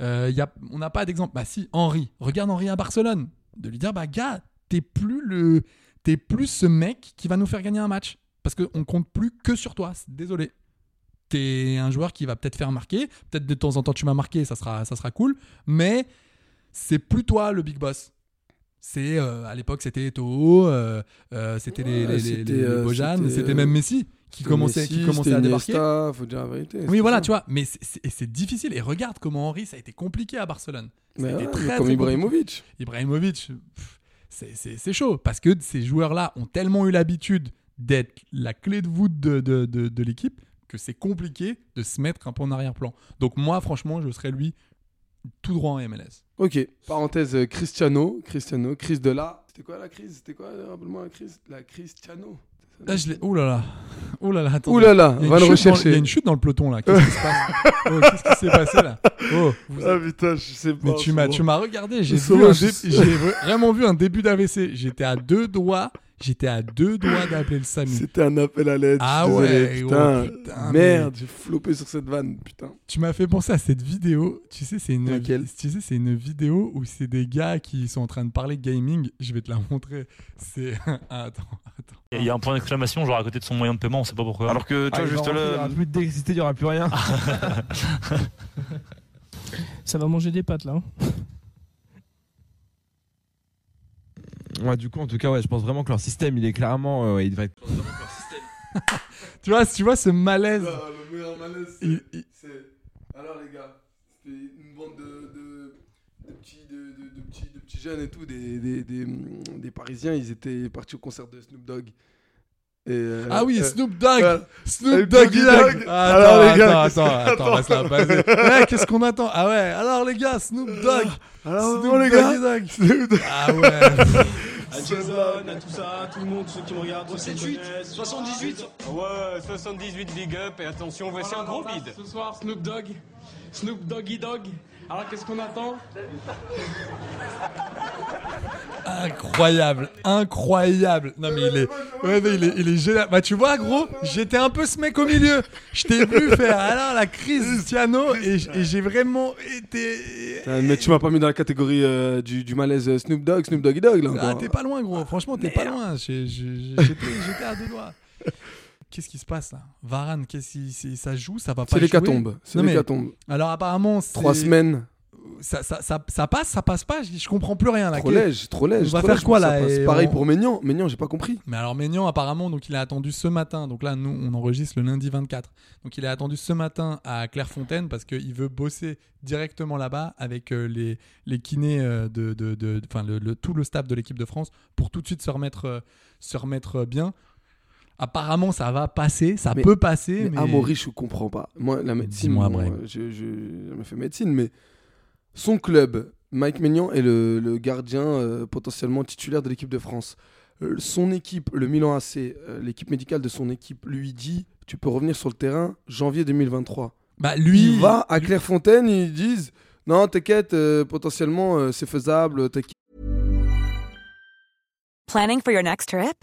Speaker 10: euh, y a- on n'a pas d'exemple. Bah si, Henri. Regarde Henri à Barcelone. De lui dire, bah gars, t'es plus le, t'es plus ce mec qui va nous faire gagner un match. Parce qu'on compte plus que sur toi. C'est- Désolé. T'es un joueur qui va peut-être faire marquer. Peut-être de temps en temps tu m'as marqué, ça sera, ça sera cool. Mais c'est plus toi le big boss. C'est euh, à l'époque c'était Eto'o, euh, euh, c'était les,
Speaker 11: Ouais,
Speaker 10: les, les-
Speaker 11: c'était,
Speaker 10: les
Speaker 11: euh,
Speaker 10: Bojan,
Speaker 11: c'était,
Speaker 10: c'était
Speaker 11: euh,
Speaker 10: même Messi qui commençait, qui commençait à débarquer.
Speaker 11: faut dire la vérité.
Speaker 10: Oui, voilà, tu vois, mais c'est- c'est et c'est difficile. Et regarde comment Henri, ça a été compliqué à Barcelone. Ça a été très, très
Speaker 11: comme
Speaker 10: compliqué.
Speaker 11: Ibrahimovic.
Speaker 10: Ibrahimovic, pff, c'est- c'est c'est chaud parce que ces joueurs-là ont tellement eu l'habitude d'être la clé de voûte de, de, de- de l'équipe que c'est compliqué de se mettre un peu en arrière-plan. Donc moi, franchement, je serais lui tout droit en MLS.
Speaker 11: Ok. Parenthèse euh, Cristiano, Cristiano, crise de là. C'était quoi la crise C'était quoi euh, Rappelle-moi la crise. La Cristiano.
Speaker 10: Là, je l'ai- Ouh là là. Ouh là là. attendez.
Speaker 11: Ouh là là,
Speaker 10: Il y a
Speaker 11: va
Speaker 10: une
Speaker 11: le
Speaker 10: chute dans-
Speaker 11: rechercher.
Speaker 10: Il y a une chute dans le peloton là. Qu'est-ce qui se passe Oh, Qu'est-ce qui s'est passé là Oh, vous
Speaker 11: Ah putain, je sais pas.
Speaker 10: Mais tu
Speaker 11: c'est
Speaker 10: m'as,
Speaker 11: bon.
Speaker 10: tu m'as regardé. J'ai
Speaker 11: C'est
Speaker 10: vu
Speaker 11: bon,
Speaker 10: un
Speaker 11: je-
Speaker 10: dé- j'ai vraiment vu un début d'AVC. J'étais à deux doigts. J'étais à deux doigts d'appeler le SAMU.
Speaker 11: C'était un appel à l'aide.
Speaker 10: Ah
Speaker 11: je suis désolé,
Speaker 10: ouais,
Speaker 11: putain.
Speaker 10: oh, putain,
Speaker 11: Merde, j'ai flopé sur cette vanne, putain.
Speaker 10: Tu m'as fait penser à cette vidéo. Tu sais, c'est une,
Speaker 11: Laquelle
Speaker 10: tu sais, c'est une vidéo où c'est des gars qui sont en train de parler gaming. Je vais te la montrer. C'est [LAUGHS] Ah, attends, attends.
Speaker 2: Il y a un point d'exclamation, genre à côté de son moyen de paiement, on sait pas pourquoi.
Speaker 5: Alors que Euh, toi, juste là. Ah, [LAUGHS] Il n'y aura plus d'excité, il n'y aura plus rien.
Speaker 7: [LAUGHS] Ça va manger des pâtes là. hein.
Speaker 5: Ouais, du coup, en tout cas, ouais, je pense vraiment que leur système, il est clairement. euh, ouais, il devrait être.
Speaker 10: Tu vois, tu vois ce malaise.
Speaker 11: Ah, le meilleur malaise,
Speaker 10: Il- il-
Speaker 11: c'est. Alors les gars, c'était une bande de, de, de petits, de, de- de petits, de petits jeunes et tout, des, des, des, des Parisiens, ils étaient partis au concert de Snoop Dogg. Et, euh,
Speaker 10: Ah oui,
Speaker 11: euh,
Speaker 10: Snoop Dogg.
Speaker 11: euh,
Speaker 10: Snoop
Speaker 11: Snoop
Speaker 10: Doggy
Speaker 11: Doggy
Speaker 10: Dogg.
Speaker 11: Dogg.
Speaker 10: Attends,
Speaker 11: Alors, les gars,
Speaker 10: attends,
Speaker 11: qu'est-ce
Speaker 10: attends, attends,
Speaker 11: qu'on
Speaker 10: laisse la passer.
Speaker 11: [LAUGHS]
Speaker 10: Ouais, qu'est-ce qu'on attend Ah ouais, alors les gars, Snoop Dogg.
Speaker 11: alors
Speaker 10: Snoop
Speaker 11: bon, les
Speaker 10: Doggy
Speaker 11: gars,
Speaker 10: Dogg.
Speaker 11: Snoop Dogg.
Speaker 10: Ah ouais.
Speaker 1: À Jason, à tout ça, tout le monde, ceux qui me regardent. 78, 78. Ouais, 78 big up et attention, voici un gros bide.
Speaker 7: Ce soir, Snoop Dogg. Snoop Doggy Dogg. Alors qu'est-ce qu'on attend
Speaker 10: Incroyable, incroyable. Non mais il est, ouais, mais il est, il est génial. Bah tu vois gros, j'étais un peu ce mec au milieu. Je t'ai vu faire alors la crise Tiano et, j- et j'ai vraiment été.
Speaker 11: Putain, Mais tu m'as pas mis dans la catégorie euh, du, du malaise euh, Snoop Dogg, Snoop Doggy Dogg là encore.
Speaker 10: Ah, t'es pas loin gros. Franchement t'es pas loin. J'ai- j'ai- J'étais j'étais à deux doigts. Qu'est-ce qui se passe là Varane, qu'est-ce qui c'est- ça joue Ça va pas
Speaker 11: C'est
Speaker 10: jouer
Speaker 11: l'hécatombe, c'est
Speaker 10: Non, mais-
Speaker 11: l'hécatombe.
Speaker 10: Alors apparemment c'est-
Speaker 11: Trois semaines,
Speaker 10: Ça, ça, ça, ça passe, ça passe pas. Je, je comprends plus rien là.
Speaker 11: trop lège, trop lège.
Speaker 10: on va
Speaker 11: trop
Speaker 10: faire
Speaker 11: lège,
Speaker 10: quoi,
Speaker 11: ça
Speaker 10: là,
Speaker 11: passe.
Speaker 10: et
Speaker 11: Pareil
Speaker 10: on-
Speaker 11: pour Ménian, Ménian j'ai pas compris.
Speaker 10: Mais alors Maignan apparemment donc il a attendu ce matin. Donc là nous on enregistre le lundi 24. Donc il a attendu ce matin à Clairefontaine parce qu'il veut bosser directement là-bas avec euh, les, les kinés euh, de, de, de- enfin le, le- tout le staff de l'équipe de France pour tout de suite se remettre euh, se remettre euh, bien. Apparemment ça va passer, ça
Speaker 11: Mais-
Speaker 10: peut passer.
Speaker 11: Mais,
Speaker 10: Mais,
Speaker 11: Amaury, je comprends pas. Moi, la médecine,
Speaker 10: Dis-moi,
Speaker 11: bon,
Speaker 10: Brahim.
Speaker 11: je, je, je me fais médecine, mais son club, Mike Maignan est le, le gardien euh, potentiellement titulaire de l'équipe de France. Euh, son équipe, le Milan AC, euh, l'équipe médicale de son équipe lui dit tu peux revenir sur le terrain janvier 2023.
Speaker 10: Bah, lui
Speaker 11: il va à Clairefontaine, ils disent non, t'inquiète, euh, potentiellement euh, c'est faisable, t'inquiète.
Speaker 12: Planning for your next trip?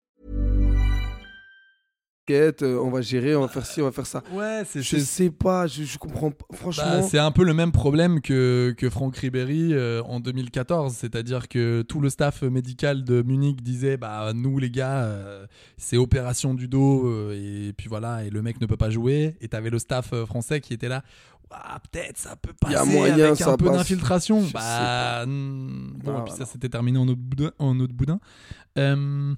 Speaker 11: euh, on va gérer, on va faire ci, on va faire ça.
Speaker 10: Ouais c'est
Speaker 11: Je
Speaker 10: c'est-
Speaker 11: sais pas, je, je comprends pas. Franchement,
Speaker 10: Bah, c'est un peu le même problème que, que Franck Ribéry euh, en 2014, c'est-à-dire que tout le staff médical de Munich disait bah nous les gars euh, c'est opération du dos euh, et puis voilà et le mec ne peut pas jouer et t'avais le staff euh, français qui était là ah, peut-être ça peut
Speaker 11: Y
Speaker 10: passer
Speaker 11: a moyen,
Speaker 10: avec un
Speaker 11: ça
Speaker 10: peu
Speaker 11: passe.
Speaker 10: d'infiltration.
Speaker 11: Je sais
Speaker 10: Bah,
Speaker 11: pas.
Speaker 10: hmm, bon,
Speaker 11: Bah,
Speaker 10: et puis ça
Speaker 11: voilà.
Speaker 10: s'était terminé en autre boudin. En autre boudin. Euh,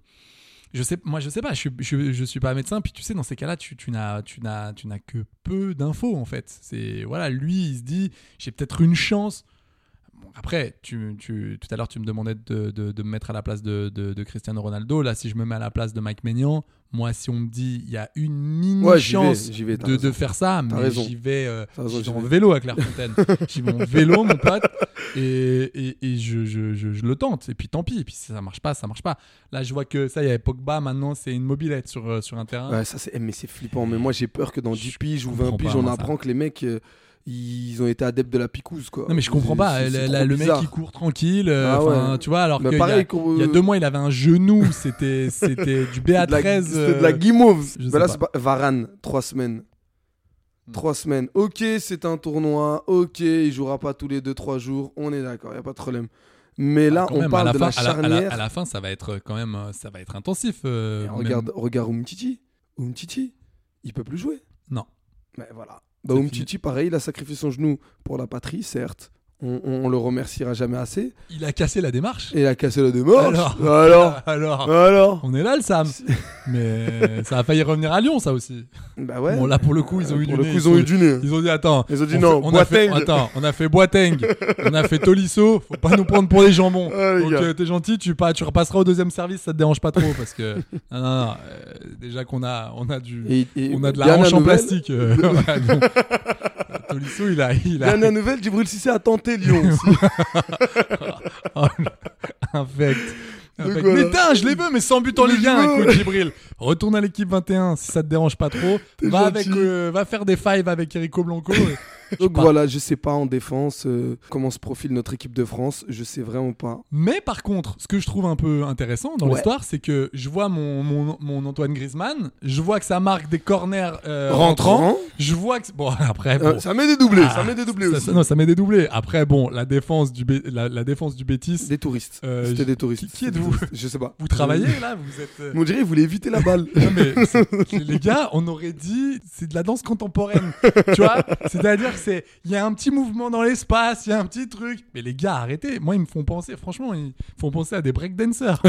Speaker 10: je sais, moi je sais pas, je, suis- je, je suis pas médecin, puis tu sais, dans ces cas-là, tu, tu n'as tu n'as- tu n'as que peu d'infos en fait. C'est voilà, lui il se dit, j'ai peut-être une chance. Bon, après, tu, tu- tout à l'heure tu me demandais de, de- de me mettre à la place de, de- de Cristiano Ronaldo. Là, si je me mets à la place de Mike Maignan, moi si on me dit il y a une mini
Speaker 11: Ouais, j'y vais,
Speaker 10: chance
Speaker 11: j'y vais. t'as
Speaker 10: de,
Speaker 11: raison.
Speaker 10: de faire ça, mais
Speaker 11: raison.
Speaker 10: j'y vais, euh,
Speaker 11: T'as raison,
Speaker 10: j'y vais
Speaker 11: j'y
Speaker 10: en
Speaker 11: vais.
Speaker 10: vélo à
Speaker 11: [LAUGHS]
Speaker 10: Clairefontaine. j'y vais en vélo, mon pote, et, et, et je, je, je, je le tente. Et puis tant pis, et puis si ça marche pas, ça marche pas. Là, je vois que ça, il y avait Pogba, maintenant c'est une mobilette sur, euh, sur un terrain.
Speaker 11: Ouais, ça c'est eh, mais c'est flippant mais moi j'ai peur que dans
Speaker 10: Je
Speaker 11: 10 piges ou
Speaker 10: comprends
Speaker 11: 20 piges
Speaker 10: pas,
Speaker 11: on
Speaker 10: moi, ça.
Speaker 11: apprend que les mecs euh, ils ont été adeptes de la picouse quoi.
Speaker 10: Non, mais je comprends
Speaker 11: C'est-
Speaker 10: pas. la-
Speaker 11: c'est- c'est
Speaker 10: la-
Speaker 11: trop
Speaker 10: le mec,
Speaker 11: bizarre.
Speaker 10: il court tranquille. euh,
Speaker 11: Ah
Speaker 10: enfin,
Speaker 11: ouais.
Speaker 10: Tu vois, alors
Speaker 11: Bah,
Speaker 10: qu'il y, a-
Speaker 11: pareil,
Speaker 10: il y a
Speaker 11: euh,
Speaker 10: deux mois, il avait un genou. C'était c'était du BA13.
Speaker 11: de la, c'était
Speaker 10: euh,
Speaker 11: de la guimauve.
Speaker 10: je
Speaker 11: Bah
Speaker 10: sais
Speaker 11: là,
Speaker 10: pas. Hmm.
Speaker 11: c'est pas... Varane, 3 semaines. 3 semaines. Ok, c'est un tournoi. Ok, il jouera pas tous les 2-3 jours. On est d'accord, il a pas de problème. Mais là,
Speaker 10: Ah, quand
Speaker 11: on
Speaker 10: même,
Speaker 11: parle
Speaker 10: à
Speaker 11: de
Speaker 10: fin,
Speaker 11: la
Speaker 10: à à la-
Speaker 11: charnière.
Speaker 10: À la, fin, ça va être quand même euh, ça va être intensif. euh,
Speaker 11: Et
Speaker 10: même-
Speaker 11: regarde, regarde Umtiti. Umtiti, il peut plus jouer.
Speaker 10: Non.
Speaker 11: Mais voilà. Bah,
Speaker 10: C'est
Speaker 11: Umtiti, pareil, il a sacrifié son genou pour la patrie, certes. On, on- on le remerciera jamais assez.
Speaker 10: Il a cassé la démarche.
Speaker 11: Et il a cassé la démarche.
Speaker 10: Alors.
Speaker 11: Bah Alors,
Speaker 10: [LAUGHS]
Speaker 11: Bah
Speaker 10: Alors.
Speaker 11: alors.
Speaker 10: On est là, le Sam. Mais ça a failli revenir à Lyon, ça aussi.
Speaker 11: Bah ouais.
Speaker 10: Bon, là, pour le coup, ils ont eu
Speaker 11: Pour
Speaker 10: du
Speaker 11: le
Speaker 10: nez,
Speaker 11: coup, ils ont
Speaker 10: sont-
Speaker 11: eu du nez.
Speaker 10: Ils ont dit attends.
Speaker 11: Ils ont dit
Speaker 10: on
Speaker 11: non,
Speaker 10: fait- on a fait,
Speaker 11: Boateng.
Speaker 10: attends, on a fait Boateng, on a fait Tolisso, faut pas nous prendre pour les jambons.
Speaker 11: Ah, les
Speaker 10: Donc
Speaker 11: gars.
Speaker 10: euh, t'es gentil, tu, pas, tu repasseras au deuxième service, ça te dérange pas trop parce
Speaker 11: [LAUGHS]
Speaker 10: que non, non, non, euh, déjà qu'on a on a du
Speaker 11: Et- et-
Speaker 10: on a de la
Speaker 11: dernière
Speaker 10: hanche en
Speaker 11: nouvelle,
Speaker 10: plastique. euh, [LAUGHS] ouais, donc, euh, Tolisso, il a il a
Speaker 11: Dernière nouvelle, Djibril Cissé a tenté Lyon
Speaker 10: [LAUGHS]
Speaker 11: aussi.
Speaker 10: Oh, infect.
Speaker 11: Donc
Speaker 10: Infect.
Speaker 11: voilà.
Speaker 10: Mais tain, je les veux, mais sans but en
Speaker 11: Mais
Speaker 10: Ligue
Speaker 11: je
Speaker 10: 1,
Speaker 11: veux.
Speaker 10: écoute Gibril. Retourne à l'équipe 21 si ça te dérange pas trop.
Speaker 11: [LAUGHS] T'es
Speaker 10: Va, avec,
Speaker 11: gentil.
Speaker 10: euh, va faire des fives avec Erico
Speaker 11: [LAUGHS]
Speaker 10: Blanco. et-
Speaker 11: Donc
Speaker 10: pas.
Speaker 11: voilà, je sais pas en défense euh, comment se profile notre équipe de France, je sais vraiment pas.
Speaker 10: Mais par contre, ce que je trouve un peu intéressant dans
Speaker 11: Ouais.
Speaker 10: l'histoire, c'est que je vois mon, mon, mon Antoine Griezmann, je vois que ça marque des corners euh,
Speaker 11: Rentrant.
Speaker 10: rentrants. Je vois que. Bon, [LAUGHS] après.
Speaker 11: Euh,
Speaker 10: bon.
Speaker 11: ça met des doublés,
Speaker 10: Ah,
Speaker 11: ça met des doublés
Speaker 10: ça-
Speaker 11: aussi.
Speaker 10: ça- non, ça met des doublés. Après, bon, la défense du, Bé- la, la défense du Bétis.
Speaker 11: Des touristes.
Speaker 10: Euh,
Speaker 11: C'était
Speaker 10: je-
Speaker 11: des touristes.
Speaker 10: qui- qui
Speaker 11: C'était des
Speaker 10: êtes-vous
Speaker 11: touristes. Je sais pas.
Speaker 10: Vous travaillez là Vous êtes. euh,
Speaker 11: Mais On dirait qu'ils voulaient éviter
Speaker 10: [LAUGHS]
Speaker 11: la balle.
Speaker 10: Non, mais c'est- les gars, on aurait dit c'est de la danse contemporaine. tu vois C'est-à-dire que c'est il y a un petit mouvement dans l'espace, il y a un petit truc. Mais les gars, arrêtez. Moi, ils me font penser, franchement, ils me font penser à des breakdancers. [LAUGHS]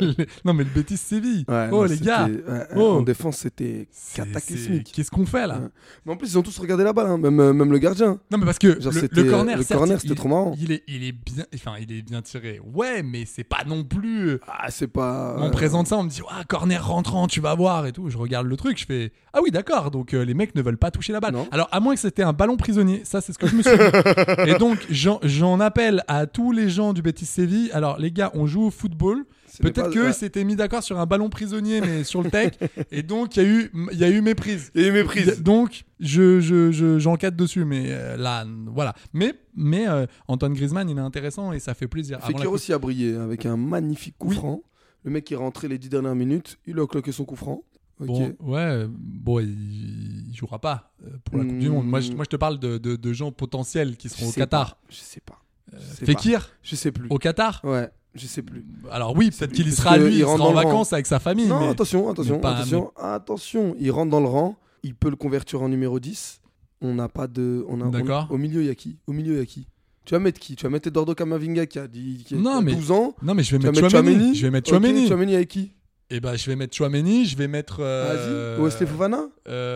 Speaker 10: Les- non, mais le Bétis Séville.
Speaker 11: Ouais,
Speaker 10: oh
Speaker 11: non,
Speaker 10: les
Speaker 11: c'était-
Speaker 10: gars.
Speaker 11: ouais, ouais,
Speaker 10: Oh.
Speaker 11: En défense, c'était
Speaker 10: C'est- c'est-
Speaker 11: cataclysmique.
Speaker 10: Qu'est-ce qu'on fait là
Speaker 11: Ouais. Mais en plus, ils ont tous regardé la balle, hein, même, euh, même le gardien.
Speaker 10: Non mais parce que
Speaker 11: Genre,
Speaker 10: le,
Speaker 11: c'était-
Speaker 10: le corner,
Speaker 11: le
Speaker 10: certes,
Speaker 11: corner,
Speaker 10: il-
Speaker 11: c'était trop marrant.
Speaker 10: Il est, il est bien, enfin il est bien tiré. Ouais, mais c'est pas non plus. euh,
Speaker 11: Ah, c'est pas.
Speaker 10: On me présente ça, on me dit ah corner rentrant, tu vas voir et tout. Je regarde le truc, je fais ah oui d'accord. Donc euh, les mecs ne veulent pas toucher la balle.
Speaker 11: Non.
Speaker 10: Alors à moins que c'était un ballon prisonnier, ça c'est ce que je me suis
Speaker 11: [LAUGHS]
Speaker 10: dit. et donc j'en- j'en appelle à tous les gens du Betis Séville. Alors les gars, on joue au football.
Speaker 11: Ce n'est
Speaker 10: Peut-être
Speaker 11: pas-
Speaker 10: que
Speaker 11: ouais.
Speaker 10: s'étaient mis d'accord sur un ballon prisonnier, mais sur le
Speaker 11: [LAUGHS]
Speaker 10: tech. et donc il y a eu il y a eu méprise.
Speaker 11: Il y a
Speaker 10: Y
Speaker 11: eu
Speaker 10: a-
Speaker 11: méprise.
Speaker 10: Donc, je, je, je- j'encadre dessus, mais euh, là, n- voilà. Mais, mais euh, Antoine Griezmann, il est intéressant et ça fait plaisir. Avant la
Speaker 11: Fekir
Speaker 10: coupe-
Speaker 11: aussi a brillé avec un magnifique coup franc. Le mec est rentré les 10 dernières minutes, il a cloqué son coup franc. Ok.
Speaker 10: Bon, ouais, euh, bon, il, il jouera pas euh, pour la Coupe du
Speaker 11: Hmm.
Speaker 10: Monde. Moi, je, moi, je te parle de, de, de gens potentiels qui
Speaker 11: Je
Speaker 10: seront au
Speaker 11: sais
Speaker 10: Qatar.
Speaker 11: pas, Je sais pas.
Speaker 10: Euh,
Speaker 11: je sais
Speaker 10: Fekir, Oh.
Speaker 11: Je sais plus.
Speaker 10: au Qatar
Speaker 11: Ouais, je sais plus.
Speaker 10: Alors, oui, peut-être
Speaker 11: plus,
Speaker 10: qu'il y
Speaker 11: parce
Speaker 10: sera,
Speaker 11: que
Speaker 10: lui,
Speaker 11: il
Speaker 10: il
Speaker 11: rentre
Speaker 10: sera
Speaker 11: dans
Speaker 10: en
Speaker 11: le rang.
Speaker 10: vacances avec sa famille.
Speaker 11: Non,
Speaker 10: mais-
Speaker 11: attention, attention,
Speaker 10: pas-
Speaker 11: attention, attention. Il rentre dans le rang, il peut le convertir en numéro 10. On n'a pas de. On a, on-
Speaker 10: D'accord.
Speaker 11: au milieu, il y a qui Au milieu, il y a qui Tu vas mettre qui Tu vas mettre Eduardo Camavinga qui a, dit, qui a
Speaker 10: Non, mais-
Speaker 11: 12 ans.
Speaker 10: Non, mais je vais
Speaker 11: Tu vas
Speaker 10: mettre
Speaker 11: mettre
Speaker 10: Chouameni.
Speaker 11: Tchouaméni
Speaker 10: Je vais mettre
Speaker 11: Ok,
Speaker 10: Chouameni.
Speaker 11: Tchouaméni avec qui
Speaker 10: Et bah, je vais mettre Chouameni. Je vais mettre. euh,
Speaker 11: Vas-y. Wesley Fofana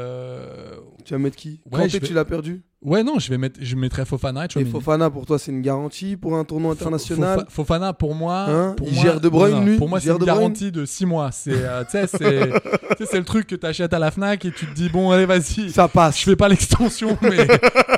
Speaker 10: euh,
Speaker 11: Tu vas mettre qui
Speaker 10: Ouais,
Speaker 11: Quand
Speaker 10: je vais-
Speaker 11: tu l'as perdu
Speaker 10: Ouais, non, je vais mettre, je mettrai Fofana et
Speaker 11: Et
Speaker 10: Tchouaméni.
Speaker 11: Fofana, pour toi, c'est une garantie pour un tournoi international
Speaker 10: Fofa- Fofana, pour moi,
Speaker 11: Hein
Speaker 10: pour
Speaker 11: Il
Speaker 10: moi-
Speaker 11: gère De Bruyne,
Speaker 10: non, non,
Speaker 11: lui
Speaker 10: Pour moi,
Speaker 11: Il
Speaker 10: c'est
Speaker 11: gère
Speaker 10: une
Speaker 11: De Bruyne
Speaker 10: garantie de 6 mois. C'est, euh, tu sais, c'est, tu sais, c'est le truc que t'achètes à la Fnac et tu te dis bon, allez, vas-y.
Speaker 11: Ça passe.
Speaker 10: Je fais pas l'extension,
Speaker 11: [LAUGHS]
Speaker 10: mais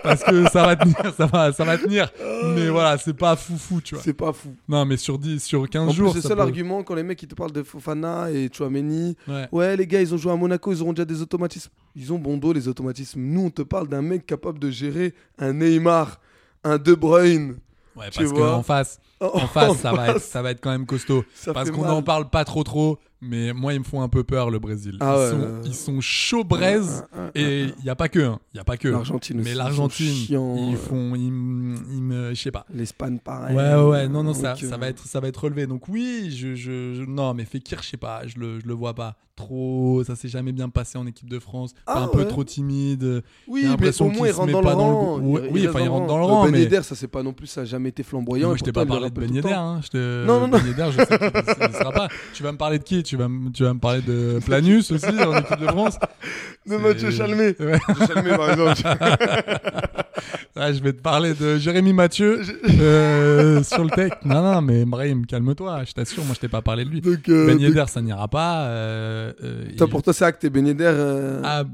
Speaker 10: parce que ça va tenir, ça va, ça va tenir.
Speaker 11: Euh.
Speaker 10: Mais voilà, c'est pas foufou, tu vois.
Speaker 11: C'est pas fou.
Speaker 10: Non, mais sur 10, sur 15
Speaker 11: En
Speaker 10: jours,
Speaker 11: plus, le
Speaker 10: ça
Speaker 11: seul
Speaker 10: peut-
Speaker 11: argument quand les mecs ils te parlent de Fofana et Chouameni,
Speaker 10: Ouais.
Speaker 11: Ouais, les gars, ils ont joué à Monaco, ils auront déjà des automatismes. Ils ont bon dos, les automatismes. Nous, on te parle d'un mec capable de gérer un Neymar, un De Bruyne.
Speaker 10: Ouais,
Speaker 11: tu
Speaker 10: parce
Speaker 11: vois. [LAUGHS]
Speaker 10: qu'en face, en face, ça va, être, ça va être quand même costaud.
Speaker 11: Ça
Speaker 10: parce
Speaker 11: fait
Speaker 10: qu'on
Speaker 11: mal.
Speaker 10: n'en parle pas trop trop, mais moi, ils me font un peu peur, le Brésil.
Speaker 11: Ah
Speaker 10: ils,
Speaker 11: ouais,
Speaker 10: sont,
Speaker 11: ouais, Ah, ouais.
Speaker 10: ils sont chauds braise et il n'y a pas que. hein. Il y a pas que.
Speaker 11: L'Argentine aussi,
Speaker 10: Mais
Speaker 11: ils sont
Speaker 10: l'Argentine,
Speaker 11: chiants,
Speaker 10: ils
Speaker 11: ouais.
Speaker 10: font. Ils, me- ils me. Je sais pas.
Speaker 11: L'Espagne, pareil.
Speaker 10: Ouais, ouais, ouais, non, non, ça,
Speaker 11: Donc, euh,
Speaker 10: ça, va être, ça va être relevé. Donc oui, je, je, je- non, mais Fekir, je sais pas, je le, je le vois pas trop. Ça s'est jamais bien passé en équipe de France.
Speaker 11: Ah,
Speaker 10: un peu
Speaker 11: ouais.
Speaker 10: trop timide.
Speaker 11: Oui,
Speaker 10: J'ai
Speaker 11: mais
Speaker 10: l'impression
Speaker 11: au moins
Speaker 10: qu'il
Speaker 11: il
Speaker 10: se
Speaker 11: rentre
Speaker 10: met
Speaker 11: dans le
Speaker 10: pas dans le
Speaker 11: rang.
Speaker 10: goût. Ouais, oui, enfin, il rentre dans le rang,
Speaker 11: Ben
Speaker 10: mais-
Speaker 11: Yedder, ça c'est pas non plus, ça a jamais été flamboyant.
Speaker 10: Moi,
Speaker 11: et
Speaker 10: je t'ai
Speaker 11: pourtant,
Speaker 10: pas
Speaker 11: il le
Speaker 10: parlé de Ben
Speaker 11: rappelle tout le
Speaker 10: Yedder.
Speaker 11: temps.
Speaker 10: hein. Je te-
Speaker 11: Non, non,
Speaker 10: Ben Yedder, je sais qu'il ne sera pas. Tu vas me parler de qui tu vas, me- tu vas me parler de Planus aussi en équipe de France
Speaker 11: De Mathieu
Speaker 10: C'est-
Speaker 11: Chalmé.
Speaker 10: [LAUGHS] Ouais.
Speaker 11: Mathieu Chalmé, par exemple.
Speaker 10: Ah, je vais te parler de Jérémy Mathieu euh, [LAUGHS] sur le tech. Non, non, mais Brahim, calme-toi. Je t'assure, moi, je t'ai pas parlé de lui.
Speaker 11: Donc, euh,
Speaker 10: ben
Speaker 11: donc,
Speaker 10: Yedder, ça n'ira pas. euh, euh,
Speaker 11: toi,
Speaker 10: il-
Speaker 11: pour toi, c'est acté. Ben Yedder, euh,
Speaker 10: à, à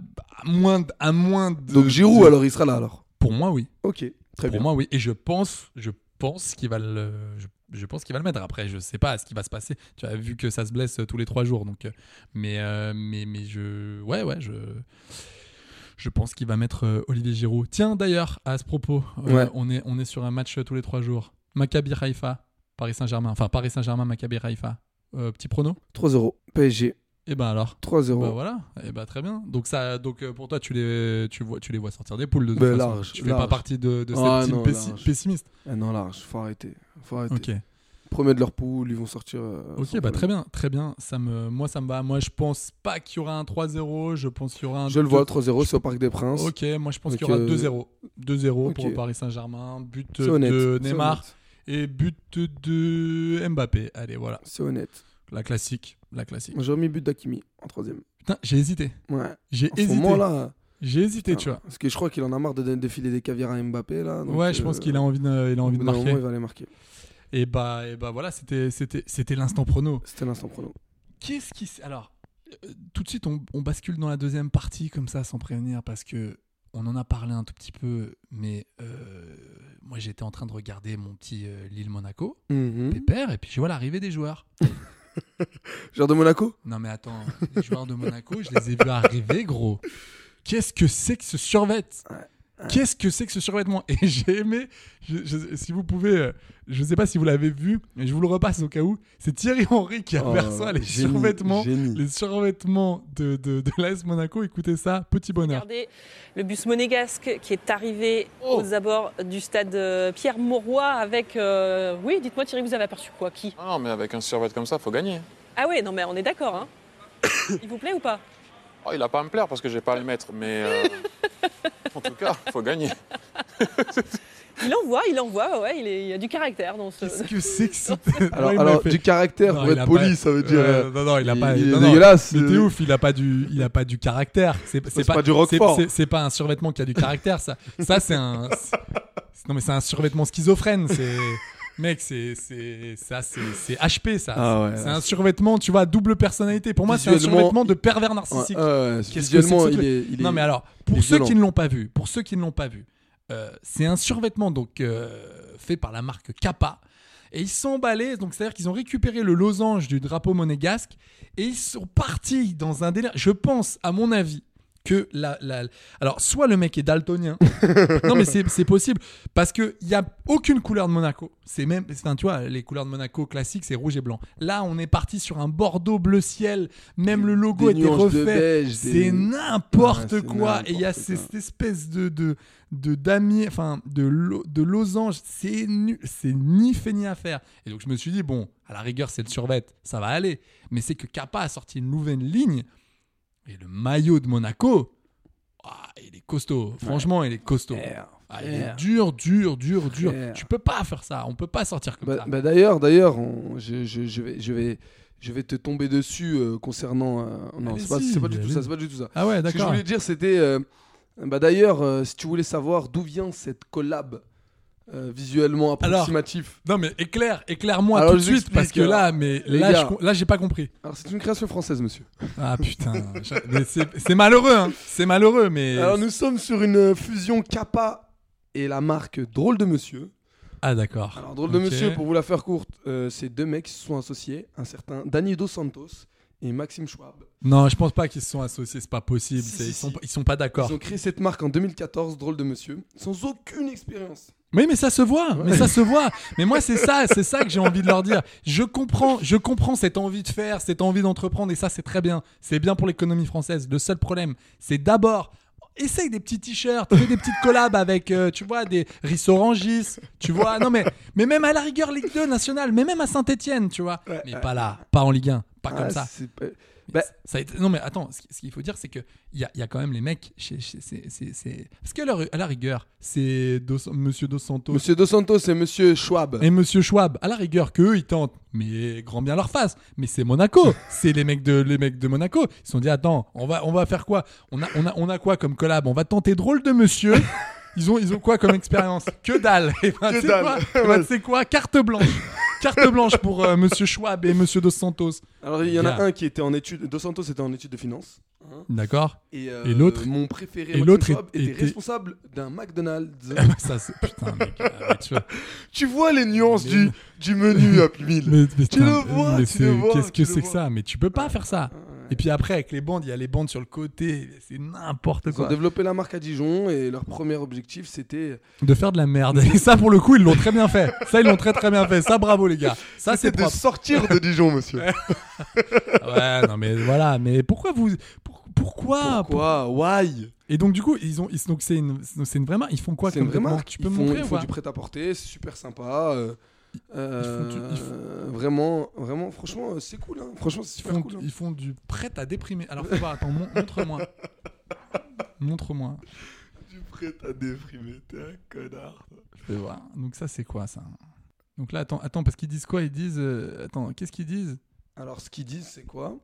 Speaker 10: moins de, à moins de-
Speaker 11: Donc Giroud,
Speaker 10: de-
Speaker 11: alors il sera là alors.
Speaker 10: Pour moi, oui.
Speaker 11: Ok, très
Speaker 10: pour
Speaker 11: bien.
Speaker 10: moi, oui. Et je pense, je pense qu'il va le, je, je pense qu'il va le mettre. Après, je sais pas ce qui va se passer. Tu as vu que ça se blesse euh, tous les trois jours, donc. euh, Mais, euh, mais, mais je, ouais, ouais, je. Je pense qu'il va mettre euh, Olivier Giroud. Tiens, d'ailleurs, à ce propos, euh,
Speaker 11: Ouais.
Speaker 10: on, est, on est sur un match euh, tous les trois jours. Maccabi Haïfa, Paris Saint-Germain. Enfin, Paris Saint-Germain, Maccabi Haïfa. Euh, petit prono
Speaker 11: 3 euros. PSG,
Speaker 10: Eh ben alors.
Speaker 11: 3 euros.
Speaker 10: Bah voilà, et bah très bien. Donc ça, donc euh, pour toi, tu les, tu vois, tu les vois sortir des poules de toute
Speaker 11: Bah,
Speaker 10: façon.
Speaker 11: large,
Speaker 10: tu fais pas
Speaker 11: large.
Speaker 10: partie de, de cette
Speaker 11: Ah,
Speaker 10: team
Speaker 11: non,
Speaker 10: pessi-
Speaker 11: large.
Speaker 10: pessimiste.
Speaker 11: Ah non, là, faut arrêter. Faut arrêter.
Speaker 10: Ok,
Speaker 11: Premier de leur poule, ils vont sortir. euh,
Speaker 10: ok,
Speaker 11: sans
Speaker 10: bah
Speaker 11: problème.
Speaker 10: très bien, très bien. Ça me, moi ça me va. Moi je pense pas qu'il y aura un 3-0. Je pense qu'il y aura un.
Speaker 11: Je le vois,
Speaker 10: deux-
Speaker 11: 3-0, c'est au Parc des Princes.
Speaker 10: Ok, moi je pense
Speaker 11: Donc,
Speaker 10: qu'il y aura 2-0.
Speaker 11: euh,
Speaker 10: 2-0 pour
Speaker 11: ok.
Speaker 10: Paris Saint-Germain, but
Speaker 11: C'est honnête.
Speaker 10: de
Speaker 11: c'est
Speaker 10: Neymar
Speaker 11: honnête,
Speaker 10: et but de Mbappé. Allez, voilà,
Speaker 11: C'est honnête.
Speaker 10: la classique, la classique.
Speaker 11: Moi, J'aurais mis but d'Akimi en troisième.
Speaker 10: Putain, j'ai hésité,
Speaker 11: Ouais.
Speaker 10: j'ai
Speaker 11: En ce
Speaker 10: hésité,
Speaker 11: moment-là.
Speaker 10: j'ai hésité, tu vois.
Speaker 11: Parce que je crois qu'il en a marre de donner- de filer des caviar à Mbappé là. donc,
Speaker 10: Ouais, je pense
Speaker 11: euh,
Speaker 10: qu'il a envie de, il a
Speaker 11: au
Speaker 10: envie
Speaker 11: bout
Speaker 10: de
Speaker 11: d'un
Speaker 10: marquer.
Speaker 11: moment, il va les marquer.
Speaker 10: Et bah, et bah voilà, c'était, c'était, c'était l'instant prono.
Speaker 11: C'était l'instant prono.
Speaker 10: Qu'est-ce qui. s- Alors, euh, tout de suite, on, on bascule dans la deuxième partie, comme ça, sans prévenir, parce que on en a parlé un tout petit peu, mais euh, moi, j'étais en train de regarder mon petit euh, Lille-Monaco,
Speaker 11: Mmh. Mhm.
Speaker 10: pépère, et puis je vois l'arrivée des joueurs.
Speaker 11: Genre de Monaco
Speaker 10: Non, mais attends, les joueurs de Monaco, je les ai vus arriver, gros. Qu'est-ce que c'est que ce survêtement Qu'est-ce que c'est que ce survêtement Et j'ai aimé, je- je- si vous pouvez, euh, je sais pas si vous l'avez vu, mais je vous le repasse au cas où, c'est Thierry Henry qui aperçoit les
Speaker 11: Oh, génie,
Speaker 10: survêtements,
Speaker 11: génie.
Speaker 10: les survêtements de, de, de l'AS Monaco. Écoutez ça, petit bonheur.
Speaker 13: Regardez le bus monégasque qui est arrivé aux abords du stade euh, Pierre Mauroy avec. euh, Oui, dites-moi Thierry, vous avez aperçu quoi Qui
Speaker 14: Non, mais avec un survêt comme ça, faut gagner.
Speaker 13: Ah oui, non mais on est d'accord. Hein. [COUGHS] Il vous plaît ou pas
Speaker 14: Oh, il a pas à me plaire parce que j'ai pas à le mettre, mais euh, en tout cas, faut gagner.
Speaker 13: Il envoie, il envoie, ouais, il, est- il y a du caractère dans ce.
Speaker 10: Qu'est-ce que c'est que ce. [LAUGHS]
Speaker 11: Alors,
Speaker 10: Ouais, il
Speaker 11: alors
Speaker 10: m'a fait-
Speaker 11: du caractère
Speaker 10: Non,
Speaker 11: pour
Speaker 10: il
Speaker 11: être
Speaker 10: a
Speaker 11: poli,
Speaker 10: pas-
Speaker 11: ça veut dire.
Speaker 10: Ouais,
Speaker 11: euh,
Speaker 10: non, non, il a
Speaker 11: il-
Speaker 10: pas.
Speaker 11: il est
Speaker 10: non, non,
Speaker 11: dégueulasse,
Speaker 10: Mais t'es
Speaker 11: euh.
Speaker 10: ouf, il a pas du, il a pas du caractère. C'est
Speaker 11: c'est pas du
Speaker 10: c'est-
Speaker 11: Roquefort.
Speaker 10: c'est- C'est pas un survêtement qui a du caractère. Ça, ça c'est un. c'est- Non mais c'est un survêtement schizophrène. C'est mec, c'est c'est ça, c'est c'est HP ça.
Speaker 11: Ah ouais,
Speaker 10: c'est
Speaker 11: là,
Speaker 10: un survêtement, tu vois, à double personnalité. Pour moi, c'est un
Speaker 11: Visuellement,
Speaker 10: survêtement de
Speaker 11: il-
Speaker 10: pervers narcissique.
Speaker 11: Ouais, ouais, ouais,
Speaker 10: Qu'est-ce que
Speaker 11: visuellement,
Speaker 10: c'est que ce
Speaker 11: il
Speaker 10: truc
Speaker 11: est- il est-
Speaker 10: Non mais alors,
Speaker 11: il est
Speaker 10: pour ceux
Speaker 11: violent.
Speaker 10: qui ne l'ont pas vu, pour ceux qui ne l'ont pas vu, euh, c'est un survêtement donc euh, fait par la marque Kappa. Et ils sont emballés, donc c'est-à-dire qu'ils ont récupéré le losange du drapeau monégasque et ils sont partis dans un délire. Je pense, à mon avis, que la, la- alors soit le mec est
Speaker 11: [LAUGHS]
Speaker 10: daltonien, non mais c'est c'est possible parce que il y a aucune couleur de Monaco. C'est même, enfin, tu vois, les couleurs de Monaco classiques c'est rouge et blanc. Là, on est parti sur un Bordeaux bleu ciel. Même le logo
Speaker 11: Des
Speaker 10: était
Speaker 11: nuances de
Speaker 10: refait.
Speaker 11: beige, des-
Speaker 10: C'est n'importe
Speaker 11: Ouais, c'est
Speaker 10: quoi. Et il y a
Speaker 11: n'importe
Speaker 10: ces-
Speaker 11: quoi.
Speaker 10: cette espèce de de de damier, enfin de lo- de losange. C'est nul, c'est ni fait ni à faire. Et donc je me suis dit bon, à la rigueur c'est le survêt, ça va aller. Mais c'est que Kappa a sorti une nouvelle ligne. Et le maillot de Monaco, ah, il est costaud. Franchement, il est costaud. Ah, il est
Speaker 11: frère.
Speaker 10: dur, dur, dur, dur.
Speaker 11: Frère.
Speaker 10: Tu peux pas faire ça. On peut pas sortir comme
Speaker 11: Bah-
Speaker 10: ça.
Speaker 11: bah d'ailleurs, d'ailleurs, on- je, je- je vais, je vais, je vais te tomber dessus euh, concernant. euh, non,
Speaker 10: Allez-y,
Speaker 11: c'est pas, c'est pas du tout
Speaker 10: allez-y.
Speaker 11: ça. C'est pas du tout ça.
Speaker 10: ah ouais,
Speaker 11: Ce que je
Speaker 10: d'accord.
Speaker 11: voulais dire, c'était. euh, bah d'ailleurs, euh, si tu voulais savoir d'où vient cette collab euh, visuellement
Speaker 10: Alors,
Speaker 11: approximatif.
Speaker 10: Non mais éclaire, éclaire-moi
Speaker 11: Alors,
Speaker 10: tout de
Speaker 11: je
Speaker 10: suite
Speaker 11: t'explique,
Speaker 10: parce que
Speaker 11: alors.
Speaker 10: là, mais
Speaker 11: Les
Speaker 10: là,
Speaker 11: gars.
Speaker 10: je com- là, j'ai pas compris.
Speaker 11: Alors, c'est une création française, monsieur.
Speaker 10: Ah putain, je- mais c'est c'est malheureux, hein. C'est malheureux, mais
Speaker 11: Alors nous sommes sur une euh, fusion Kappa et la marque Drôle de Monsieur.
Speaker 10: ah d'accord.
Speaker 11: Alors Drôle de
Speaker 10: Ok.
Speaker 11: Monsieur, pour vous la faire courte, euh, c'est deux mecs qui se sont associés, un certain Danny Dos Santos et Maxime Schwab.
Speaker 10: Non, je pense pas qu'ils se sont associés. C'est pas possible.
Speaker 11: Si,
Speaker 10: c'est-
Speaker 11: si,
Speaker 10: ils sont,
Speaker 11: si.
Speaker 10: ils sont pas d'accord.
Speaker 11: Ils ont créé cette marque en 2014, Drôle de Monsieur, sans aucune expérience.
Speaker 10: Oui, mais ça se voit, mais ça se voit. Mais moi, c'est ça, c'est ça que j'ai envie de leur dire. Je comprends, je comprends cette envie de faire, cette envie d'entreprendre, et ça, c'est très bien. C'est bien pour l'économie française. Le seul problème, c'est d'abord, essaye des petits t-shirts, fais des petites collabs avec, euh, tu vois, des Riss Orangis, tu vois. Non, mais, mais même à la rigueur, Ligue 2 nationale, mais même à Saint-Etienne, tu vois. mais pas là, pas en Ligue 1, pas
Speaker 11: Ah,
Speaker 10: comme ça.
Speaker 11: c'est pas-
Speaker 10: Mais
Speaker 11: Bah,
Speaker 10: c- ça a été- Non, mais attends, ce qui- ce qu'il faut dire, c'est qu'il y a, il y a quand même les mecs. chez- chez- c'est- c'est- c'est- Parce qu'à la, à la rigueur, c'est Dos- Monsieur Dos Santos.
Speaker 11: Monsieur Dos Santos et Monsieur Schwab.
Speaker 10: Et Monsieur Schwab, à la rigueur, qu'eux, ils tentent, mais grand bien leur face. Mais c'est
Speaker 11: [LAUGHS]
Speaker 10: Monaco, c'est les mecs de les mecs de Monaco. Ils se sont dit, attends, on va on va faire quoi On a on a on a quoi comme collab On va tenter drôle de Monsieur.
Speaker 11: [LAUGHS]
Speaker 10: Ils ont ils ont quoi comme expérience Que dalle. [LAUGHS] Et ben,
Speaker 4: Que
Speaker 10: tu sais
Speaker 4: dalle.
Speaker 11: [LAUGHS]
Speaker 10: quoi Eh ben, tu sais quoi Carte blanche. Carte blanche pour euh, Monsieur Schwab et Monsieur Dos Santos.
Speaker 11: Alors il y en
Speaker 10: Gars.
Speaker 11: a un qui était en études, Dos Santos était en études de finance. hein.
Speaker 10: D'accord.
Speaker 11: Et, euh,
Speaker 10: Et l'autre
Speaker 11: mon préféré,
Speaker 10: Et
Speaker 11: Maxime
Speaker 10: l'autre
Speaker 11: Schwab,
Speaker 10: est-
Speaker 11: était,
Speaker 10: était-
Speaker 11: responsable d'un McDonald's.
Speaker 10: Ah bah, ça c'est putain mec. ah, mais tu vois.
Speaker 11: tu vois les nuances du, du
Speaker 10: [LAUGHS]
Speaker 11: menu à mille.
Speaker 10: Mais, mais
Speaker 11: tu le
Speaker 10: putain,
Speaker 11: vois,
Speaker 10: mais
Speaker 11: tu
Speaker 10: c'est-
Speaker 11: le vois.
Speaker 10: Qu'est-ce
Speaker 11: tu
Speaker 10: que
Speaker 11: le
Speaker 10: c'est que
Speaker 11: vois.
Speaker 10: ça Mais tu peux pas faire ça. Et puis après, avec les bandes, il y a les bandes sur le côté. C'est n'importe
Speaker 11: Ils ont
Speaker 10: quoi.
Speaker 11: développé la marque à Dijon et leur premier objectif c'était
Speaker 10: De faire de la merde. [LAUGHS] Et ça, pour le coup, ils l'ont très bien fait. Ça, ils l'ont très très bien fait. Ça, bravo les gars. Ça, c'est
Speaker 11: C'était de
Speaker 10: propre.
Speaker 11: sortir de Dijon, monsieur.
Speaker 10: ouais, non mais voilà. Mais pourquoi vous pour- Pourquoi
Speaker 11: Pourquoi Why
Speaker 10: Et donc du coup, ils ont. Ils, donc c'est une, donc, c'est une vraie marque. Ils font quoi
Speaker 11: C'est
Speaker 10: comme
Speaker 11: une vraie
Speaker 10: vêtements
Speaker 11: marque.
Speaker 10: Tu peux
Speaker 11: ils
Speaker 10: me
Speaker 11: font,
Speaker 10: montrer
Speaker 11: ils
Speaker 10: ou
Speaker 11: font
Speaker 10: pas
Speaker 11: du prêt-à-porter, c'est super sympa. euh, euh, Vraiment, vraiment, franchement, euh, c'est cool. hein. Franchement, c'est
Speaker 10: ils
Speaker 11: super
Speaker 10: font,
Speaker 11: cool. hein.
Speaker 10: ils font du prêt à déprimer. Alors faut voir, attends, mon- montre-moi. Montre-moi.
Speaker 11: Du prêt à déprimer, t'es un connard.
Speaker 10: Je vais voir. Donc ça c'est quoi ça Donc là attends attends parce qu'ils disent quoi Ils disent euh, attends qu'est-ce qu'ils disent
Speaker 11: hein. Alors, ce qu'ils disent, c'est quoi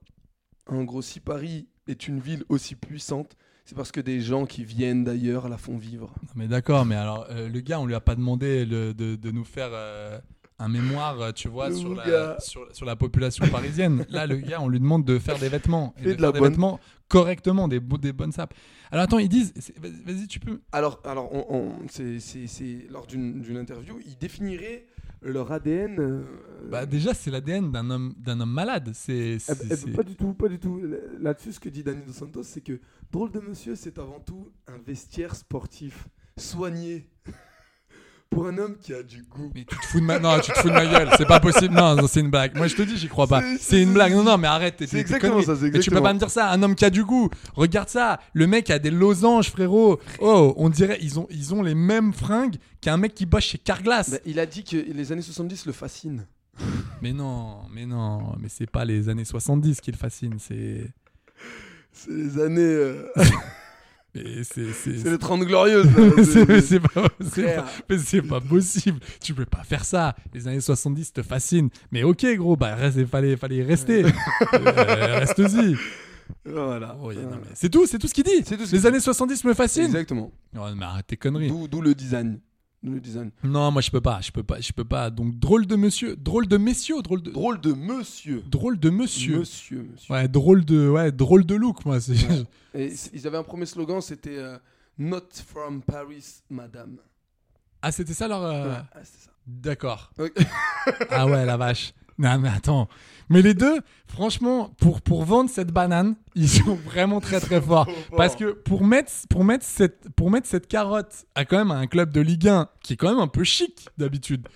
Speaker 11: En gros, si Paris est une ville aussi puissante, c'est parce que des gens qui viennent d'ailleurs la font vivre.
Speaker 10: Non, mais d'accord mais alors euh, le gars on lui a pas demandé le- de, de nous faire euh, un mémoire euh, tu vois
Speaker 11: Le
Speaker 10: sur
Speaker 11: gars.
Speaker 10: la, sur, sur la population parisienne. là le gars on lui demande de faire des vêtements et
Speaker 11: Fais
Speaker 10: de,
Speaker 11: de
Speaker 10: faire
Speaker 11: la
Speaker 10: des
Speaker 11: bonne-
Speaker 10: vêtements correctement des beaux- des bonnes sapes. Alors attends ils disent c'est- vas-y vas-y, tu peux
Speaker 11: Alors, alors on, on- c'est- c'est c'est- lors d'une d'une interview, ils définiraient leur ADN. euh,
Speaker 10: bah déjà c'est l'ADN d'un homme d'un homme malade c'est
Speaker 11: Eh
Speaker 10: c'est-
Speaker 11: ben, eh ben,
Speaker 10: c'est-
Speaker 11: pas du tout, pas du tout. Là-dessus, ce que dit Danny Dos Santos, c'est que Drôle de Monsieur, c'est avant tout un vestiaire sportif soigné [LAUGHS] pour un homme qui a du goût.
Speaker 10: Mais tu te fous de ma non, tu te fous de ma gueule, c'est pas possible. Non, non, c'est une blague. Moi je te dis, j'y crois pas.
Speaker 11: C'est-
Speaker 10: C'est une blague. Non non, mais arrête, t'es
Speaker 11: C'est
Speaker 10: t'es
Speaker 11: exactement
Speaker 10: connerie.
Speaker 11: ça, c'est
Speaker 10: Mais tu peux
Speaker 11: exactement.
Speaker 10: pas me dire ça, un homme qui a du goût. Regarde ça, le mec a des losanges frérot. Oh, on dirait ils ont ils ont les mêmes fringues qu'un mec qui bosse chez Carglass.
Speaker 11: Bah, il a dit que les années 70 le fascinent.
Speaker 10: Mais non, mais non, mais c'est pas les années 70 qui le fascinent, c'est
Speaker 11: C'est les années. [LAUGHS] euh,
Speaker 10: mais c'est c'est-
Speaker 11: c'est les 30 glorieuses. [LAUGHS] là.
Speaker 10: [LAUGHS] C'est- mais c'est pas, c'est
Speaker 11: Frère.
Speaker 10: pas- mais c'est pas possible. Tu peux pas faire ça. Les années 70 te fascinent. Mais ok, gros, bah, reste, fallait, fallait y rester. Euh, Reste-y.
Speaker 11: Voilà.
Speaker 10: Oh, y a- non, mais C'est tout, c'est tout ce qu'il dit.
Speaker 11: C'est tout ce
Speaker 10: Les
Speaker 11: qu'il
Speaker 10: années 70 me fascinent.
Speaker 11: Exactement.
Speaker 10: Oh, mais arrête tes conneries.
Speaker 11: D'où d'où le design. D'où le design.
Speaker 10: Non, moi je peux pas, je peux pas, je peux pas. Donc drôle de monsieur, drôle de messieurs, drôle de
Speaker 11: Drôle de monsieur.
Speaker 10: drôle de monsieur.
Speaker 11: Monsieur, monsieur.
Speaker 10: Ouais, drôle de ouais, drôle de look moi, c'est
Speaker 11: Et c- ils avaient un premier slogan, c'était euh, Not from Paris, madame.
Speaker 10: [LAUGHS] Ah, c'était ça leur euh,
Speaker 11: Ouais, ah, c'est ça.
Speaker 10: D'accord.
Speaker 11: Ok.
Speaker 10: Ah ouais, la vache. Non, mais attends. Mais les deux, franchement, pour, pour vendre cette banane, ils sont vraiment très très forts. Parce que pour mettre, pour, mettre cette, pour mettre cette carotte à quand même un club de Ligue 1, qui est quand même un peu chic d'habitude.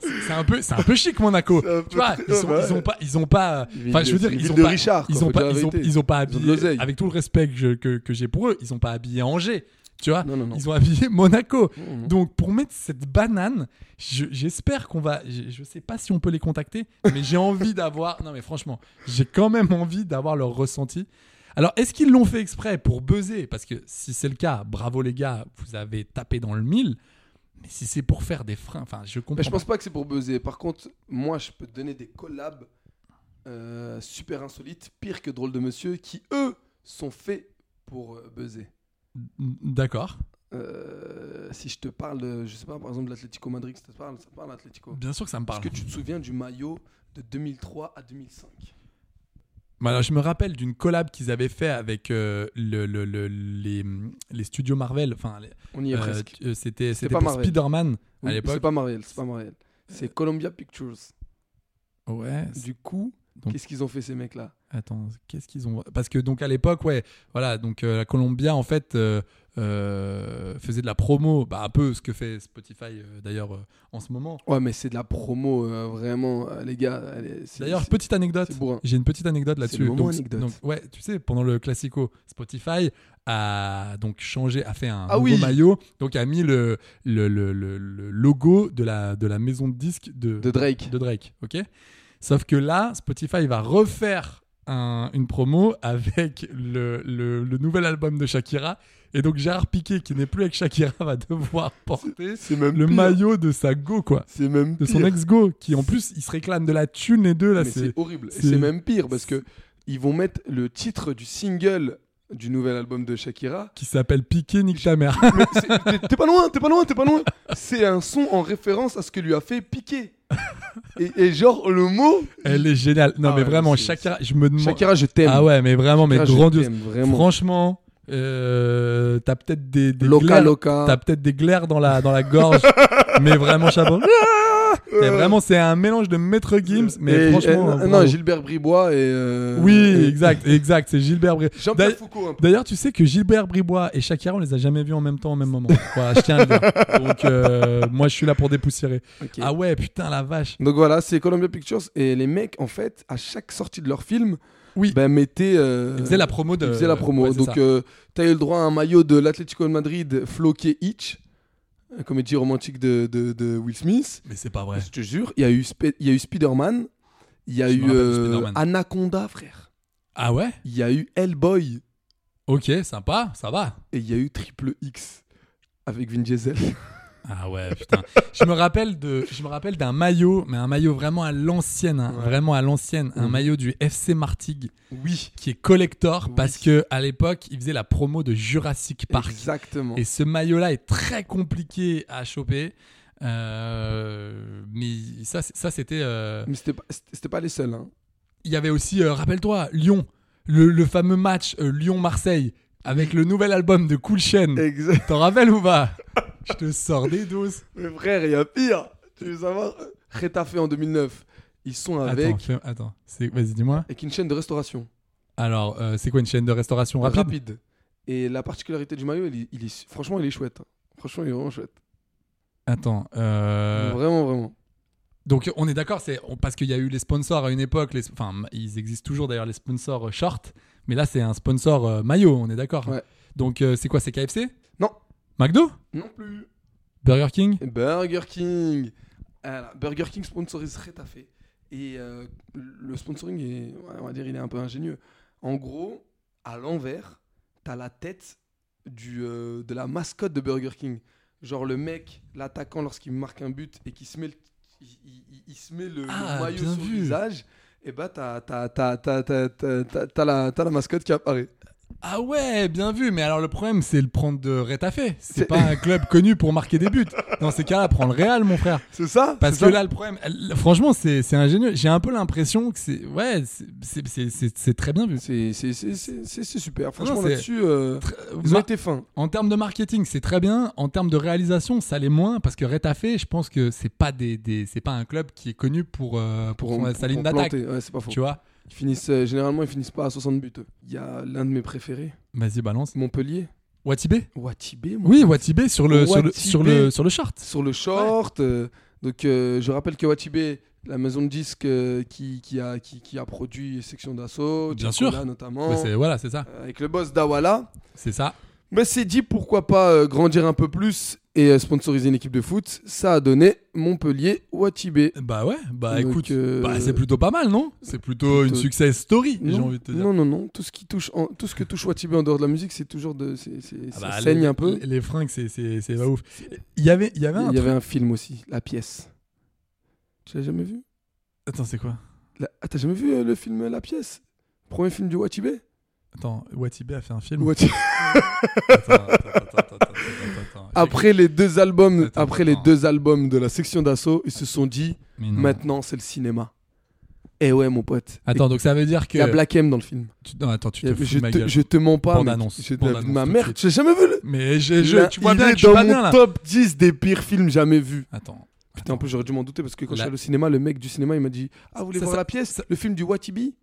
Speaker 10: C'est c'est un peu, c'est un peu chic Monaco.
Speaker 11: C'est un
Speaker 10: Tu
Speaker 11: peu
Speaker 10: vois,
Speaker 11: très-
Speaker 10: ils, sont,
Speaker 11: ouais.
Speaker 10: ils ont pas, ils ont pas.
Speaker 11: Une
Speaker 10: Enfin,
Speaker 11: ville
Speaker 10: je veux
Speaker 11: de-
Speaker 10: dire,
Speaker 11: une
Speaker 10: ils
Speaker 11: ville
Speaker 10: ont
Speaker 11: de
Speaker 10: pas.
Speaker 11: Richard, quoi,
Speaker 10: ils ont
Speaker 11: faut
Speaker 10: pas,
Speaker 11: dire la
Speaker 10: ils ont,
Speaker 11: vérité.
Speaker 10: ils ont pas
Speaker 11: Ils ont de
Speaker 10: habillé.
Speaker 11: l'oseille.
Speaker 10: Avec tout le respect que, je- que, que j'ai pour eux, ils ont pas habillé Angers. Tu vois,
Speaker 11: Non, non, non.
Speaker 10: ils ont habillé Monaco.
Speaker 11: Non, non.
Speaker 10: Donc pour mettre cette banane, je- j'espère qu'on va. Je, je sais pas si on peut les contacter, mais j'ai envie d'avoir. Non mais franchement, j'ai quand même envie d'avoir leur ressenti. Alors est-ce qu'ils l'ont fait exprès pour buzzer Parce que si c'est le cas, bravo les gars, vous avez tapé dans le mille. Mais si c'est pour faire des freins, enfin je comprends.
Speaker 11: Mais je pense
Speaker 10: pas.
Speaker 11: pas que c'est pour buzzer. Par contre, moi, je peux te donner des collabs euh, super insolites, pire que Drôle de Monsieur, qui eux sont faits pour euh, buzzer.
Speaker 10: D'accord.
Speaker 11: Euh, si je te parle, de- je sais pas, par exemple, de l'Atlético Madrid, ça te parle, ça te parle, l'Atlético.
Speaker 10: Bien sûr que ça me
Speaker 11: Est-ce
Speaker 10: parle.
Speaker 11: que tu te souviens du maillot de 2003 à 2005
Speaker 10: Bah alors, je me rappelle d'une collab qu'ils avaient fait avec euh, le- le- le- les, les studios Marvel. Enfin, les-
Speaker 11: On y est
Speaker 10: euh,
Speaker 11: presque.
Speaker 10: euh, C'était c'était
Speaker 11: pas
Speaker 10: pour
Speaker 11: Marvel.
Speaker 10: Spider-Man à
Speaker 11: Oui,
Speaker 10: l'époque. Euh,
Speaker 11: C'est pas Mariel, c'est pas Mariel. C'est Columbia Pictures.
Speaker 10: Ouais. c'est-
Speaker 11: Du coup,
Speaker 10: Donc-
Speaker 11: qu'est-ce qu'ils ont fait ces mecs-là
Speaker 10: Attends, qu'est-ce qu'ils ont Parce que donc à l'époque, ouais, voilà, donc euh, la Columbia en fait, euh, euh, euh, faisait de la promo, bah, un peu ce que fait Spotify euh, d'ailleurs euh, en ce moment.
Speaker 11: Ouais, mais c'est de la promo, euh, vraiment, euh, les gars. allez, c'est-
Speaker 10: D'ailleurs,
Speaker 11: c'est-
Speaker 10: petite anecdote.
Speaker 11: c'est bourrin.
Speaker 10: J'ai une petite anecdote
Speaker 11: C'est
Speaker 10: là-dessus.
Speaker 11: le moment
Speaker 10: Donc,
Speaker 11: anecdote.
Speaker 10: donc, ouais, tu sais, pendant le Classico, Spotify a donc changé, a fait un
Speaker 11: Ah
Speaker 10: nouveau
Speaker 11: oui.
Speaker 10: maillot, donc a mis le, le, le- le- le logo de la, de la maison de disques de,
Speaker 11: De Drake.
Speaker 10: De Drake, ok. Sauf que là, Spotify va refaire un- une promo avec le, le- le nouvel album de Shakira. Et donc Gérard Piquet, qui n'est plus avec Shakira, va devoir porter le
Speaker 11: pire.
Speaker 10: maillot de sa go, quoi.
Speaker 11: C'est même
Speaker 10: De son
Speaker 11: pire.
Speaker 10: ex-go, qui en plus, il se réclame de la thune, les deux, là.
Speaker 11: Mais c'est horrible. Et C'est même pire parce que ils vont mettre le titre du single du nouvel album de Shakira.
Speaker 10: Qui s'appelle Piqué, nique ta
Speaker 11: [LAUGHS]
Speaker 10: mère.
Speaker 11: Mais c'est- t'es- T'es pas loin, t'es pas loin, t'es pas loin. C'est un son en référence à ce que lui a fait Piqué. Et, et genre le mot.
Speaker 10: Elle est géniale. Non,
Speaker 11: Ah
Speaker 10: mais
Speaker 11: ouais,
Speaker 10: vraiment,
Speaker 11: c'est-
Speaker 10: Shakira, je me demande.
Speaker 11: Shakira, je t'aime.
Speaker 10: Ah ouais, mais vraiment, mais
Speaker 11: Shakira, je
Speaker 10: grandiose.
Speaker 11: t'aime, vraiment.
Speaker 10: Franchement, euh, t'as peut-être des, des
Speaker 11: Loca,
Speaker 10: glaires-
Speaker 11: loca.
Speaker 10: T'as peut-être des glaires dans la, dans la
Speaker 11: [LAUGHS]
Speaker 10: gorge. mais vraiment, chapeau. Et vraiment, c'est un mélange de Maître Gims, mais
Speaker 11: Ah Et-
Speaker 10: franchement.
Speaker 11: et- non,
Speaker 10: bravo.
Speaker 11: Gilbert Bribois et. euh,
Speaker 10: Oui,
Speaker 11: et-
Speaker 10: exact, exact. C'est Gilbert Bribois.
Speaker 11: Jean-Pierre
Speaker 10: D'ailleurs-
Speaker 11: Foucault, un peu.
Speaker 10: D'ailleurs, tu sais que Gilbert Bribois et Shakira, on les a jamais vus en même temps, au même
Speaker 11: [LAUGHS]
Speaker 10: moment. Voilà, je tiens à le dire. Donc, euh, moi, je suis là pour dépoussiérer. Ah ouais, putain, la vache.
Speaker 11: Donc voilà, c'est Columbia Pictures et les mecs en fait à chaque sortie de leur film,
Speaker 10: oui,
Speaker 11: ben mettaient, euh,
Speaker 10: Ils faisaient la promo de-
Speaker 11: ils faisaient la promo.
Speaker 10: Ouais, c'est ça.
Speaker 11: Donc euh, t'as eu le droit à un maillot de l'Atlético de Madrid, floqué Hitch, une comédie romantique de, de- de Will Smith.
Speaker 10: Mais c'est pas vrai.
Speaker 11: Je te jure, il y a eu Sp- il y a eu Spider-Man, il y a
Speaker 10: Je me
Speaker 11: eu
Speaker 10: rappelle de
Speaker 11: euh,
Speaker 10: Spider-Man.
Speaker 11: Anaconda, frère.
Speaker 10: Ah ouais
Speaker 11: Il y a eu Hellboy
Speaker 10: Ok, sympa, ça va.
Speaker 11: et il y a eu Triple X avec
Speaker 10: [LAUGHS]
Speaker 11: Vin Diesel.
Speaker 10: Ah ouais, putain. je me rappelle de, je me rappelle d'un maillot, mais un maillot vraiment à l'ancienne, hein, vraiment à l'ancienne, un
Speaker 11: Mhm.
Speaker 10: maillot du FC Martigues.
Speaker 11: Oui.
Speaker 10: Qui est collector parce que à l'époque, il faisait la promo de Jurassic Park.
Speaker 11: Exactement.
Speaker 10: Et ce maillot-là est très compliqué à choper. Euh, mais ça, c'est- ça c'était. euh,
Speaker 11: Mais c'était pas, c'était pas les seuls. hein.
Speaker 10: il y avait aussi, euh, rappelle-toi, Lyon, le, le fameux match euh, Lyon-Marseille avec le nouvel album de Cool Chain. T'en rappelles ou pas Je te sors des doses.
Speaker 11: [LAUGHS] Mais frère, il y a pire. Tu veux savoir Retafe en 2009, ils sont avec
Speaker 10: Attends, fais- attends. C'est- vas-y, dis-moi.
Speaker 11: avec une chaîne de restauration
Speaker 10: Alors, euh, c'est quoi une chaîne de restauration rapide,
Speaker 11: rapide. Et la particularité du maillot, il, est- il est franchement, il est chouette. hein. Franchement, il est vraiment chouette.
Speaker 10: Attends. euh,
Speaker 11: Vraiment, vraiment.
Speaker 10: Donc, on est d'accord, c'est on- parce qu'il y a eu les sponsors à une époque. les- Enfin, ils existent toujours d'ailleurs, les sponsors euh, short. Mais là, c'est un sponsor euh, maillot, on est d'accord. Donc, euh, c'est quoi C'est KFC
Speaker 11: Non.
Speaker 10: McDo
Speaker 11: Non plus.
Speaker 10: Burger King
Speaker 11: Burger King. Alors, Burger King sponsorise Retafe. Et euh, le sponsoring est, ouais, on va dire, il est un peu ingénieux. En gros, à l'envers, t'as la tête du, euh, de la mascotte de Burger King. Genre le mec, l'attaquant lorsqu'il marque un but et qu'il se met le, il, il- il se met le, le
Speaker 10: Ah,
Speaker 11: maillot
Speaker 10: bien
Speaker 11: sur le
Speaker 10: vu.
Speaker 11: visage, et bah t'as t'as- t'as- t'as- t'as- t'as- t'as- t'as la, t'as la mascotte qui apparaît.
Speaker 10: Ah ouais, bien vu. Mais alors, le problème, c'est le prendre de Retafe. C'est pas un club connu pour marquer des buts. Dans ces cas-là, prends le Real, mon frère.
Speaker 11: C'est ça
Speaker 10: Parce que
Speaker 11: c'est ça.
Speaker 10: là, le problème, elle- franchement, c'est c'est ingénieux. J'ai un peu l'impression que c'est. Ouais, c'est- c'est- c'est c'est- c'est très bien vu.
Speaker 11: C'est super. Franchement,
Speaker 10: c'est-
Speaker 11: là-dessus, euh, ils ont été fins.
Speaker 10: En termes de marketing, c'est très bien. En termes de réalisation, ça l'est moins. Parce que Retafe, je pense que c'est pas, des, des- c'est pas un club qui est connu pour, euh, pour, son- sa ligne d'attaque.
Speaker 11: planter. Ouais, c'est pas faux.
Speaker 10: Tu vois
Speaker 11: Ils finissent, euh, généralement, ils finissent pas à 60 buts. eux. Il y a l'un de mes préférés.
Speaker 10: Vas-y, balance.
Speaker 11: Montpellier
Speaker 10: Watibé
Speaker 11: Watibé,
Speaker 10: Oui, Watibé sur le, sur le,
Speaker 11: Watibé.
Speaker 10: sur le, sur le short.
Speaker 11: Sur le short. euh, donc, euh, je rappelle que Watibé, la maison de disques euh, qui, qui, a, qui, qui a produit Section d'Assaut,
Speaker 10: Bien
Speaker 11: Tiakola
Speaker 10: sûr.
Speaker 11: notamment.
Speaker 10: Ouais, c'est- voilà, c'est ça.
Speaker 11: Euh, avec le boss Dawala.
Speaker 10: C'est ça.
Speaker 11: Mais c'est dit, pourquoi pas euh, grandir un peu plus et euh, sponsoriser une équipe de foot Ça a donné Montpellier, Watibé.
Speaker 10: Bah ouais, bah
Speaker 11: Donc,
Speaker 10: écoute,
Speaker 11: euh,
Speaker 10: bah, c'est plutôt pas mal, non C'est plutôt, une
Speaker 11: plutôt-
Speaker 10: success story, j'ai
Speaker 11: Non,
Speaker 10: envie de te dire.
Speaker 11: non, non, non. Tout ce qui touche, en- tout ce que touche Watibé en dehors de la musique, c'est toujours de, c'est, c'est-
Speaker 10: Ah
Speaker 11: ça
Speaker 10: bah,
Speaker 11: saigne
Speaker 10: les-
Speaker 11: un peu.
Speaker 10: Les, les fringues, c'est- c'est c'est pas ouf. Il y avait, il y avait un
Speaker 11: Il y avait
Speaker 10: truc-
Speaker 11: un film aussi, La Pièce. Tu l'as jamais vu
Speaker 10: Attends, c'est quoi
Speaker 11: La- Ah, t'as jamais vu euh, le film La Pièce Premier film du Watibé
Speaker 10: Attends, Watibé a fait un film.
Speaker 11: Watibé. Après les deux albums, après les deux albums de la section d'assaut, ils se sont dit,
Speaker 10: Mais non.
Speaker 11: maintenant c'est le cinéma. Et ouais, mon pote.
Speaker 10: Attends,
Speaker 11: Et-
Speaker 10: donc ça veut dire que-
Speaker 11: Il y a Black M dans le film.
Speaker 10: Tu- non, attends, tu te
Speaker 11: Il y a-
Speaker 10: fous de
Speaker 11: Eh, je,
Speaker 10: ma
Speaker 11: te,
Speaker 10: gueule.
Speaker 11: je te mens pas.
Speaker 10: Bande
Speaker 11: mec.
Speaker 10: annonce,
Speaker 11: Je-
Speaker 10: bande
Speaker 11: ma
Speaker 10: annonce
Speaker 11: mère,
Speaker 10: tout de
Speaker 11: j'ai jamais vu le.
Speaker 10: Mais j'ai- je-
Speaker 11: Là,
Speaker 10: tu vois
Speaker 11: il
Speaker 10: bien
Speaker 11: est
Speaker 10: que je suis
Speaker 11: dans
Speaker 10: pas
Speaker 11: mon
Speaker 10: bien, là.
Speaker 11: top 10 des pires films jamais vus.
Speaker 10: Attends.
Speaker 11: Putain, en plus j'aurais dû m'en douter parce que quand
Speaker 10: La-
Speaker 11: je suis allé au cinéma, le mec du cinéma il m'a dit Ah, vous voulez
Speaker 10: Ça,
Speaker 11: voir
Speaker 10: ça-
Speaker 11: la pièce Le film du Watibi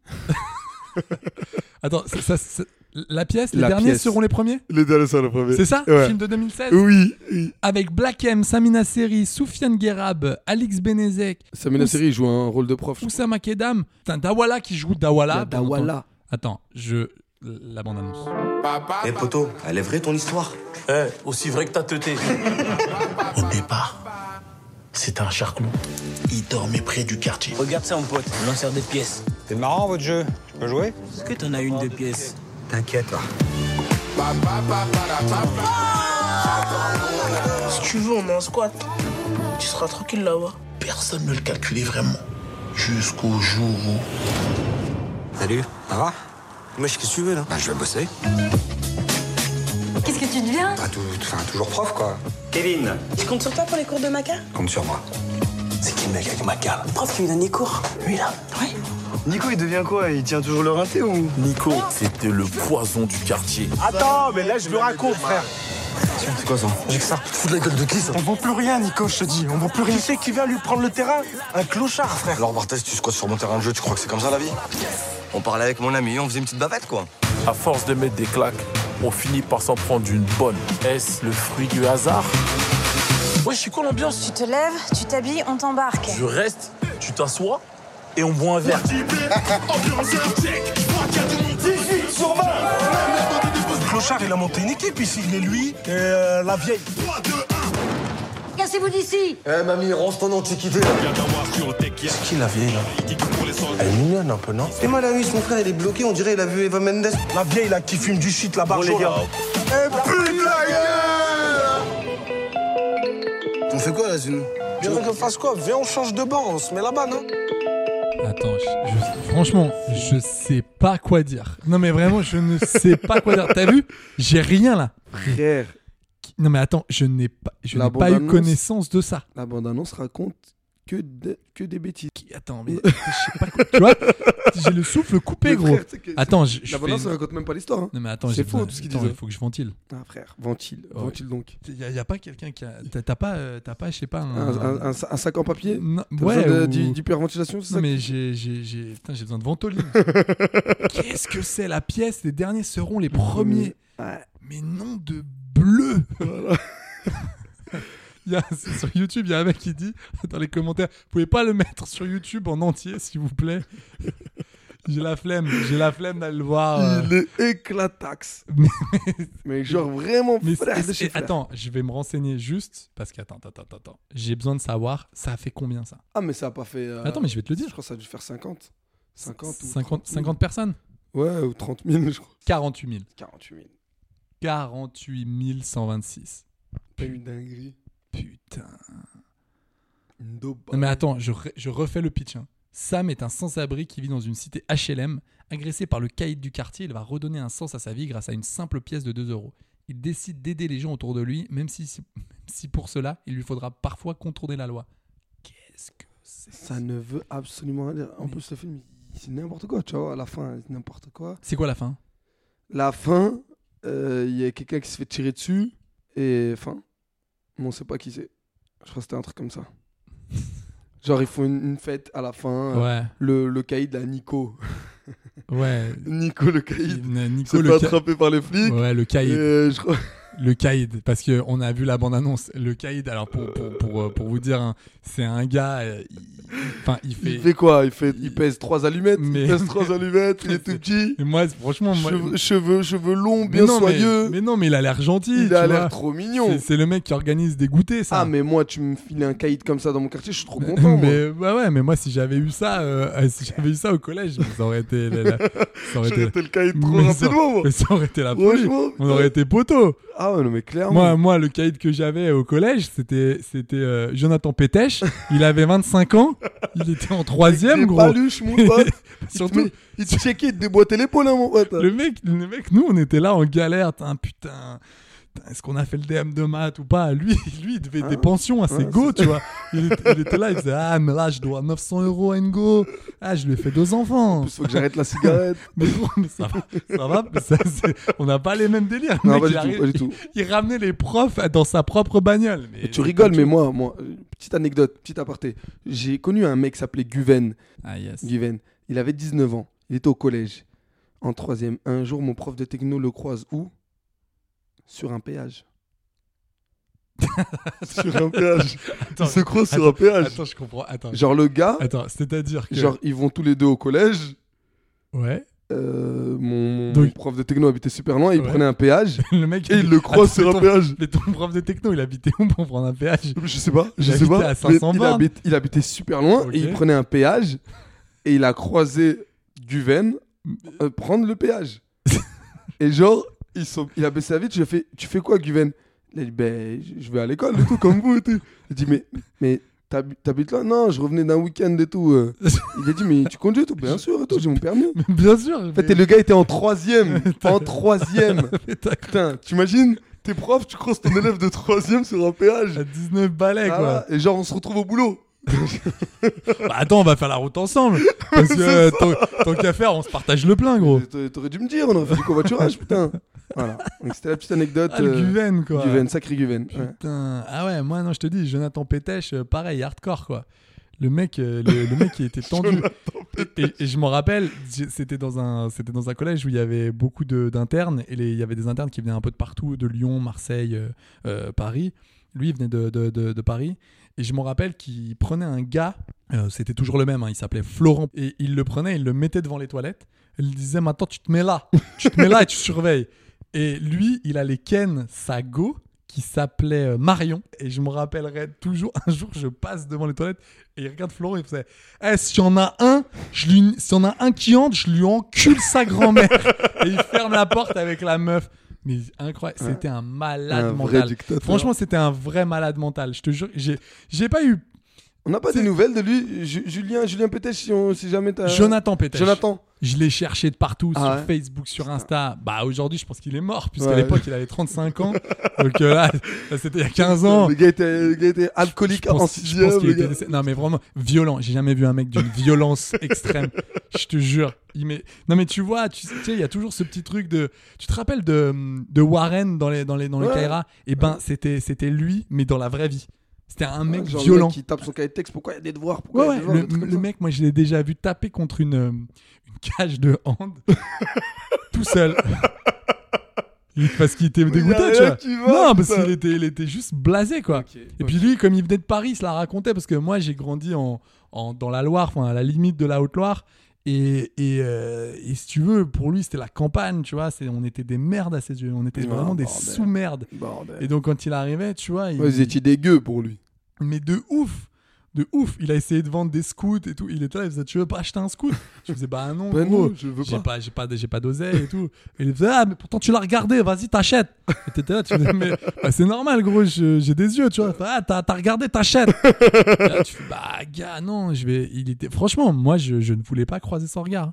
Speaker 10: Attends, ça, ça- ça- La pièce, les
Speaker 11: La
Speaker 10: derniers
Speaker 11: pièce.
Speaker 10: seront les premiers
Speaker 11: Les derniers seront les premiers.
Speaker 10: C'est ça
Speaker 11: Ouais.
Speaker 10: Film de 2016
Speaker 11: Oui, oui.
Speaker 10: Avec Black M, Samina Seri, Soufiane Guerab, Alix Benezek.
Speaker 11: Samina
Speaker 10: Ous-
Speaker 11: Seri il joue un rôle de prof.
Speaker 10: Oussama Kedam. Putain, Dawala qui joue Dawala.
Speaker 11: Il y a Dawala.
Speaker 10: Attends, je. La bande annonce.
Speaker 6: Eh poteau, elle est vraie ton histoire Eh, aussi vrai que ta teuté. Au départ, c'était un charclot. Il dormait près du quartier. Regarde ça, mon pote, le lanceur des pièces. C'est marrant, votre jeu. Je peux jouer Est-ce que t'en as une de pièces T'inquiète, là.
Speaker 15: Si tu veux, on est en squat. Tu seras tranquille là-bas.
Speaker 6: Personne ne le calculait vraiment. Jusqu'au jour où. Salut, ça va Mais qu'est-ce que tu veux là Bah, je vais bosser.
Speaker 16: Qu'est-ce que tu deviens
Speaker 6: Bah, tout- enfin, toujours prof quoi. Kevin,
Speaker 16: Tu comptes sur toi pour les cours de maca
Speaker 6: compte sur moi. C'est qui le mec avec ma cale
Speaker 16: Prof qui me donne les cours. Lui là Oui.
Speaker 6: Nico, il devient quoi Il tient toujours le rinté ou Nico, c'était le poison du quartier.
Speaker 4: Attends, mais là je me raconte, frère.
Speaker 6: C'est quoi ça J'ai que ça. Tu te fous de la gueule de qui ça
Speaker 4: On vend plus rien, Nico, je te dis. On vend plus rien. Qui c'est qui vient lui prendre le terrain Un clochard, frère.
Speaker 6: Alors Barthès, tu squattes sur mon terrain de jeu, tu crois que c'est comme ça la vie On parlait avec mon ami, on faisait une petite bavette quoi.
Speaker 17: À force de mettre des claques, on finit par s'en prendre une bonne. Est-ce le fruit du hasard Ouais, je suis con l'ambiance.
Speaker 16: Tu te lèves, tu t'habilles, on t'embarque.
Speaker 17: Tu restes, tu t'assois et on boit un verre.
Speaker 4: Clochard, il a monté une équipe ici. Il est lui et euh, la vieille.
Speaker 16: Cassez-vous d'ici
Speaker 6: Eh mamie, range ton antiquité là. C'est qui la vieille là Elle est mignonne un peu, non Et Malaris, mon Eh, frère, il est bloqué, on dirait il a vu Eva Mendes.
Speaker 4: La vieille là qui fume du shit là-bas.
Speaker 6: Bon, les gars.
Speaker 4: Et
Speaker 6: On fait quoi là, Zune Tu veux qu'on fasse quoi Viens, on change de banc, on se met là-bas, non
Speaker 10: Attends, je- je- franchement, je sais pas quoi dire. Non mais vraiment, je ne sais pas quoi dire. T'as vu J'ai rien là.
Speaker 11: Frère.
Speaker 10: Non mais attends, je n'ai pas, je
Speaker 11: La
Speaker 10: n'ai pas eu
Speaker 11: bande-annonce.
Speaker 10: connaissance de ça.
Speaker 11: La bande-annonce raconte que, de- que des bêtises.
Speaker 10: attends, mais je sais pas quoi. Tu vois J'ai le souffle coupé,
Speaker 11: Mais
Speaker 10: gros.
Speaker 11: frère, c'est que-
Speaker 10: Attends,
Speaker 11: c'est-
Speaker 10: je, je
Speaker 11: la
Speaker 10: fais
Speaker 11: bande-annonce
Speaker 10: une-
Speaker 11: raconte même pas l'histoire, hein.
Speaker 10: Non mais attends,
Speaker 11: C'est
Speaker 10: j'ai
Speaker 11: faux,
Speaker 10: besoin-
Speaker 11: tout ce qu'ils
Speaker 10: attends,
Speaker 11: disent.
Speaker 10: Il faut que je ventile.
Speaker 11: Ah frère, ventile,
Speaker 10: Ouais.
Speaker 11: ventile donc.
Speaker 10: Il y, a- y a pas quelqu'un qui a, t'as t'as pas, euh, t'as pas, je sais pas
Speaker 11: Un, un- un sa- un sac en papier
Speaker 10: Non,
Speaker 11: T'as
Speaker 10: ouais,
Speaker 11: besoin de-
Speaker 10: ou-
Speaker 11: d'hy- d'hyperventilation, c'est
Speaker 10: Non,
Speaker 11: ça
Speaker 10: mais j'ai, j'ai, j'ai, putain, j'ai besoin de
Speaker 11: [LAUGHS]
Speaker 10: ventoline. Qu'est-ce que c'est la pièce Les derniers seront les premiers.
Speaker 11: Ah,
Speaker 10: Mais nom de bleu [LAUGHS] Il y a- c'est Sur YouTube, il y a un mec qui dit dans les commentaires Vous pouvez pas le mettre sur YouTube en entier, s'il vous plaît [LAUGHS] J'ai la flemme, j'ai la flemme d'aller le voir. euh.
Speaker 11: Il est éclatax. Ah. [LAUGHS] mais genre vraiment
Speaker 10: Mais
Speaker 11: frère
Speaker 10: c'est-
Speaker 11: de chez
Speaker 10: et
Speaker 11: frère.
Speaker 10: Attends, je vais me renseigner juste parce qu'attends, attends, attends, attends. J'ai besoin de savoir, ça a fait combien ça
Speaker 11: Ah mais ça a pas fait... euh,
Speaker 10: Attends, mais je vais te le dire.
Speaker 11: Je crois que ça a dû faire 50. 50 ou
Speaker 10: 50,
Speaker 11: 30 000.
Speaker 10: 50 personnes
Speaker 11: Ouais, ou 30 000 je crois.
Speaker 10: 48 000.
Speaker 11: 48 000.
Speaker 10: 48 126.
Speaker 11: Pas une dinguerie.
Speaker 10: Putain.
Speaker 11: Une dope.
Speaker 10: Non, mais attends, je, re- je refais le pitch. hein. Sam est un sans-abri qui vit dans une cité HLM. Agressé par le caïd du quartier, il va redonner un sens à sa vie grâce à une simple pièce de 2 euros. Il décide d'aider les gens autour de lui, même si, si- [LAUGHS] même si pour cela, il lui faudra parfois contourner la loi. Qu'est-ce que c'est
Speaker 11: Ça ne veut absolument rien dire. En plus le film, il- c'est n'importe quoi, tu vois, à la fin, c'est n'importe quoi.
Speaker 10: C'est quoi la fin
Speaker 11: La fin, euh, il y a quelqu'un qui se fait tirer dessus. Et fin. Mais on sait pas qui c'est. Je crois que c'était un
Speaker 10: [LAUGHS]
Speaker 11: truc comme ça. Genre, ils font une, une fête à la fin.
Speaker 10: Ouais.
Speaker 11: Le, le caïd, là, Nico. [LAUGHS]
Speaker 10: Ouais.
Speaker 11: Nico [LAUGHS] le caïd.
Speaker 10: Il- Nico
Speaker 11: Nico
Speaker 10: le
Speaker 11: le
Speaker 10: ca-
Speaker 11: attrapé par les flics.
Speaker 10: Ouais, le caïd.
Speaker 11: Et je crois-
Speaker 10: Le caïd, parce que on a vu la bande-annonce. Le caïd, alors pour, pour, pour, euh, pour vous dire, hein, c'est un gars. euh, il- Enfin, il fait.
Speaker 11: Il fait quoi il, fait, il pèse trois allumettes.
Speaker 10: Mais-
Speaker 11: Il pèse
Speaker 10: [LAUGHS]
Speaker 11: trois allumettes. Il est tout petit.
Speaker 10: Et moi, franchement, moi-
Speaker 11: Cheveux, cheveux, cheveux longs, bien
Speaker 10: mais non,
Speaker 11: soyeux.
Speaker 10: Mais, mais non, mais il a l'air gentil.
Speaker 11: Il a
Speaker 10: tu
Speaker 11: l'air
Speaker 10: vois.
Speaker 11: trop mignon.
Speaker 10: C'est- C'est le mec qui organise des goûters, ça.
Speaker 11: Ah, mais moi, tu me files un caïd comme ça dans mon quartier, je suis trop content. moi.
Speaker 10: [LAUGHS] Mais- bah ouais, mais moi si j'avais eu ça, euh, euh, si j'avais eu ça au collège, ça aurait été, la,
Speaker 11: [LAUGHS]
Speaker 10: la- ça aurait
Speaker 11: J'aurais été le caïd trop
Speaker 10: Mais ça-
Speaker 11: rapidement, moi.
Speaker 10: mais ça aurait été la folie.
Speaker 11: Franchement,
Speaker 10: On aurait été poteau.
Speaker 11: Ah ouais, non, mais clairement.
Speaker 10: Moi, moi, le caïd que j'avais au collège, c'était, c'était euh, Jonathan Pétèche. Il avait 25 ans. Il était en troisième,
Speaker 11: Des
Speaker 10: gros.
Speaker 11: paluches, mon
Speaker 10: [LAUGHS]
Speaker 11: pote.
Speaker 10: Surtout,
Speaker 11: il te checkait, il te déboîtait l'épaule, hein, mon pote.
Speaker 10: Le mec, le mec, nous, on était là en galère. Tain, putain, putain, est-ce qu'on a fait le DM de maths ou pas Lui, lui, il devait des
Speaker 11: Ah,
Speaker 10: pensions à ses go, tu vois. Il, était- il était là, il disait Ah, mais là, je dois 900 euros à une go. Ah, je lui ai fait deux enfants.
Speaker 11: faut que j'arrête la cigarette.
Speaker 10: mais gros, mais
Speaker 11: [LAUGHS]
Speaker 10: ça va, ça va. mais ça, c'est- on n'a pas les mêmes délires. [LAUGHS] Le
Speaker 11: Non,
Speaker 10: mec,
Speaker 11: pas
Speaker 10: il
Speaker 11: du tout,
Speaker 10: arrive-
Speaker 11: pas du tout.
Speaker 10: Il, il ramenait les profs dans sa propre bagnole. Mais-
Speaker 11: Tu rigoles, mais moi, moi, euh, petite anecdote, petit aparté. J'ai connu un mec qui s'appelait Guven.
Speaker 10: Ah, yes.
Speaker 11: Guven. Il avait 19 ans. Il était au collège. En troisième, un jour, mon prof de techno le croise où Sur
Speaker 10: [LAUGHS]
Speaker 11: un péage. sur un péage.
Speaker 10: Attends,
Speaker 11: il se croise sur
Speaker 10: attends,
Speaker 11: un péage.
Speaker 10: attends, je comprends, attends.
Speaker 11: Genre le gars.
Speaker 10: Attends, c'est-à-dire que-
Speaker 11: Genre ils vont tous les deux au collège.
Speaker 10: Ouais. [LAUGHS]
Speaker 11: Euh, mon, mon
Speaker 10: Donc-
Speaker 11: prof de techno habitait super loin, il
Speaker 10: Ouais.
Speaker 11: prenait un péage.
Speaker 10: le mec,
Speaker 11: et il le croise
Speaker 10: Attends,
Speaker 11: sur
Speaker 10: mais
Speaker 11: un
Speaker 10: ton-
Speaker 11: péage.
Speaker 10: Mais ton prof de techno, il habitait où pour prendre un péage [LAUGHS]
Speaker 11: [LAUGHS] Je sais pas,
Speaker 10: Il
Speaker 11: je sais
Speaker 10: habitait
Speaker 11: pas.
Speaker 10: à
Speaker 11: mais
Speaker 10: 500
Speaker 11: il,
Speaker 10: bornes.
Speaker 11: habite- il habitait super loin
Speaker 10: Ok.
Speaker 11: et il prenait un péage et il a croisé Duven euh, prendre
Speaker 10: [LAUGHS]
Speaker 11: le péage. et genre, ils sont, il a baissé la vitre, je lui ai fait Tu fais quoi, Duven Il a dit Ben, je- je vais à l'école et tout, comme vous et tout. Il dit Mais, mais t'habi- t'habites là Non, je revenais d'un week-end et tout. euh. Il a dit Mais tu conduis et tout Bien sûr, et tout, j'ai mon permis.
Speaker 10: Bien sûr. En
Speaker 11: fait, et le gars était en troisième.
Speaker 10: [LAUGHS]
Speaker 11: en troisième. Putain, t'imagines T'es prof, tu crosses ton élève de troisième sur un péage. À
Speaker 10: 19 balais,
Speaker 11: quoi. Ah Et genre, on se retrouve au boulot.
Speaker 10: Bah attends, on va faire la route ensemble. Parce que euh, tant- tant qu'à faire, on se partage le plein, gros.
Speaker 11: T'a- T'aurais dû me dire, on aurait fait du covoiturage, putain. Voilà. Donc, c'était la petite anecdote.
Speaker 10: Ah, le
Speaker 11: euh,
Speaker 10: Guven, quoi.
Speaker 11: Guven, sacré Guven. ouais.
Speaker 10: Putain. Ah ouais, moi non, je te dis, Jonathan Pétèche, euh, pareil, hardcore quoi. Le mec, euh, le, le mec il était tendu. et, et- et je m'en rappelle, j'ai- c'était dans un, c'était dans un collège où il y avait beaucoup de- d'internes et les- il y avait des internes qui venaient un peu de partout, de Lyon, Marseille, euh, euh, Paris. Lui, il venait de, de- de- de Paris. Et je m'en rappelle qu'il prenait un gars, euh, c'était toujours le même, hein, il s'appelait Florent, et il le prenait, il le mettait devant les toilettes. Il lui disait Maintenant, tu te mets là, tu te mets là et tu surveilles. Et lui, il allait ken sa go qui s'appelait euh, Marion. Et je me rappellerai toujours, [LAUGHS] un jour, je passe devant les toilettes et il regarde Florent et il faisait Eh, s'il y en a un, je lui, s'il y en a un qui entre, je lui encule sa grand-mère. et il ferme la porte avec la meuf. Mais incroyable, c'était un malade
Speaker 11: Un vrai
Speaker 10: mental.
Speaker 11: dictateur.
Speaker 10: Franchement, c'était un vrai malade mental. Je te jure, j'ai, j'ai pas eu.
Speaker 11: On n'a pas des nouvelles de lui Ju- Julien, Julien Pétèche, si, on- si jamais t'as.
Speaker 10: Jonathan Pétèche.
Speaker 11: Euh, Jonathan.
Speaker 10: Je l'ai cherché de partout,
Speaker 11: Ah
Speaker 10: sur
Speaker 11: ouais
Speaker 10: Facebook, sur Insta. Bah aujourd'hui, je pense qu'il est mort, puisqu'à
Speaker 11: Ouais.
Speaker 10: l'époque, il avait 35 ans. Donc euh, là, là, c'était il y a 15 ans.
Speaker 11: Le gars était, le gars était alcoolique
Speaker 10: Je pense-
Speaker 11: en
Speaker 10: je
Speaker 11: 6
Speaker 10: pense qu'il était décédé. Non, mais vraiment, violent. J'ai jamais vu un mec d'une violence [LAUGHS] extrême. Je te jure. Il met... Non, mais tu vois, tu tu sais, il y a toujours ce petit truc de. Tu te rappelles de, de Warren dans les, dans les, dans les
Speaker 11: Ouais.
Speaker 10: KRA Et ben, c'était c'était lui, mais dans la vraie vie. C'était un mec
Speaker 11: Genre, le
Speaker 10: violent.
Speaker 11: Qui tape son cahier de texte, pourquoi il y a des devoirs pourquoi
Speaker 10: Ouais,
Speaker 11: il y a
Speaker 10: ouais,
Speaker 11: des devoirs,
Speaker 10: le,
Speaker 11: des trucs comme
Speaker 10: le
Speaker 11: ça.
Speaker 10: mec, moi je l'ai déjà vu taper contre une, euh, une cage de
Speaker 11: [LAUGHS]
Speaker 10: hand tout seul. Il- Parce qu'il était dégoûté,
Speaker 11: y a
Speaker 10: tu
Speaker 11: rien
Speaker 10: vois.
Speaker 11: qui va,
Speaker 10: non, parce
Speaker 11: putain.
Speaker 10: qu'il était, il était juste blasé, quoi. et puis lui, comme il venait de Paris, il se la racontait parce que moi j'ai grandi en, en- dans la Loire, enfin à la limite de la Haute-Loire. Et, et, euh, et si tu veux, pour lui, c'était la campagne, tu vois. c'est- On était des merdes à ses yeux. On était
Speaker 11: Ah,
Speaker 10: vraiment des
Speaker 11: bordel.
Speaker 10: sous-merdes.
Speaker 11: Bordel.
Speaker 10: Et donc, quand il arrivait, tu vois. il-
Speaker 11: Ouais, Vous étiez dégueu pour lui.
Speaker 10: mais de ouf de ouf il a essayé de vendre des scouts et tout il était là il faisait tu veux pas acheter un scout je faisais bah non
Speaker 11: Bah
Speaker 10: gros,
Speaker 11: non, je veux
Speaker 10: j'ai
Speaker 11: pas.
Speaker 10: pas j'ai pas j'ai pas d'oseille et tout et il faisait ah mais pourtant tu l'as regardé vas-y t'achètes et t'étais là tu faisais mais bah, c'est normal gros je- j'ai des yeux tu vois ah t'as t'as regardé t'achètes Et là, tu fais bah gars non je vais il était franchement moi je, je ne voulais pas croiser son regard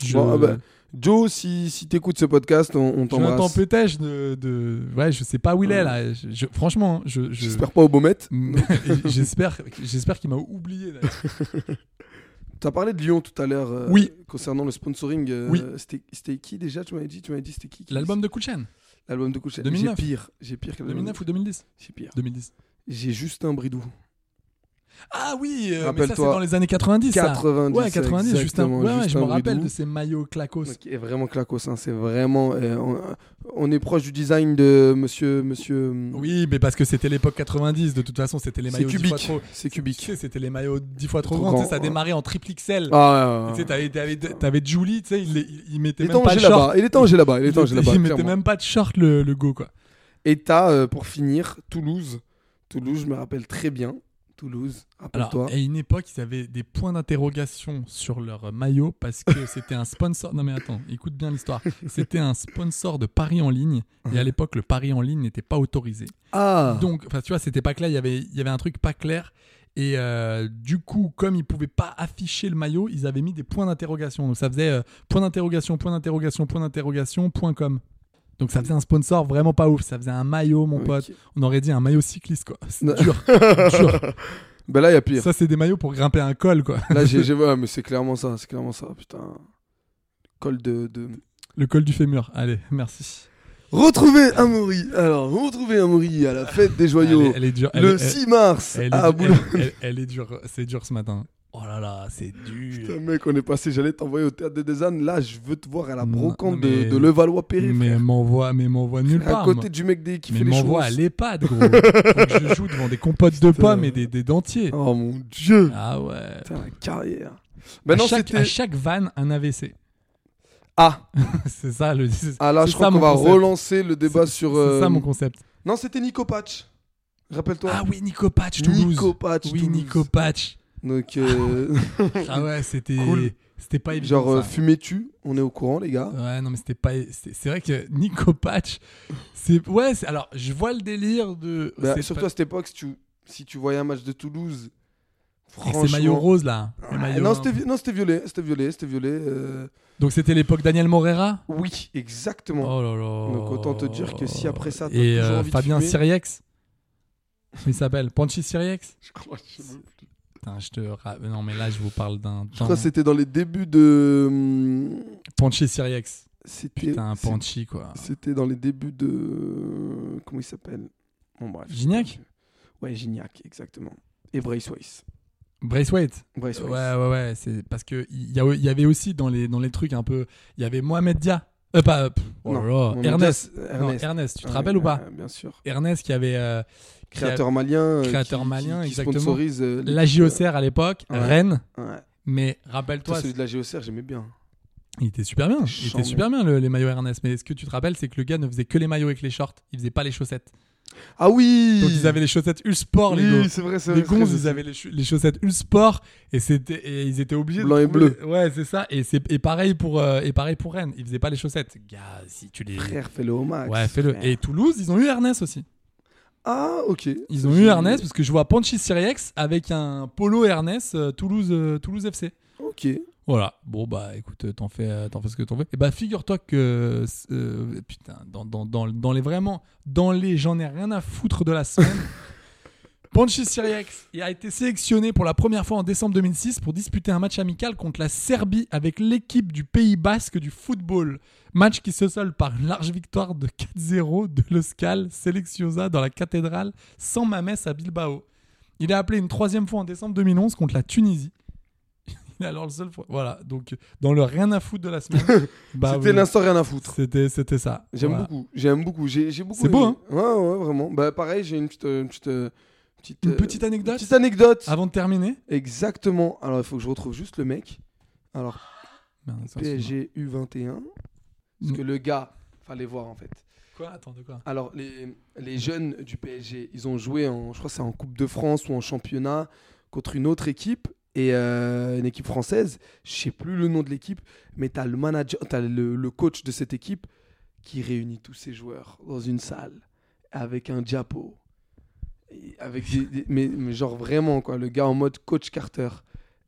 Speaker 10: je
Speaker 11: Bon, ah bah, Joe, si, si t'écoutes ce podcast, on, on
Speaker 10: Jonathan
Speaker 11: t'embrasse.
Speaker 10: Pétèche de, de. Ouais, je sais pas où il est là. Je, je- franchement, je. je-
Speaker 11: J'espère pas au Baumette.
Speaker 10: [LAUGHS] J'espère j'espère qu'il m'a oublié là.
Speaker 11: T'as parlé de Lyon tout à l'heure euh,
Speaker 10: Oui.
Speaker 11: concernant le sponsoring. euh,
Speaker 10: Oui.
Speaker 11: C'était c'était qui déjà Tu m'avais dit, tu m'avais dit c'était qui, qui-
Speaker 10: L'album de Kulchen.
Speaker 11: L'album de Kouchen.
Speaker 10: 2009.
Speaker 11: J'ai pire. J'ai pire que l'album de
Speaker 10: 2009 ou 2010
Speaker 11: J'ai pire.
Speaker 10: 2010.
Speaker 11: J'ai Justin Bridou.
Speaker 10: Ah oui, euh, mais ça c'est
Speaker 11: Rappelle-toi.
Speaker 10: dans les années 90. ça.
Speaker 11: 90,
Speaker 10: Ouais, 90, Justin.
Speaker 11: exactement,
Speaker 10: Ouais, ouais, je
Speaker 11: Justin
Speaker 10: me rappelle
Speaker 11: Bridoux.
Speaker 10: de ces maillots clacos.
Speaker 11: Qui est vraiment clacos. hein, C'est vraiment. euh, on, on est proche du design de monsieur. monsieur
Speaker 10: Oui, mais parce que c'était l'époque 90, de toute façon, c'était les
Speaker 11: C'est
Speaker 10: maillots 10
Speaker 11: cubique,
Speaker 10: fois trop.
Speaker 11: C'est cubique.
Speaker 10: C'était les maillots 10 fois trop,
Speaker 11: Trop
Speaker 10: grands,
Speaker 11: grand,
Speaker 10: tu sais, ça
Speaker 11: ouais.
Speaker 10: démarrait en triple XL.
Speaker 11: Ah, ouais, ouais,
Speaker 10: Tu sais, t'avais- t'avais- t'avais Julie, tu sais, il, il- il mettait
Speaker 11: Il est
Speaker 10: même pas
Speaker 11: en
Speaker 10: de
Speaker 11: G là-bas.
Speaker 10: short.
Speaker 11: Il est en G là-bas. Il est en
Speaker 10: mettait-
Speaker 11: G là-bas.
Speaker 10: Il mettait
Speaker 11: clairement.
Speaker 10: même pas de short, le, le go, quoi.
Speaker 11: Et t'as, euh, pour finir, Toulouse. Toulouse, je me rappelle très bien. Toulouse,
Speaker 10: Alors,
Speaker 11: rappelle-toi.
Speaker 10: à une époque, ils avaient des points d'interrogation sur leur euh, maillot parce
Speaker 11: [LAUGHS]
Speaker 10: que c'était un sponsor. Non, mais attends, écoute bien l'histoire. C'était un sponsor de Paris en ligne. Et à l'époque, le Paris en ligne n'était pas autorisé.
Speaker 11: Ah.
Speaker 10: Donc, enfin, tu vois, c'était pas clair. Il y avait, il y avait un truc pas clair. Et euh, du coup, comme ils pouvaient pas afficher le maillot, ils avaient mis des points d'interrogation. Donc, ça faisait euh, point d'interrogation, point d'interrogation, point d'interrogation, point com. Donc, ça faisait un sponsor vraiment pas ouf. Ça faisait un maillot, mon pote. On aurait dit un maillot cycliste, quoi. C'est
Speaker 11: [LAUGHS]
Speaker 10: dur. dur.
Speaker 11: Ben là, il y a pire.
Speaker 10: Ça, c'est des maillots pour grimper un col, quoi.
Speaker 11: Là, j'ai. j'ai- ouais, mais c'est clairement ça. C'est clairement ça. Putain. Col de. de...
Speaker 10: Le col du fémur. Allez, merci.
Speaker 11: Retrouvez Amaury. Alors, retrouvez Amaury à la fête des joyaux.
Speaker 10: Elle, elle est dure. Elle
Speaker 11: Oh, Le
Speaker 10: est- elle-
Speaker 11: 6 mars
Speaker 10: elle est
Speaker 11: à
Speaker 10: dure-
Speaker 11: Boulogne.
Speaker 10: Elle, elle- elle est dure. C'est dur ce matin. Oh, Oh là là, c'est dur.
Speaker 11: Putain, mec, on est passé. J'allais t'envoyer au théâtre des Desannes. Là, je veux te voir à la brocante
Speaker 10: mais-
Speaker 11: de, de Levallois-Perret.
Speaker 10: Mais
Speaker 11: frère.
Speaker 10: m'envoie, mais m'envoie nulle
Speaker 11: À
Speaker 10: part.
Speaker 11: côté
Speaker 10: moi.
Speaker 11: du mec des- qui
Speaker 10: mais
Speaker 11: fait les
Speaker 10: m'envoie à
Speaker 11: choses.
Speaker 10: l'EHPAD,
Speaker 11: [LAUGHS]
Speaker 10: gros. Faut que je joue devant des compotes de
Speaker 11: Putain.
Speaker 10: pommes et des, des dentiers.
Speaker 11: Oh mon dieu.
Speaker 10: Ah ouais.
Speaker 11: Putain, la carrière.
Speaker 10: à,
Speaker 11: Maintenant,
Speaker 10: chaque,
Speaker 11: Bah c'était-
Speaker 10: à chaque vanne, un AVC.
Speaker 11: Ah.
Speaker 10: [LAUGHS] c'est ça le. c'est-
Speaker 11: Ah là,
Speaker 10: c'est
Speaker 11: je crois
Speaker 10: ça
Speaker 11: qu'on
Speaker 10: mon
Speaker 11: va
Speaker 10: concept.
Speaker 11: relancer le débat sur.
Speaker 10: C'est
Speaker 11: euh,
Speaker 10: ça mon concept.
Speaker 11: Non, c'était Nico Patch. Rappelle-toi.
Speaker 10: Ah oui, Nico Patch, Toulouse.
Speaker 11: Nico Patch.
Speaker 10: Oui, Nico Patch. [LAUGHS]
Speaker 11: Donc. euh, [LAUGHS]
Speaker 10: Ah ouais, c'était.
Speaker 11: Cool.
Speaker 10: C'était pas évident.
Speaker 11: Genre, euh,
Speaker 10: ça. Euh,
Speaker 11: fumais-tu On est au courant, les gars.
Speaker 10: Ouais, non, mais c'était pas. C'est c'est vrai que Nico Patch, c'est. Ouais, c'est- alors, je vois le délire de.
Speaker 11: Bah,
Speaker 10: c'est
Speaker 11: surtout
Speaker 10: pas-
Speaker 11: à cette époque, si tu, si tu voyais un match de Toulouse.
Speaker 10: Avec
Speaker 11: Franchement...
Speaker 10: ses maillots roses, là. Les
Speaker 11: Ouais,
Speaker 10: maillots-
Speaker 11: non, c'était vi- non, c'était violet. C'était violet. C'était violet. euh,
Speaker 10: Donc, c'était l'époque Daniel Morera
Speaker 11: Oui, exactement.
Speaker 10: Oh là là.
Speaker 11: Donc, autant te dire que si après ça, t'as
Speaker 10: Et
Speaker 11: toujours
Speaker 10: euh,
Speaker 11: envie de
Speaker 10: Fabien
Speaker 11: fumer-
Speaker 10: Siriex Comment il s'appelle Panchi Siriex
Speaker 11: Je crois, je sais même plus.
Speaker 10: Putain, je te. ra- euh, Non, mais là, je vous parle d'un.
Speaker 11: Je crois que c'était dans les débuts de. hum,
Speaker 10: Panchi Siriex.
Speaker 11: C'était.
Speaker 10: Putain,
Speaker 11: c'est-
Speaker 10: Panchi, quoi.
Speaker 11: C'était dans les débuts de. Comment il s'appelle Bon, bref.
Speaker 10: Gignac
Speaker 11: Ouais, Gignac, exactement. Et Braithwaite.
Speaker 10: Braithwaite.
Speaker 11: Braithwaite.
Speaker 10: Ouais, ouais, ouais. C'est parce que il y, a- il y avait aussi dans les, dans les trucs un peu. Il y avait Mohamed Dia. Euh, pas. euh, pff, oh là
Speaker 11: Non,
Speaker 10: là,
Speaker 11: Mohamed Dia,
Speaker 10: Ernest.
Speaker 11: c'est-
Speaker 10: Non,
Speaker 11: Ernest.
Speaker 10: Ernest. tu te
Speaker 11: Ouais,
Speaker 10: rappelles ou pas
Speaker 11: ouais, bien sûr.
Speaker 10: Ernest qui avait. euh, qui
Speaker 11: Créateur
Speaker 10: a-
Speaker 11: malien. euh,
Speaker 10: Créateur
Speaker 11: qui- qui-
Speaker 10: malien,
Speaker 11: qui
Speaker 10: exactement.
Speaker 11: sponsorise, euh,
Speaker 10: la
Speaker 11: l'équipe, euh,
Speaker 10: JOCR à l'époque,
Speaker 11: ouais.
Speaker 10: Rennes.
Speaker 11: Ouais.
Speaker 10: Mais rappelle-toi,
Speaker 11: Toi, celui de la GOCR, j'aimais bien.
Speaker 10: il était super bien. Il
Speaker 11: Chambé.
Speaker 10: était super bien le- les maillots Ernest. Mais ce que tu te rappelles, c'est que le gars ne faisait que les maillots avec les shorts. Il faisait pas les chaussettes.
Speaker 11: Ah oui
Speaker 10: Donc ils avaient les chaussettes Ulsport, les
Speaker 11: Oui,
Speaker 10: gars.
Speaker 11: c'est vrai, c'est
Speaker 10: Les
Speaker 11: vrai, c'est
Speaker 10: gonzes,
Speaker 11: vrai,
Speaker 10: ils
Speaker 11: c'est-
Speaker 10: avaient les, cha- les chaussettes Ulsport et c'était et ils étaient obligés.
Speaker 11: Blanc
Speaker 10: de
Speaker 11: et
Speaker 10: trouver-
Speaker 11: bleu.
Speaker 10: Ouais, c'est ça. Et c'est et pareil pour euh, et pareil pour Rennes. Ils faisaient pas les chaussettes. Gars, si tu les.
Speaker 11: Frère, fais-le au max.
Speaker 10: Ouais, fais-le.
Speaker 11: frère.
Speaker 10: Et Toulouse, ils ont eu Ernest aussi.
Speaker 11: Ah, ok.
Speaker 10: Ils ont eu Ernest parce que je vois Panchi Siriex avec un polo Ernest euh, Toulouse euh, Toulouse FC.
Speaker 11: Ok.
Speaker 10: Voilà. Bon bah écoute, euh, t'en fais, euh, t'en fais ce que t'en veux. Et bah figure-toi que euh, putain, dans, dans, dans, dans les vraiment, dans les j'en ai rien à foutre de la
Speaker 11: [LAUGHS]
Speaker 10: semaine. Panchi Siriex il a été sélectionné pour la première fois en décembre 2006 pour disputer un match amical contre la Serbie avec l'équipe du Pays Basque du football. Match qui se solde par une large victoire de 4-0 de l'Oscal Selectiosa dans la cathédrale sans Mamès à Bilbao. Il est appelé une troisième fois en décembre 2011 contre la Tunisie. [LAUGHS] Il est alors le seul. fois- Voilà, donc dans le rien à foutre de la semaine.
Speaker 11: [LAUGHS]
Speaker 10: bah
Speaker 11: C'était
Speaker 10: oui.
Speaker 11: l'instant rien à foutre.
Speaker 10: C'était, c'était ça.
Speaker 11: J'aime
Speaker 10: Voilà.
Speaker 11: beaucoup, j'aime beaucoup, j'ai j'ai beaucoup.
Speaker 10: C'est beau, hein
Speaker 11: aimé. Ouais, ouais, vraiment. Bah, pareil, j'ai une petite, euh, une petite, euh, petite,
Speaker 10: Une
Speaker 11: euh,
Speaker 10: petite anecdote Ah
Speaker 11: petite anecdote.
Speaker 10: Avant de terminer
Speaker 11: Exactement. Alors, il faut que je retrouve juste le mec. Alors,
Speaker 10: Merde, attends,
Speaker 11: PSG U21. Parce que le gars, fallait voir en fait.
Speaker 10: Quoi Attends, de quoi
Speaker 11: Alors, les, les jeunes du PSG, ils ont joué en, je crois, que c'est en Coupe de France ou en championnat contre une autre équipe. Et euh, une équipe française, je sais plus le nom de l'équipe, mais tu as le manager, t'as le, le coach de cette équipe qui réunit tous ses joueurs dans une salle avec un diapo. Et Avec des- des- mais, mais genre vraiment, quoi, le gars en mode coach Carter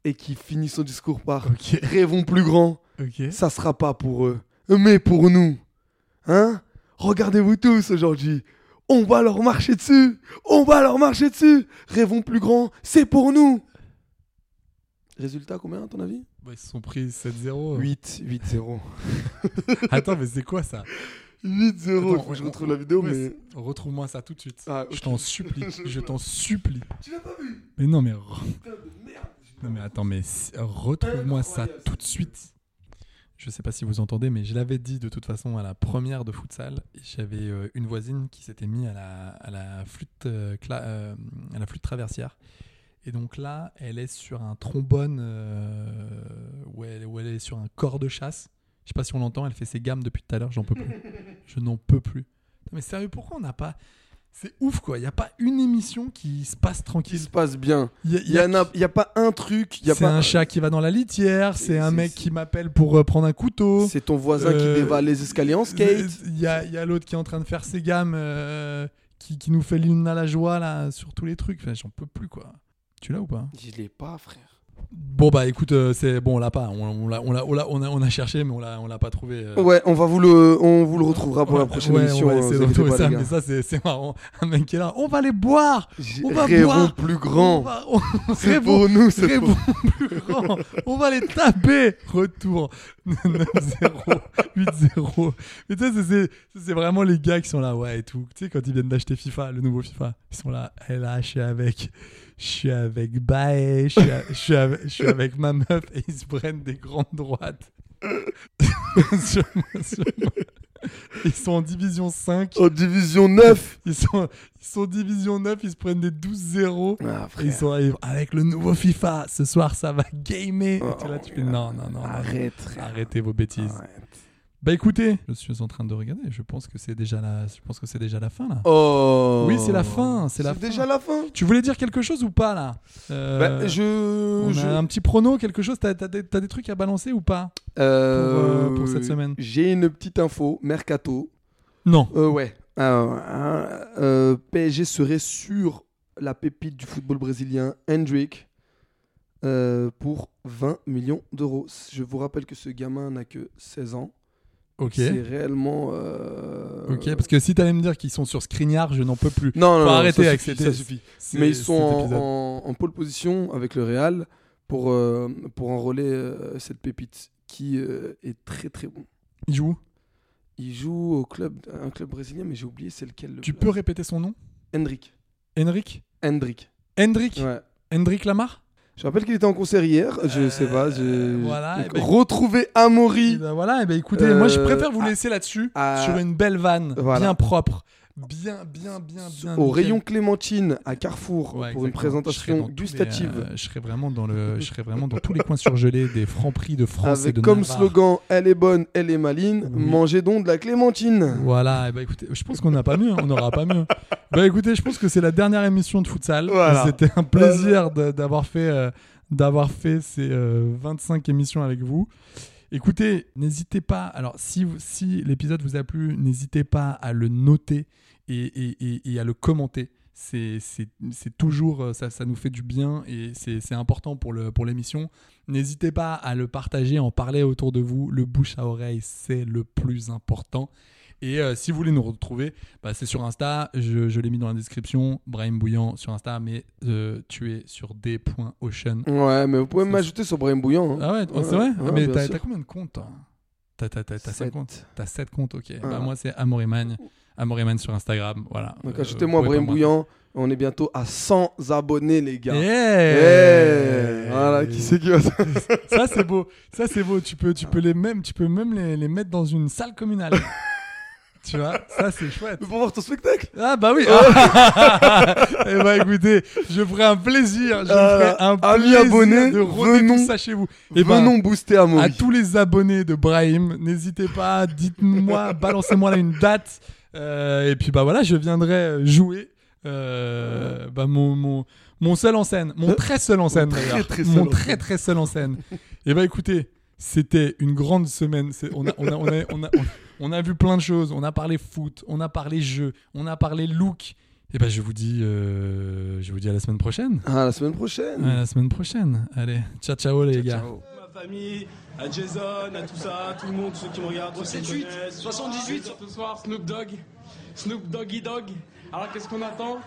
Speaker 11: et qui finit son discours par Rêvons plus grand,
Speaker 10: Ok.
Speaker 11: ça sera pas pour eux, mais pour nous. Hein Regardez-vous tous aujourd'hui. On va leur marcher dessus. On va leur marcher dessus. Rêvons plus grand. C'est pour nous. Résultat combien à ton avis
Speaker 10: Bah, ils se sont pris 7-0.
Speaker 11: 8, 8-0.
Speaker 10: Attends, mais c'est quoi ça
Speaker 11: 8-0.
Speaker 10: Attends,
Speaker 11: Faut que je
Speaker 10: on-
Speaker 11: retrouve
Speaker 10: on-
Speaker 11: la vidéo,
Speaker 10: ouais,
Speaker 11: mais.
Speaker 10: c'est- Retrouve-moi ça tout de suite.
Speaker 11: Ah,
Speaker 10: Je
Speaker 11: ok.
Speaker 10: t'en supplie. je
Speaker 11: [LAUGHS]
Speaker 10: t'en supplie.
Speaker 11: Tu l'as pas vu
Speaker 10: Mais non, mais. re- Non, mais attends, mais si- retrouve-moi ça tout de suite. Je sais pas si vous entendez, mais je l'avais dit de toute façon à la première de futsal. J'avais euh, une voisine qui s'était mise à la, à la flûte, euh, cla- euh, à la flûte traversière. Et donc là, elle est sur un trombone euh, où, elle, où elle est sur un corps de chasse. Je sais pas si on l'entend, elle fait ses gammes depuis tout à l'heure, j'en peux plus. Je n'en peux plus. Non, mais sérieux, pourquoi on n'a pas. C'est ouf quoi, il n'y a pas une émission qui se passe tranquille.
Speaker 11: se passe bien.
Speaker 10: Il
Speaker 11: Il y, en a, il y a pas un truc. il Y a
Speaker 10: C'est
Speaker 11: pas...
Speaker 10: un chat qui va dans la litière, c'est un mec qui m'appelle pour euh, prendre un couteau.
Speaker 11: C'est ton voisin
Speaker 10: Euh,
Speaker 11: qui dévale les escaliers en skate.
Speaker 10: Il y a, il y a l'autre qui est en train de faire ses gammes, euh, qui, qui nous fait l'une à la joie là, sur tous les trucs. Enfin, J'en peux plus quoi. Tu l'as ou pas
Speaker 11: Je l'ai pas, frère.
Speaker 10: Bon bah écoute, euh, c'est bon, on l'a pas. On, on l'a- on l'a- on l'a- on a, on a cherché, mais on l'a, on l'a pas trouvé. euh.
Speaker 11: Ouais, on va vous le, on vous le retrouvera pour la prochaine
Speaker 10: Ouais,
Speaker 11: émission.
Speaker 10: on va
Speaker 11: hein,
Speaker 10: essayer
Speaker 11: vous
Speaker 10: de
Speaker 11: inquiétez
Speaker 10: retrouver
Speaker 11: pas,
Speaker 10: ça,
Speaker 11: les
Speaker 10: mais
Speaker 11: gars.
Speaker 10: ça c'est, c'est marrant. Un mec qui est là, on va les boire On va
Speaker 11: Rêvons
Speaker 10: boire
Speaker 11: plus grand.
Speaker 10: On va- on-
Speaker 11: C'est
Speaker 10: rêvons-
Speaker 11: pour nous, c'est
Speaker 10: rêvons
Speaker 11: pour-
Speaker 10: plus grand On va les taper Retour [LAUGHS] 9-0, 8-0. Mais tu sais, c'est- c'est- c'est vraiment les eh gars qui sont là, ouais, et tout. Tu sais, quand ils viennent d'acheter FIFA, le nouveau FIFA, ils sont là, elle a haché avec. je suis avec Bae, je suis, a- je suis avec, je suis avec ma meuf et ils se prennent des grandes droites. [LAUGHS] Sur moi, sur moi. Ils sont en division 5.
Speaker 11: En division 9
Speaker 10: Ils sont, ils sont en division 9, ils se prennent des 12-0.
Speaker 11: Ah,
Speaker 10: Et ils sont arrivés avec le nouveau FIFA. Ce soir, ça va gamer. Et t'es là, tu
Speaker 11: Oh,
Speaker 10: fais, non, non, non. Arrête. Oh. arrêtez vos bêtises. Bah écoutez, je suis en train de regarder. Je pense que c'est déjà la, je pense que c'est déjà la fin là.
Speaker 11: Oh.
Speaker 10: Oui, c'est la fin. C'est la
Speaker 11: C'est
Speaker 10: fin.
Speaker 11: déjà la fin.
Speaker 10: Tu voulais dire quelque chose ou pas là Euh,
Speaker 11: Bah, je-
Speaker 10: on a
Speaker 11: je-
Speaker 10: un petit prono, quelque chose. T'as t'as des, t'as des trucs à balancer ou pas
Speaker 11: Euh,
Speaker 10: pour, euh, pour cette semaine
Speaker 11: J'ai une petite info, Mercato.
Speaker 10: Non.
Speaker 11: Euh, ouais. Euh, hein, euh, PSG serait sur la pépite du football brésilien, Hendrick, euh, pour 20 millions d'euros. Je vous rappelle que ce gamin n'a que 16 ans.
Speaker 10: Ok.
Speaker 11: C'est réellement. euh,
Speaker 10: Ok, parce que si t'allais me dire qu'ils sont sur Scrignard, je n'en peux plus.
Speaker 11: Non, non,
Speaker 10: Faut
Speaker 11: non,
Speaker 10: arrêter
Speaker 11: ça
Speaker 10: avec
Speaker 11: suffit,
Speaker 10: cet-
Speaker 11: ça suffit.
Speaker 10: cet
Speaker 11: Mais ils sont en,
Speaker 10: épisode.
Speaker 11: en- en pole position avec le Real pour, euh, pour enrôler euh, cette pépite qui euh, est très très bon.
Speaker 10: Ils jouent
Speaker 11: Il joue au club, un club brésilien, mais j'ai oublié c'est lequel. Le
Speaker 10: Tu peux répéter son nom
Speaker 11: Hendrick.
Speaker 10: Henrik
Speaker 11: Hendrick.
Speaker 10: Hendrick
Speaker 11: Ouais.
Speaker 10: Hendrick Lamar
Speaker 11: Je rappelle qu'il était en concert hier. Je sais pas. Je...
Speaker 10: Euh, voilà,
Speaker 11: Donc,
Speaker 10: eh ben-
Speaker 11: retrouver Amaury.
Speaker 10: voilà, et ben écoutez, moi je préfère vous laisser là-dessus,
Speaker 11: à-
Speaker 10: sur une belle vanne,
Speaker 11: Euh, ah. Voilà.
Speaker 10: bien propre, bien, bien, bien, bien.
Speaker 11: au
Speaker 10: nickel.
Speaker 11: rayon Clémentine à Carrefour
Speaker 10: Ouais,
Speaker 11: pour
Speaker 10: exactement. Je
Speaker 11: une
Speaker 10: serai dans
Speaker 11: présentation
Speaker 10: tous les,
Speaker 11: gustative.
Speaker 10: euh, je serai vraiment dans le, je serai vraiment dans tous les coins surgelés des francs prix de France et
Speaker 11: Avec
Speaker 10: de
Speaker 11: comme
Speaker 10: Navarre.
Speaker 11: slogan Elle est bonne, elle est maline, mangez donc de la clémentine.
Speaker 10: Voilà, et ben écoutez, je pense qu'on n'a pas mieux, on n'aura pas mieux. Bah écoutez, je pense que c'est la dernière émission de futsal.
Speaker 11: Voilà.
Speaker 10: C'était un plaisir de- d'avoir fait, euh, d'avoir fait ces euh, 25 émissions avec vous. Écoutez, n'hésitez pas. Alors, si, vous- si l'épisode vous a plu, n'hésitez pas à le noter et, et- et- et à le commenter. C'est c'est- c'est toujours, euh, ça, ça nous fait du bien et c'est c'est important pour le- pour l'émission. Pour n'hésitez pas à le partager, à en parler autour de vous. Le bouche à oreille, c'est le plus important. Et euh, si vous voulez nous retrouver, bah, c'est sur Insta. Je, je l'ai mis dans la description. Brahim Bouillant sur Insta, mais euh, tu es sur d.ocean.
Speaker 11: Ouais, mais vous pouvez
Speaker 10: Ça,
Speaker 11: m'ajouter sur Brahim Bouillant. hein.
Speaker 10: Ah ouais,
Speaker 11: Ouais,
Speaker 10: c'est vrai
Speaker 11: ouais,
Speaker 10: Mais
Speaker 11: bien
Speaker 10: t'as
Speaker 11: sûr.
Speaker 10: t'as combien de comptes toi Ah, T'as 7
Speaker 11: Sept.
Speaker 10: comptes T'as 7 comptes, ok.
Speaker 11: Ah.
Speaker 10: Bah, moi, c'est Amorimagne. Amorimagne sur Instagram. Voilà.
Speaker 11: Donc
Speaker 10: Euh,
Speaker 11: ajoutez-moi
Speaker 10: vous pouvez
Speaker 11: Brahim
Speaker 10: pas me-
Speaker 11: Bouillant. On est bientôt à 100 abonnés, les gars.
Speaker 10: Yeah
Speaker 11: Yeah Voilà, qui c'est qui va ça
Speaker 10: [LAUGHS] Ça, c'est beau. Ça, c'est beau. Tu peux, tu peux, les même, tu peux même les, les mettre dans une salle
Speaker 11: [LAUGHS]
Speaker 10: communale. tu vois Ça, c'est chouette.
Speaker 11: [LAUGHS] Pour voir ton spectacle
Speaker 10: Ah bah oui.
Speaker 11: [LAUGHS]
Speaker 10: Et bah écoutez, je ferai un plaisir, je
Speaker 11: Voilà.
Speaker 10: ferai un
Speaker 11: Euh, Amis
Speaker 10: plaisir
Speaker 11: abonnés,
Speaker 10: de rôder
Speaker 11: venons-
Speaker 10: tout ça chez vous. Et ben,
Speaker 11: venons booster Amaury.
Speaker 10: À tous les abonnés de Brahim, n'hésitez pas,
Speaker 11: [LAUGHS]
Speaker 10: dites-moi, balancez-moi là une date. Euh, et puis bah voilà, je viendrai jouer. euh, bah mon, mon, mon seul en scène, mon très seul en scène
Speaker 11: Mon très,
Speaker 10: d'ailleurs.
Speaker 11: très seul
Speaker 10: mon
Speaker 11: en
Speaker 10: très
Speaker 11: scène.
Speaker 10: très seul en scène. [LAUGHS] Et bah écoutez, c'était une grande semaine. C'est- On a, on, a, on, a, on, a, on a vu plein de choses. On a parlé foot, on a parlé jeu, on a parlé look. Et bah je vous dis, euh, je vous dis à la semaine prochaine.
Speaker 11: Ah, la semaine prochaine.
Speaker 10: À la semaine prochaine. Allez, ciao ciao les gars.
Speaker 1: Ma famille, à Jason, à tout ça, à tout le monde, ceux qui me regardent, ceux qui
Speaker 7: 78,
Speaker 1: me connaissent.
Speaker 7: 78 ce soir, Snoop Dogg, Snoop Doggy Dogg. Alors qu'est-ce qu'on attend